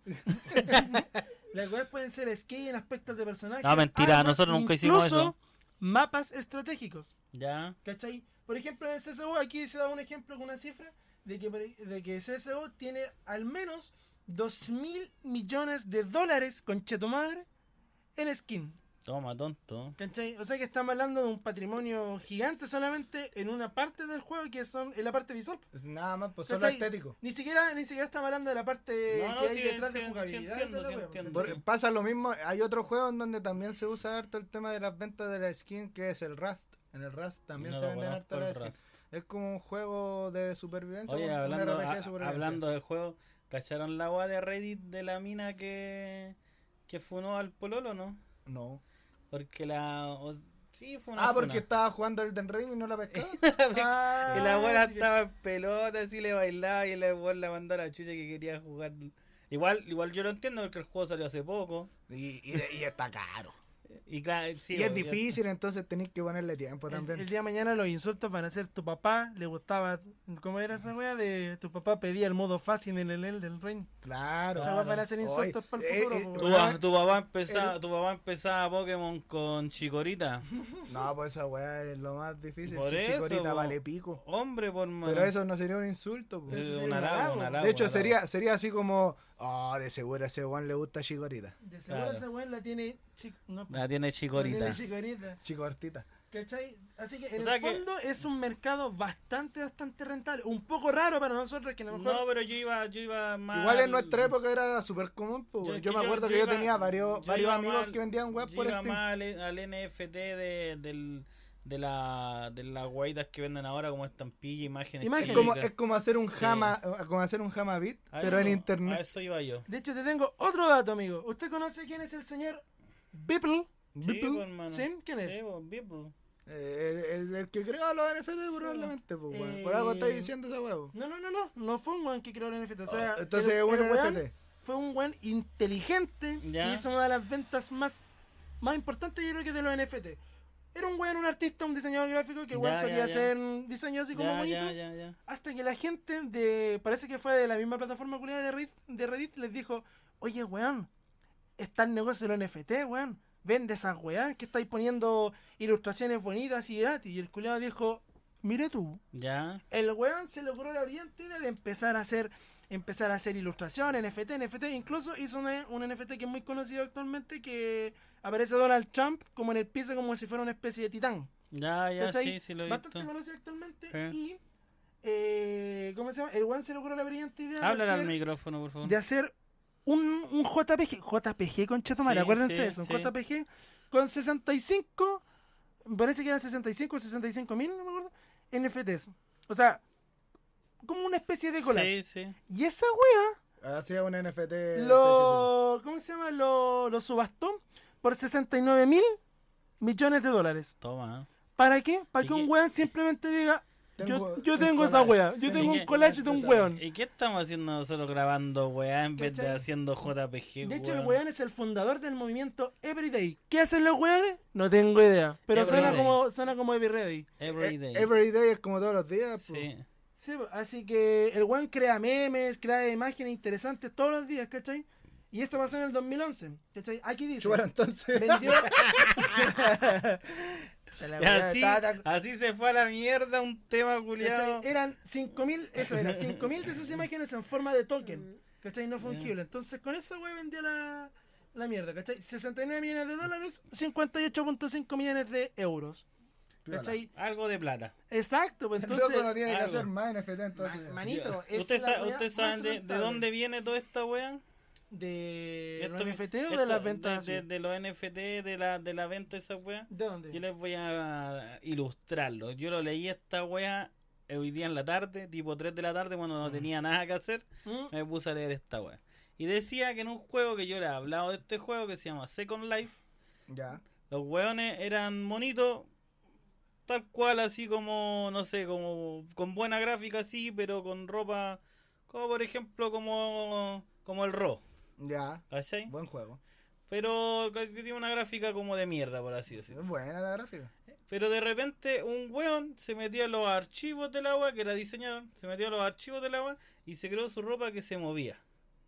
Speaker 2: Las weas pueden ser skin, aspectos de personajes.
Speaker 1: No, mentira,
Speaker 2: armas,
Speaker 1: nosotros nunca hicimos
Speaker 2: incluso
Speaker 1: eso.
Speaker 2: Mapas estratégicos.
Speaker 1: Ya.
Speaker 2: ¿Cachai? Por ejemplo, en el CSGO, aquí se da un ejemplo con una cifra de que, por ej- de que CSGO tiene al menos 2 mil millones de dólares, conche tu madre, en skin.
Speaker 1: Toma, tonto.
Speaker 2: ¿Cachai? O sea que estamos hablando de un patrimonio gigante solamente en una parte del juego que son en la parte visual.
Speaker 3: Nada más, pues solo
Speaker 2: ¿Cachai?
Speaker 3: estético.
Speaker 2: Ni siquiera, ni siquiera estamos hablando de la parte
Speaker 1: No, no,
Speaker 2: que hay
Speaker 1: sí,
Speaker 2: detrás
Speaker 1: sí,
Speaker 2: de
Speaker 1: sí
Speaker 2: jugabilidad. y
Speaker 1: entiendo,
Speaker 2: toda la
Speaker 1: sí
Speaker 2: wea,
Speaker 1: entiendo.
Speaker 2: ¿cachai?
Speaker 3: Por- Pasa lo mismo, hay otros juegos en donde también se usa harto el tema de las ventas de la skin, que es el Rust. En el Rust también
Speaker 1: No
Speaker 3: se
Speaker 1: lo
Speaker 3: venden
Speaker 1: conozco,
Speaker 3: harto
Speaker 1: el
Speaker 3: las skins.
Speaker 1: Rust.
Speaker 3: Es como un juego de supervivencia.
Speaker 1: Oye,
Speaker 3: un- un
Speaker 1: hablando,
Speaker 3: RPG de
Speaker 1: a-
Speaker 3: supervivencia.
Speaker 1: hablando de juego, ¿cacharon la agua de Reddit de la mina que, que funó al pololo, no?
Speaker 3: No.
Speaker 1: Porque la... o- sí, fue una
Speaker 3: Ah, porque
Speaker 1: funa.
Speaker 3: estaba jugando el Den Ring y no la pescaba.
Speaker 1: y la abuela
Speaker 2: Ah, sí que-
Speaker 1: estaba en pelota, así le bailaba y la abuela la mandó a la chucha que quería jugar. Igual, igual yo lo entiendo porque el juego salió hace poco.
Speaker 3: Y, y- y está caro.
Speaker 1: Y claro, sí,
Speaker 3: y es
Speaker 1: obvio.
Speaker 3: difícil, entonces tenéis que ponerle tiempo
Speaker 2: El,
Speaker 3: también.
Speaker 2: el día de mañana los insultos van a ser tu papá, le gustaba, ¿cómo era esa wea? De tu papá pedía el modo fácil en el Elden Ring.
Speaker 3: Claro.
Speaker 2: Esa wea van a ser insultos para
Speaker 3: Oye,
Speaker 2: el
Speaker 3: eh,
Speaker 2: futuro.
Speaker 3: eh,
Speaker 2: po,
Speaker 1: Tu,
Speaker 2: weón.
Speaker 1: pa- tu papá empezaba, tu papá empezaba Pokémon con Chikorita.
Speaker 3: No, pues esa weá es lo más difícil.
Speaker 1: Por
Speaker 3: si
Speaker 1: eso,
Speaker 3: Chikorita
Speaker 1: po.
Speaker 3: vale pico.
Speaker 1: Hombre, por mano.
Speaker 3: Pero eso no sería un insulto. po.
Speaker 1: Eh,
Speaker 3: Eso
Speaker 1: un
Speaker 3: sería
Speaker 1: halago, un halago,
Speaker 3: De hecho,
Speaker 1: un halago.
Speaker 3: sería, sería así como. Oh, de seguro a ese weón le gusta Chikorita.
Speaker 2: De seguro
Speaker 1: Claro.
Speaker 2: esa weá la tiene chico, no,
Speaker 1: La tiene
Speaker 2: la tiene
Speaker 1: Chikorita.
Speaker 2: chicorita,
Speaker 3: Chikortita.
Speaker 2: ¿cachai? Así que en
Speaker 1: O sea
Speaker 2: el
Speaker 1: que-
Speaker 2: fondo es un mercado bastante, bastante rentable. Un poco raro para nosotros que a lo mejor...
Speaker 1: No, pero yo iba, yo iba más.
Speaker 3: Igual en nuestra época era súper común. po.
Speaker 1: Yo-
Speaker 3: Yo,
Speaker 1: es que
Speaker 3: me
Speaker 1: yo-
Speaker 3: acuerdo
Speaker 1: yo
Speaker 3: que yo
Speaker 1: iba-
Speaker 3: tenía varios,
Speaker 1: yo
Speaker 3: varios
Speaker 1: iba
Speaker 3: amigos
Speaker 1: mal-
Speaker 3: que vendían web
Speaker 1: yo
Speaker 3: por
Speaker 1: iba
Speaker 3: Steam.
Speaker 1: más al, al NFT de, del de, la, de las guaitas que venden ahora como estampilla, imágenes.
Speaker 2: Imagen.
Speaker 3: Es
Speaker 1: chicas.
Speaker 3: como, es como hacer un
Speaker 1: Sí.
Speaker 3: jama, como hacer un jama beat,
Speaker 1: A
Speaker 3: pero en
Speaker 1: eso- A
Speaker 3: internet.
Speaker 1: eso iba yo.
Speaker 2: De hecho, te tengo otro dato, amigo. ¿Usted conoce quién es el señor Beeple?
Speaker 1: Sí,
Speaker 3: Beeple.
Speaker 1: pues, hermano.
Speaker 2: ¿Sí? ¿Quién
Speaker 1: Sí,
Speaker 2: es?
Speaker 1: pues, Beeple.
Speaker 3: Eh, el, el- el que creó los NFT probablemente, pues, weón. Por
Speaker 2: Eh,
Speaker 3: algo estáis diciendo esa huevo.
Speaker 2: No, no, no, no. No fue un weón que creó el NFT. O sea,
Speaker 3: Ah, Entonces,
Speaker 2: el- el
Speaker 3: un
Speaker 2: weón
Speaker 3: NFT.
Speaker 2: Fue un weón inteligente
Speaker 1: Ya.
Speaker 2: que hizo una de las ventas más, más importantes, yo creo que de los NFT. Era un weón, un artista, un diseñador gráfico que el weón
Speaker 1: Ya, ya,
Speaker 2: solía
Speaker 1: ya.
Speaker 2: hacer diseños así como
Speaker 1: Ya,
Speaker 2: bonitos.
Speaker 1: ya, ya, ya.
Speaker 2: Hasta que la gente de. Parece que fue de la misma plataforma culiada de Reddit, de Reddit les dijo: Oye, weón, está el negocio de los NFT, weón. Vende esas weas que estáis poniendo ilustraciones bonitas y gratis. Y el culiado dijo: Mire tú.
Speaker 1: Ya.
Speaker 2: El weón se le ocurrió la brillante idea de empezar a hacer. Empezar a hacer ilustración, NFT, NFT, incluso hizo una- un NFT que es muy conocido actualmente que aparece Donald Trump como en el piso como si fuera una especie de titán
Speaker 1: Ya, ya,
Speaker 2: ¿Cachai?
Speaker 1: sí, sí lo he
Speaker 2: bastante
Speaker 1: visto.
Speaker 2: conocido actualmente.
Speaker 1: Sí.
Speaker 2: Y, eh, ¿cómo se llama? El One se le ocurrió la brillante idea de
Speaker 1: Háblale al
Speaker 2: hacer,
Speaker 1: micrófono, por favor.
Speaker 2: de hacer un, un JPG, JPG con Chetumare,
Speaker 1: Sí,
Speaker 2: acuérdense
Speaker 1: sí,
Speaker 2: de eso, un
Speaker 1: sí.
Speaker 2: JPG con 65, parece que eran 65 o 65 mil, no me acuerdo, NFTs. O sea, como una especie de collage.
Speaker 1: Sí, sí.
Speaker 2: Y esa wea
Speaker 3: Hacía Ah, un NFT.
Speaker 2: lo, ¿cómo se llama? Lo, lo subastó por 69 mil millones de dólares.
Speaker 1: Toma.
Speaker 2: ¿Para qué? Para
Speaker 1: ¿Y
Speaker 2: que un
Speaker 1: qué-
Speaker 2: weón simplemente diga, yo, yo tengo
Speaker 3: un
Speaker 2: esa
Speaker 3: collage.
Speaker 2: wea. Yo
Speaker 1: ¿Y
Speaker 2: tengo
Speaker 3: eh,
Speaker 1: qué-
Speaker 2: un collage de un
Speaker 3: esa
Speaker 2: weón.
Speaker 1: ¿Y qué estamos haciendo nosotros grabando, weá, en vez de
Speaker 2: ¿Cachai?
Speaker 1: haciendo JPG,
Speaker 2: De hecho, el
Speaker 1: weón?
Speaker 2: weón es el fundador del movimiento Everyday. ¿Qué hacen los weones? No tengo idea. Pero suena
Speaker 1: Everyday.
Speaker 2: como, suena como Everyday.
Speaker 1: Every
Speaker 3: Eh,
Speaker 1: day.
Speaker 3: Every day es como todos los días, pues.
Speaker 1: Sí.
Speaker 2: Sí, po, así que el weón crea memes, crea imágenes interesantes todos los días, ¿cachai? Y esto pasó en el 2011, ¿cachai? Aquí dice...
Speaker 3: Chúbalo entonces.
Speaker 2: Vendió...
Speaker 1: Y así, así se fue a la mierda un tema culiado.
Speaker 2: ¿Cachai? Eran 5.000, eso era, 5.000 de sus imágenes en forma de
Speaker 1: Mm.
Speaker 2: token, ¿cachai? No fungible. Entonces con esa wey vendió la, la mierda, ¿cachai? 69 millones de dólares, 58.5 millones de euros, ¿cachai?
Speaker 1: Algo de plata.
Speaker 2: Exacto, pues
Speaker 3: Entonces,
Speaker 2: entonces...
Speaker 3: no tiene que
Speaker 1: algo.
Speaker 3: hacer más NFT entonces.
Speaker 4: Ma- manito, es
Speaker 1: ¿Ustedes
Speaker 4: la
Speaker 1: sa-
Speaker 4: wea más
Speaker 1: ustedes saben de, de
Speaker 4: rentable.
Speaker 1: dónde viene toda esta wea?
Speaker 2: ¿De los
Speaker 1: Esto-
Speaker 2: NFT o de
Speaker 1: esto-
Speaker 2: las ventas?
Speaker 1: De,
Speaker 2: azules?
Speaker 1: de los NFT, de la, de la venta de esa wea.
Speaker 2: ¿De
Speaker 1: Yo
Speaker 2: dónde?
Speaker 1: les voy a ilustrarlo. Yo lo leí esta wea hoy día en la tarde, tipo 3 de la tarde, cuando no tenía nada que hacer.
Speaker 2: ¿Mm?
Speaker 1: me puse a leer esta weá. Y decía que en un juego que yo le he hablado de este juego que se llama Second Life,
Speaker 3: Ya.
Speaker 1: los weones eran monitos, tal cual, así como, no sé, como con buena gráfica, así, pero con ropa, como por ejemplo, como, como el Ro,
Speaker 3: Ya.
Speaker 1: ¿cachai?
Speaker 3: Buen juego.
Speaker 1: Pero que tiene una gráfica como de mierda, por así
Speaker 3: Es
Speaker 1: decirlo.
Speaker 3: buena la gráfica.
Speaker 1: Pero de repente un weón se metió a los archivos del agua, que era diseñador, se metió a los archivos del agua y se creó su ropa que se movía.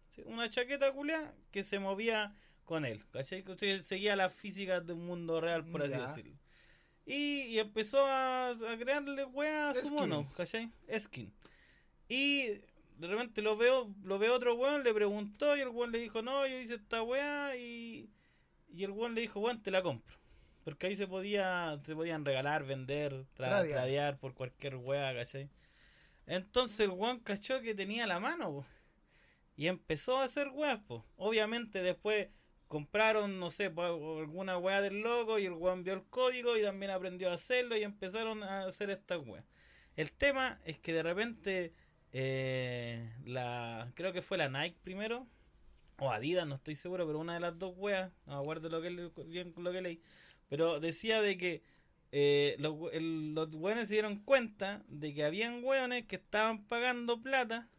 Speaker 1: Sí, Una chaqueta culia que se movía con él, ¿cachai? Que usted seguía las físicas de un mundo real, por así
Speaker 3: Ya.
Speaker 1: decirlo. Y, y empezó a, a crearle wea a su mono,
Speaker 3: Skins.
Speaker 1: ¿cachai? Skin. Y de repente lo veo, lo veo otro weón, le preguntó y el weón le dijo, no, yo hice esta wea y, y el weón le dijo, weón, te la compro. Porque ahí se podía, se podían regalar, vender, tra-
Speaker 3: Tradear.
Speaker 1: tradear por cualquier wea, ¿cachai? Entonces el weón cachó que tenía la mano, po. Y empezó a hacer weas, po. Obviamente después compraron, no sé, po, alguna wea del logo y el weón vio el código y también aprendió a hacerlo y empezaron a hacer estas weas. El tema es que de repente, eh, la, creo que fue la Nike primero, o Adidas, no estoy seguro, pero una de las dos weas, no me acuerdo lo que, le- bien lo que leí, pero decía de que eh, los, we- el- los weones se dieron cuenta de que habían weones que estaban pagando plata,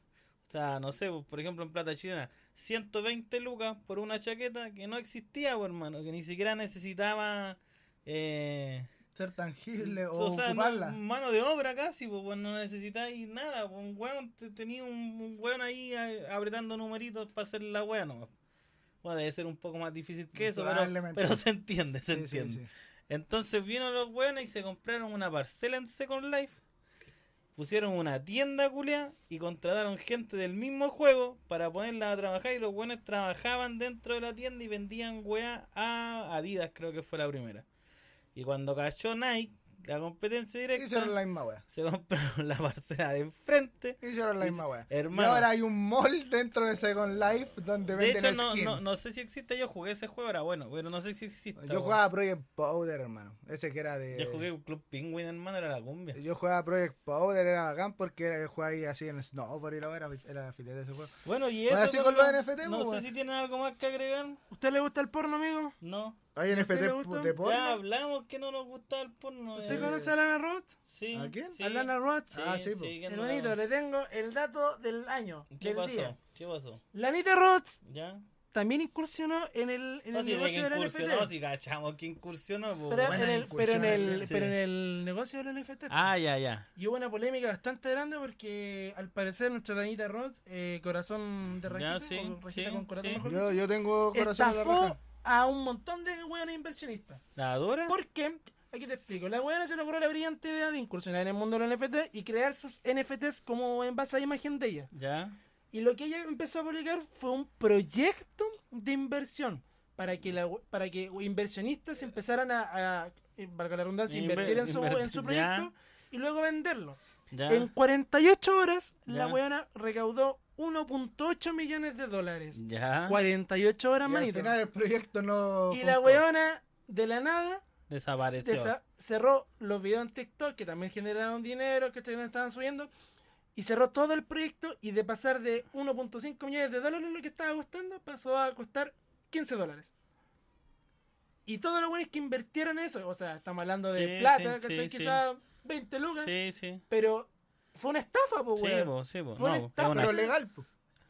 Speaker 1: o sea, no sé, pues, por ejemplo en plata chilena, 120 lucas por una chaqueta que no existía, pues, hermano, que ni siquiera necesitaba... Eh,
Speaker 3: Ser tangible o,
Speaker 1: Mm, o sea, no-
Speaker 3: ocuparla.
Speaker 1: mano de obra casi, pues, pues, no necesitáis nada. pues, un weón te- tenía un, un weón ahí eh, apretando numeritos para hacer la wea nomás. Bueno, debe ser un poco más difícil que eso, pero,
Speaker 3: Probablemente.
Speaker 1: pero se entiende, se
Speaker 3: Sí, sí,
Speaker 1: entiende.
Speaker 3: sí.
Speaker 1: Entonces vieron los weones y se compraron una parcela en Second Life. Pusieron una tienda culia y contrataron gente del mismo juego para ponerla a trabajar y los weones trabajaban dentro de la tienda y vendían wea a Adidas, creo que fue la primera. Y cuando cayó Nike, La competencia
Speaker 3: Hicieron
Speaker 1: directa.
Speaker 3: la misma wea.
Speaker 1: Se compraron la parcela de enfrente.
Speaker 3: Hicieron la
Speaker 1: Dice,
Speaker 3: misma wea. Y
Speaker 1: hermano.
Speaker 3: ahora hay un mall dentro de Second Life donde
Speaker 1: De
Speaker 3: venden
Speaker 1: hecho, no,
Speaker 3: skins.
Speaker 1: no, no sé si existe. Yo jugué ese juego, era bueno, pero no sé si existe.
Speaker 3: Yo
Speaker 1: weón.
Speaker 3: jugaba eh, Project Powder, hermano. Ese que era de.
Speaker 1: Yo jugué Club Penguin, hermano, era la cumbia.
Speaker 3: Yo jugaba Project Powder, era bacán porque era, yo jugaba ahí así en Snowboard y la wea, era, era filete de ese juego.
Speaker 1: Bueno, y eso.
Speaker 3: Ahora sí
Speaker 1: por
Speaker 3: con
Speaker 1: lo-
Speaker 3: los NFT,
Speaker 1: No
Speaker 3: pues,
Speaker 1: sé
Speaker 3: weón.
Speaker 1: si tienen algo más que agregar.
Speaker 2: ¿Usted le gusta el porno, amigo?
Speaker 1: No.
Speaker 3: Hay NFT
Speaker 2: le gusta?
Speaker 3: de porno.
Speaker 1: Ya hablamos que no nos gusta el porno.
Speaker 2: ¿Usted
Speaker 1: eh.
Speaker 2: conoce a Lana Roth?
Speaker 1: Sí.
Speaker 3: ¿A quién?
Speaker 1: Sí,
Speaker 2: A Lana Roth.
Speaker 1: sí,
Speaker 3: Ah, sí,
Speaker 1: sí,
Speaker 3: po.
Speaker 1: que andaba-
Speaker 2: Hermanito, le tengo el dato del año.
Speaker 1: ¿Qué
Speaker 2: del
Speaker 1: pasó?
Speaker 2: Día.
Speaker 1: ¿Qué pasó?
Speaker 2: Lanita Roth
Speaker 1: ¿Ya?
Speaker 2: también incursionó en el, en
Speaker 1: No,
Speaker 2: el
Speaker 1: si de que
Speaker 2: negocio del
Speaker 1: incursionó,
Speaker 2: NFT.
Speaker 1: si cachamos que incursionó, po,
Speaker 2: Pero,
Speaker 1: weón.
Speaker 2: en el, pero, en
Speaker 3: incursión en
Speaker 2: el,
Speaker 1: el-
Speaker 2: pero en
Speaker 1: sí.
Speaker 2: el negocio del NFT.
Speaker 1: Ah, ya, ya.
Speaker 2: Y hubo una polémica bastante grande porque al parecer nuestra Lanita Roth, eh, corazón de
Speaker 1: Ya,
Speaker 2: rajita,
Speaker 1: sí,
Speaker 2: o rajita
Speaker 1: sí,
Speaker 2: con corazón
Speaker 1: sí.
Speaker 2: mejor
Speaker 3: Yo, yo tengo
Speaker 2: dicho,
Speaker 3: corazón en la
Speaker 2: estafó
Speaker 3: raja.
Speaker 2: a un montón de hueones inversionistas.
Speaker 1: ¿La dura?
Speaker 2: Porque, aquí te explico, la weona se le ocurrió la brillante idea de incursionar en el mundo del NFT y crear sus NFTs como en base a la imagen de ella.
Speaker 1: Ya.
Speaker 2: Y lo que ella empezó a publicar fue un proyecto de inversión para que, la, we- para que inversionistas empezaran a, a, eh, valga la redundancia,
Speaker 1: Inver-
Speaker 2: invertir en su, en su
Speaker 1: invertir, ya.
Speaker 2: proyecto y luego venderlo.
Speaker 1: Ya.
Speaker 2: En 48 horas, la
Speaker 1: Ya.
Speaker 2: weona recaudó 1.8 millones de dólares.
Speaker 1: Ya.
Speaker 2: 48 horas,
Speaker 3: Y al
Speaker 2: manito.
Speaker 3: final el proyecto no.
Speaker 2: Y la
Speaker 3: funcionó.
Speaker 2: weona, de la nada,
Speaker 1: Desapareció.
Speaker 2: desa- cerró los videos en TikTok, que también generaron dinero, que también estaban subiendo, y cerró todo el proyecto y de pasar de 1.5 millones de dólares lo que estaba costando, pasó a costar 15 dólares. Y todos los buenos que invirtieron en eso, o sea, estamos hablando de
Speaker 1: Sí,
Speaker 2: plata,
Speaker 1: sí,
Speaker 2: ¿cachai?
Speaker 1: sí,
Speaker 2: Quizás 20 lucas,
Speaker 1: Sí, sí.
Speaker 2: pero fue una estafa, po,
Speaker 1: Sí,
Speaker 2: weón.
Speaker 1: po, sí, po.
Speaker 2: Fue una
Speaker 1: No, es
Speaker 2: estafa.
Speaker 1: una-
Speaker 3: Pero legal, pues.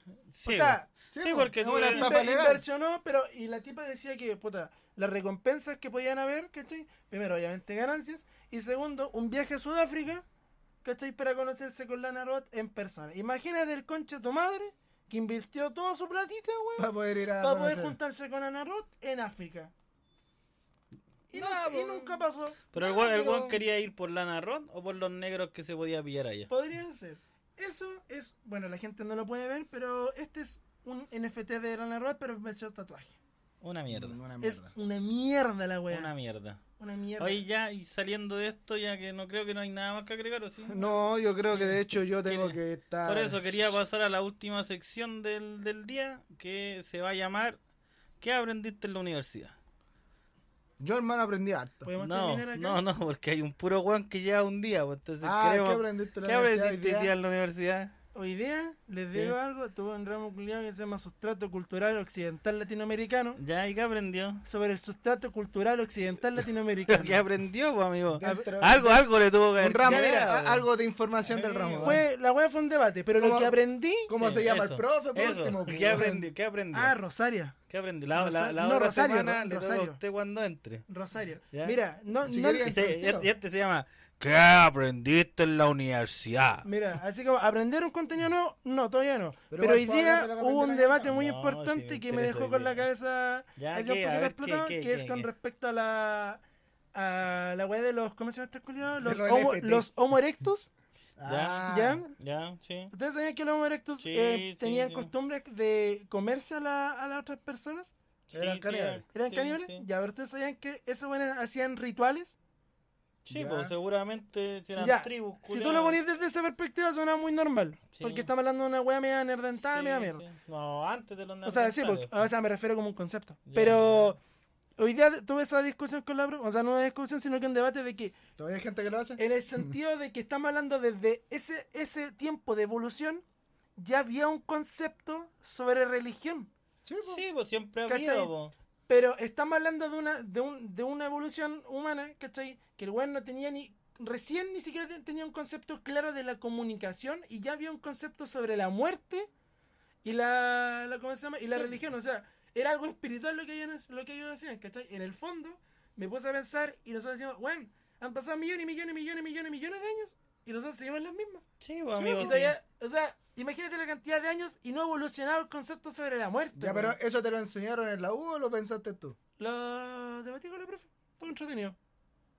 Speaker 1: Sí, pues.
Speaker 2: o sea,
Speaker 1: po. Sí, porque tú
Speaker 3: una
Speaker 1: eres-
Speaker 2: inver-
Speaker 3: estafa legal.
Speaker 2: inversionó, pero y la tipa decía que, puta, las recompensas que podían haber, ¿cachai? Primero, obviamente, ganancias. Y segundo, un viaje a Sudáfrica, ¿cachai? Para conocerse con Lana Roth en persona. Imagínate el concha de tu madre que invirtió toda su platita, weón,
Speaker 3: Para poder ir a.
Speaker 2: para poder
Speaker 3: conocer.
Speaker 2: juntarse con Lana Roth en África. Y,
Speaker 3: No,
Speaker 2: nu- y
Speaker 3: po.
Speaker 2: nunca pasó.
Speaker 1: Pero el
Speaker 3: No,
Speaker 1: guan, el
Speaker 3: pero-
Speaker 1: guan quería ir por Lana Roth o por los negros que se podía pillar allá.
Speaker 2: Podría ser. Eso es, bueno, la gente no lo puede ver, pero este es un NFT de Lana Roth, pero versión tatuaje.
Speaker 1: Una mierda.
Speaker 3: Una
Speaker 2: Es
Speaker 3: mierda.
Speaker 2: una mierda la weá.
Speaker 1: Una mierda.
Speaker 2: Una mierda.
Speaker 1: Hoy ya, y saliendo de esto, ya que no creo que no hay nada más que agregar, ¿o sí?
Speaker 3: No, yo creo que de hecho yo tengo
Speaker 1: ¿Quién-
Speaker 3: que estar.
Speaker 1: Por eso quería pasar a la última sección del, del día, que se va a llamar ¿Qué aprendiste en la universidad?
Speaker 3: Yo, hermano, aprendí harto.
Speaker 2: ¿Podemos
Speaker 1: No,
Speaker 2: terminar acá?
Speaker 1: no, no, porque hay un puro guan que lleva un día, pues, entonces
Speaker 3: ah, ¿qué
Speaker 1: queremos-
Speaker 3: aprendiste? en la
Speaker 1: ¿Qué
Speaker 3: universidad hoy
Speaker 1: aprendiste hoy día en la universidad?
Speaker 2: Hoy día les
Speaker 1: Sí.
Speaker 2: digo algo, tuve un ramo culiado que se llama Sustrato Cultural Occidental Latinoamericano
Speaker 1: ¿Ya? ¿Y qué aprendió?
Speaker 2: sobre el sustrato cultural occidental
Speaker 1: ¿Pero ¿Qué
Speaker 2: latinoamericano.
Speaker 1: aprendió, pues, amigo?
Speaker 3: Dentro-
Speaker 1: Algo, algo le tuvo que
Speaker 3: Un
Speaker 1: haber
Speaker 3: ramo,
Speaker 1: quedado,
Speaker 3: mira,
Speaker 1: pues.
Speaker 3: a- algo de información del ramo.
Speaker 2: fue, la weá fue un debate, pero lo
Speaker 3: ¿Cómo?
Speaker 2: que aprendí...
Speaker 3: ¿Cómo
Speaker 1: Sí,
Speaker 3: se llama
Speaker 1: eso,
Speaker 3: el profe? Por
Speaker 1: Eso,
Speaker 3: último,
Speaker 1: ¿qué
Speaker 3: pues?
Speaker 1: aprendió? ¿Qué aprendió?
Speaker 2: Ah, Rosaria.
Speaker 1: ¿Qué aprendió? La, la, la
Speaker 2: Rosario, no,
Speaker 1: otra
Speaker 2: Rosario,
Speaker 1: semana
Speaker 2: Ro-
Speaker 1: le toca a
Speaker 2: Rosario.
Speaker 1: usted cuando entre.
Speaker 2: Rosario.
Speaker 1: Ya.
Speaker 2: Mira, no,
Speaker 3: Si
Speaker 2: no-
Speaker 1: Y
Speaker 3: querías-
Speaker 1: se-
Speaker 3: Tranquilo.
Speaker 1: y este se llama ¿Qué aprendiste en la universidad?
Speaker 2: mira, así como aprender un contenido no, no, todavía no. Pero,
Speaker 3: Pero igual
Speaker 2: hoy
Speaker 3: puedo
Speaker 2: día
Speaker 3: hablar de la
Speaker 2: hubo un
Speaker 3: bandera
Speaker 2: debate
Speaker 3: acá.
Speaker 2: muy
Speaker 1: No, sí, me
Speaker 2: importante que me
Speaker 1: interesa
Speaker 2: dejó
Speaker 1: hoy
Speaker 2: con la
Speaker 1: día.
Speaker 2: cabeza
Speaker 1: Ya,
Speaker 2: así
Speaker 1: ¿qué?
Speaker 2: un
Speaker 1: A
Speaker 2: poquito
Speaker 1: ver, ¿qué,
Speaker 2: explotado,
Speaker 1: qué,
Speaker 2: que es
Speaker 1: qué,
Speaker 2: con
Speaker 1: qué?
Speaker 2: respecto a la a la weá de los ¿cómo se llaman estos culiados? Los,
Speaker 3: los
Speaker 2: homo,
Speaker 3: NFT.
Speaker 2: los homo erectus.
Speaker 3: Ah,
Speaker 2: ¿Ya?
Speaker 1: Ya, sí.
Speaker 2: ¿Ustedes sabían que los Homo erectus
Speaker 1: Sí,
Speaker 2: eh,
Speaker 1: sí,
Speaker 2: tenían
Speaker 1: sí.
Speaker 2: costumbres de comerse a, la- a las otras personas?
Speaker 1: Sí,
Speaker 3: Eran
Speaker 1: sí,
Speaker 3: caníbales.
Speaker 2: ¿Eran
Speaker 1: sí,
Speaker 2: caníbales?
Speaker 1: sí.
Speaker 2: Ya, pero ¿ustedes sabían que esos buenos hacían rituales?
Speaker 1: Sí,
Speaker 3: Ya.
Speaker 1: pues seguramente si eran
Speaker 2: Ya,
Speaker 1: tribus.
Speaker 2: Si tú lo ponías desde esa perspectiva suena muy normal.
Speaker 1: Sí.
Speaker 2: Porque estamos hablando de una weá media nerdentada, media mierda.
Speaker 1: No, antes de los
Speaker 2: O sea, sí,
Speaker 1: neandertales,
Speaker 2: porque, o sea, me refiero como un concepto.
Speaker 1: Ya,
Speaker 2: Pero hoy día tuve esa discusión con la bro, o sea, no una discusión, sino que un debate de que,
Speaker 3: ¿Todavía hay gente que lo hace?
Speaker 2: en el sentido de que estamos hablando desde ese, ese tiempo de evolución, ya había un concepto sobre religión.
Speaker 3: Sí,
Speaker 1: pues.
Speaker 3: pues.
Speaker 1: Sí, pues siempre ha
Speaker 2: ¿Cachai?
Speaker 1: habido, po.
Speaker 2: Pero estamos hablando de una, de un, de una evolución humana, ¿cachai? Que el weón no tenía ni. Recién ni siquiera te- tenía un concepto claro de la comunicación y ya había un concepto sobre la muerte y la. la- ¿Cómo se llama? Y la religión. O sea, era algo espiritual lo que, ellos, lo que ellos hacían, ¿cachai? En el fondo, me puse a pensar y nosotros decíamos, bueno, han pasado millones, millones, millones, millones, millones de años y nosotros seguimos en las mismas.
Speaker 1: Sí, pues,
Speaker 2: Y
Speaker 1: amigo. Sí.
Speaker 2: todavía- O sea, imagínate la cantidad de años y no ha evolucionado el concepto sobre la muerte.
Speaker 3: Ya, pero
Speaker 2: weón.
Speaker 3: ¿eso te lo enseñaron en la U o lo pensaste tú?
Speaker 2: Lo debatí con la profe. Todo entretenido.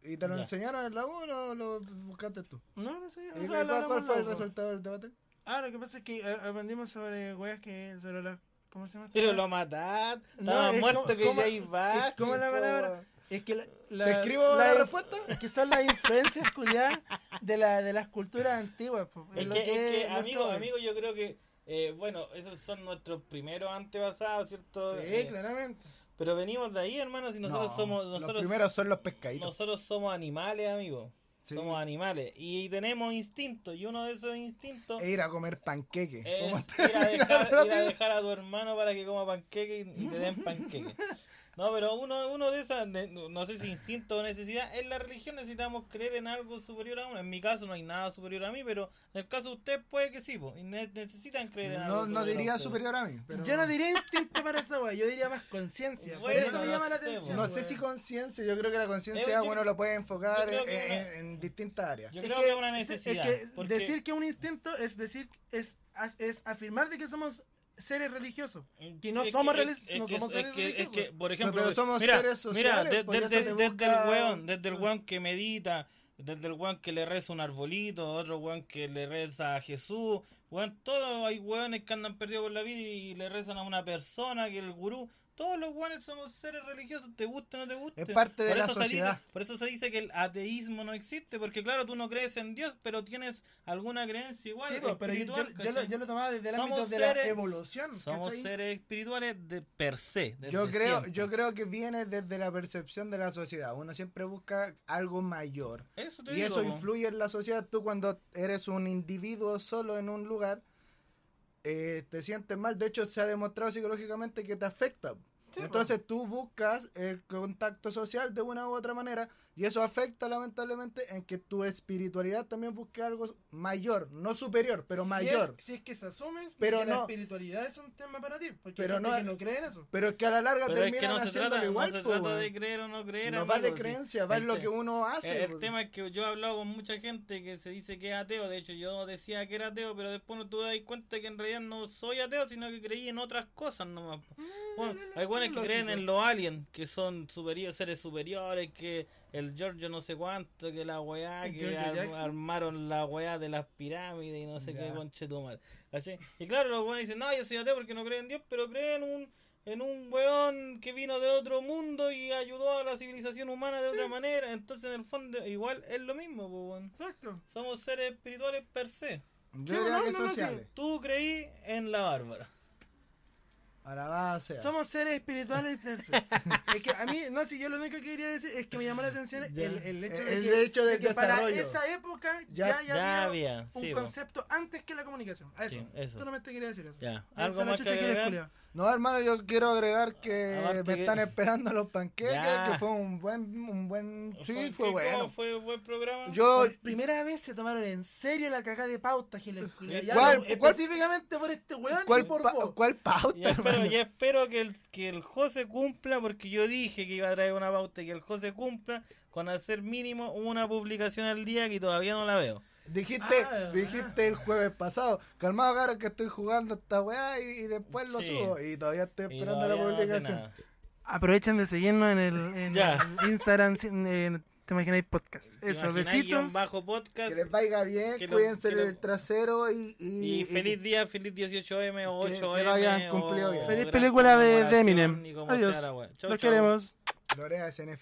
Speaker 3: ¿Y te lo
Speaker 1: Ya.
Speaker 3: enseñaron en la U o lo, lo buscaste tú?
Speaker 2: No, no sé. o
Speaker 3: ¿Y
Speaker 2: sea,
Speaker 3: cuál,
Speaker 2: lo
Speaker 3: cuál
Speaker 2: hablamos
Speaker 3: fue el
Speaker 2: luego.
Speaker 3: resultado del debate?
Speaker 2: Ah, lo que pasa es que eh, aprendimos sobre weas que. sobre las
Speaker 6: ¿Cómo se llama?
Speaker 1: Pero lo mataste.
Speaker 6: No,
Speaker 1: Estaba
Speaker 6: es
Speaker 1: muerto
Speaker 6: como-
Speaker 1: que
Speaker 6: como-
Speaker 1: ya iba.
Speaker 6: es como la palabra. Es que la, la-
Speaker 3: ¿Te escribo
Speaker 6: la-
Speaker 3: la respuesta?
Speaker 6: es que son las influencias culiadas de, la, de las culturas antiguas. po.
Speaker 1: Es
Speaker 6: lo
Speaker 1: que, es que,
Speaker 6: nuestro
Speaker 1: amigo,
Speaker 6: hoy.
Speaker 1: amigo, yo creo que, eh, bueno, esos son nuestros primeros antepasados, ¿cierto?
Speaker 2: Sí,
Speaker 1: Eh,
Speaker 2: claramente.
Speaker 1: Pero venimos de ahí, hermano, si nosotros
Speaker 3: No,
Speaker 1: somos,
Speaker 3: Los
Speaker 1: nosotros,
Speaker 3: primeros son los pescaditos.
Speaker 1: nosotros somos animales, amigo.
Speaker 3: Sí.
Speaker 1: Somos animales. Y tenemos instintos, y uno de esos instintos
Speaker 3: E ir a comer panqueque. ¿Cómo
Speaker 1: es
Speaker 3: te-
Speaker 1: ir a, dejar, ir a
Speaker 3: rápido?
Speaker 1: dejar a tu hermano para que coma panqueque y, y te den panqueque. No, pero uno, uno de esas, de- no sé si instinto o necesidad, en la religión necesitamos creer en algo superior a uno. En mi caso no hay nada superior a mí, pero en el caso de usted puede que sí, po, y ne- necesitan creer en algo
Speaker 3: No, no diría
Speaker 1: a ustedes.
Speaker 3: superior a mí. pero-
Speaker 6: Yo no diría instinto para esa weá, yo diría más conciencia. Por
Speaker 1: Bueno,
Speaker 6: eso me
Speaker 1: no
Speaker 6: llama la
Speaker 1: sé,
Speaker 6: atención.
Speaker 3: No
Speaker 1: weón.
Speaker 3: sé si conciencia, yo creo que la
Speaker 1: Eh,
Speaker 3: conciencia
Speaker 1: yo-
Speaker 3: bueno lo puede
Speaker 1: yo
Speaker 3: enfocar
Speaker 1: creo
Speaker 3: en,
Speaker 1: que una-
Speaker 3: en- en distintas áreas.
Speaker 1: Yo
Speaker 6: Es
Speaker 1: creo
Speaker 6: que-
Speaker 1: que es una
Speaker 6: es- es que
Speaker 1: necesidad. porque-
Speaker 6: Decir que un instinto es decir, es, es afirmar de que somos seres religiosos. que no
Speaker 1: Eh, Sí, es
Speaker 6: somos
Speaker 1: es-
Speaker 6: reali-
Speaker 1: es
Speaker 6: no
Speaker 1: que-
Speaker 6: somos
Speaker 1: es eh,
Speaker 6: seres pues.
Speaker 1: que- es
Speaker 6: religiosos.
Speaker 1: que, por
Speaker 3: O sea,
Speaker 1: ejemplo,
Speaker 3: pero somos
Speaker 1: mira,
Speaker 3: seres
Speaker 1: mira,
Speaker 3: sociales,
Speaker 1: de-
Speaker 3: pues, ya
Speaker 1: desde,
Speaker 3: se le
Speaker 1: desde
Speaker 3: busca-
Speaker 1: el weón, desde el weón que medita, desde el weón que le reza un arbolito, otro weón que le reza a Jesús, weón, todos hay weones que andan perdidos por la vida y le rezan a una persona, que el gurú, todos los weones somos seres religiosos, te guste o no te guste.
Speaker 3: Es parte de
Speaker 1: Por
Speaker 3: la
Speaker 1: eso, se dice,
Speaker 3: sociedad.
Speaker 1: por eso se dice que el ateísmo no existe, porque claro, tú no crees en Dios, pero tienes alguna creencia igual.
Speaker 6: Sí, po, pero yo,
Speaker 1: espiritual,
Speaker 6: yo- yo lo,
Speaker 1: ¿cachai?
Speaker 6: yo lo tomaba desde el
Speaker 1: Somos
Speaker 6: ámbito de
Speaker 1: seres-
Speaker 6: la evolución.
Speaker 1: Somos
Speaker 6: ¿cachai?
Speaker 1: seres espirituales de per se. desde
Speaker 3: Yo creo,
Speaker 1: siempre.
Speaker 3: yo creo que viene desde la percepción de la sociedad. Uno siempre busca algo mayor.
Speaker 1: Eso te
Speaker 3: Y
Speaker 1: digo, po.
Speaker 3: eso influye en la sociedad. Tú cuando eres un individuo solo en un lugar, eh, te sientes mal. De hecho, se ha demostrado psicológicamente que te afecta.
Speaker 1: pues.
Speaker 3: Entonces tú buscas el contacto social de una u otra manera y eso afecta lamentablemente en que tu espiritualidad también busque algo mayor, no superior, pero
Speaker 6: Si
Speaker 3: mayor.
Speaker 6: es- Si es, que se asumes
Speaker 3: Pero
Speaker 6: que la
Speaker 3: no-
Speaker 6: espiritualidad es un tema para ti, porque
Speaker 3: Pero
Speaker 6: hay gente
Speaker 3: no-
Speaker 6: que no cree en eso.
Speaker 3: Pero es que a la larga
Speaker 1: Pero es que
Speaker 3: terminan
Speaker 1: no se
Speaker 3: haciéndolo
Speaker 1: trata,
Speaker 3: igual.
Speaker 1: no se
Speaker 3: po,
Speaker 1: trata
Speaker 3: weón.
Speaker 1: de creer o no creer.
Speaker 3: no
Speaker 1: amigo,
Speaker 3: va de
Speaker 1: sí.
Speaker 3: creencia, va en
Speaker 1: El
Speaker 3: lo
Speaker 1: te-
Speaker 3: que uno hace.
Speaker 1: El, el
Speaker 3: po.
Speaker 1: tema es que yo he hablado con mucha gente que se dice que es ateo. De hecho, yo decía que era ateo, pero después no te das cuenta que en realidad no soy ateo, sino que creí en otras cosas nomás. po. Bueno, hay buenos que creen en los aliens, que son superiores, seres superiores, que el Giorgio no sé cuánto, que la weá,
Speaker 6: El
Speaker 1: que
Speaker 6: Giorgio
Speaker 1: ar-
Speaker 6: Jackson.
Speaker 1: armaron la weá de las pirámides y no sé qué
Speaker 3: Ya.
Speaker 1: conchetumar. ¿Cachai? Y claro, los weones dicen, no, yo soy ateo porque no creen en Dios, pero creen en un, en un weón que vino de otro mundo y ayudó a la civilización humana de otra manera. Entonces, en el fondo, igual es lo mismo, po, weón.
Speaker 6: Exacto.
Speaker 1: Somos seres espirituales per se.
Speaker 3: Yo
Speaker 6: Sí,
Speaker 3: diría
Speaker 6: no,
Speaker 3: que
Speaker 6: no, no, sí.
Speaker 3: sociales.
Speaker 1: Tú creí en la Bárbara.
Speaker 3: Ahora va a ser.
Speaker 6: Somos seres espirituales del ser. Es que a mí, no, si yo lo único que quería decir es que me llamó la atención el,
Speaker 1: Ya.
Speaker 6: el hecho de
Speaker 3: El
Speaker 6: que,
Speaker 3: hecho del
Speaker 6: para
Speaker 3: desarrollo.
Speaker 6: esa época
Speaker 3: Ya-
Speaker 6: ya,
Speaker 1: Ya
Speaker 6: ya había
Speaker 1: había,
Speaker 6: un
Speaker 1: sí, po.
Speaker 6: concepto antes que la comunicación. A Eso,
Speaker 1: Sí, eso.
Speaker 6: solamente quería decir eso.
Speaker 1: Ya,
Speaker 6: Esa
Speaker 1: algo
Speaker 6: es la
Speaker 1: más que
Speaker 6: chucha eres,
Speaker 1: agregar.
Speaker 6: culiao.
Speaker 3: No, hermano, yo quiero agregar
Speaker 1: A-
Speaker 3: que
Speaker 1: aparte
Speaker 3: me
Speaker 1: que-
Speaker 3: están esperando los panqueques,
Speaker 1: Ya.
Speaker 3: que fue un buen, un buen, sí,
Speaker 1: ¿Con
Speaker 3: fue
Speaker 1: qué?
Speaker 3: bueno.
Speaker 1: ¿Cómo fue buen programa?
Speaker 3: Yo,
Speaker 6: Por primera vez se tomaron en serio la cagada de pauta, Giles. culiao. Ya
Speaker 3: ¿Cuál-
Speaker 6: lo-
Speaker 3: cuál-
Speaker 6: específicamente por este weón.
Speaker 3: ¿cuál,
Speaker 6: por
Speaker 3: pa-
Speaker 6: vos.
Speaker 3: cuál pauta,
Speaker 1: Ya espero,
Speaker 3: hermano?
Speaker 1: ya espero que, el, que el José cumpla, porque yo dije que iba a traer una pauta y que el José cumpla con hacer mínimo una publicación al día que todavía no la veo.
Speaker 3: Dijiste,
Speaker 6: Ah, ¿verdad?
Speaker 3: dijiste el jueves pasado, calmado, cara, que estoy jugando esta weá y, y después lo
Speaker 1: Sí.
Speaker 3: subo. Y todavía estoy
Speaker 1: Y
Speaker 3: esperando la
Speaker 1: todavía no hace
Speaker 3: publicación.
Speaker 1: nada.
Speaker 2: Aprovechen de seguirnos en el en
Speaker 1: Ya.
Speaker 2: el Instagram, sin- en eh, Te Imagináis Podcast.
Speaker 1: ¿Te
Speaker 2: Eso,
Speaker 1: imagináis? Guión
Speaker 2: besitos.
Speaker 1: bajo podcast.
Speaker 3: que les vaya bien,
Speaker 1: que lo-
Speaker 3: cuídense
Speaker 1: que lo-
Speaker 3: el trasero y, y,
Speaker 1: Y feliz día, feliz 18M, 8M.
Speaker 3: que lo hayan cumplido bien.
Speaker 2: Feliz película de- de Eminem. Adiós.
Speaker 1: Los
Speaker 2: Los queremos.
Speaker 3: Lorea SNF.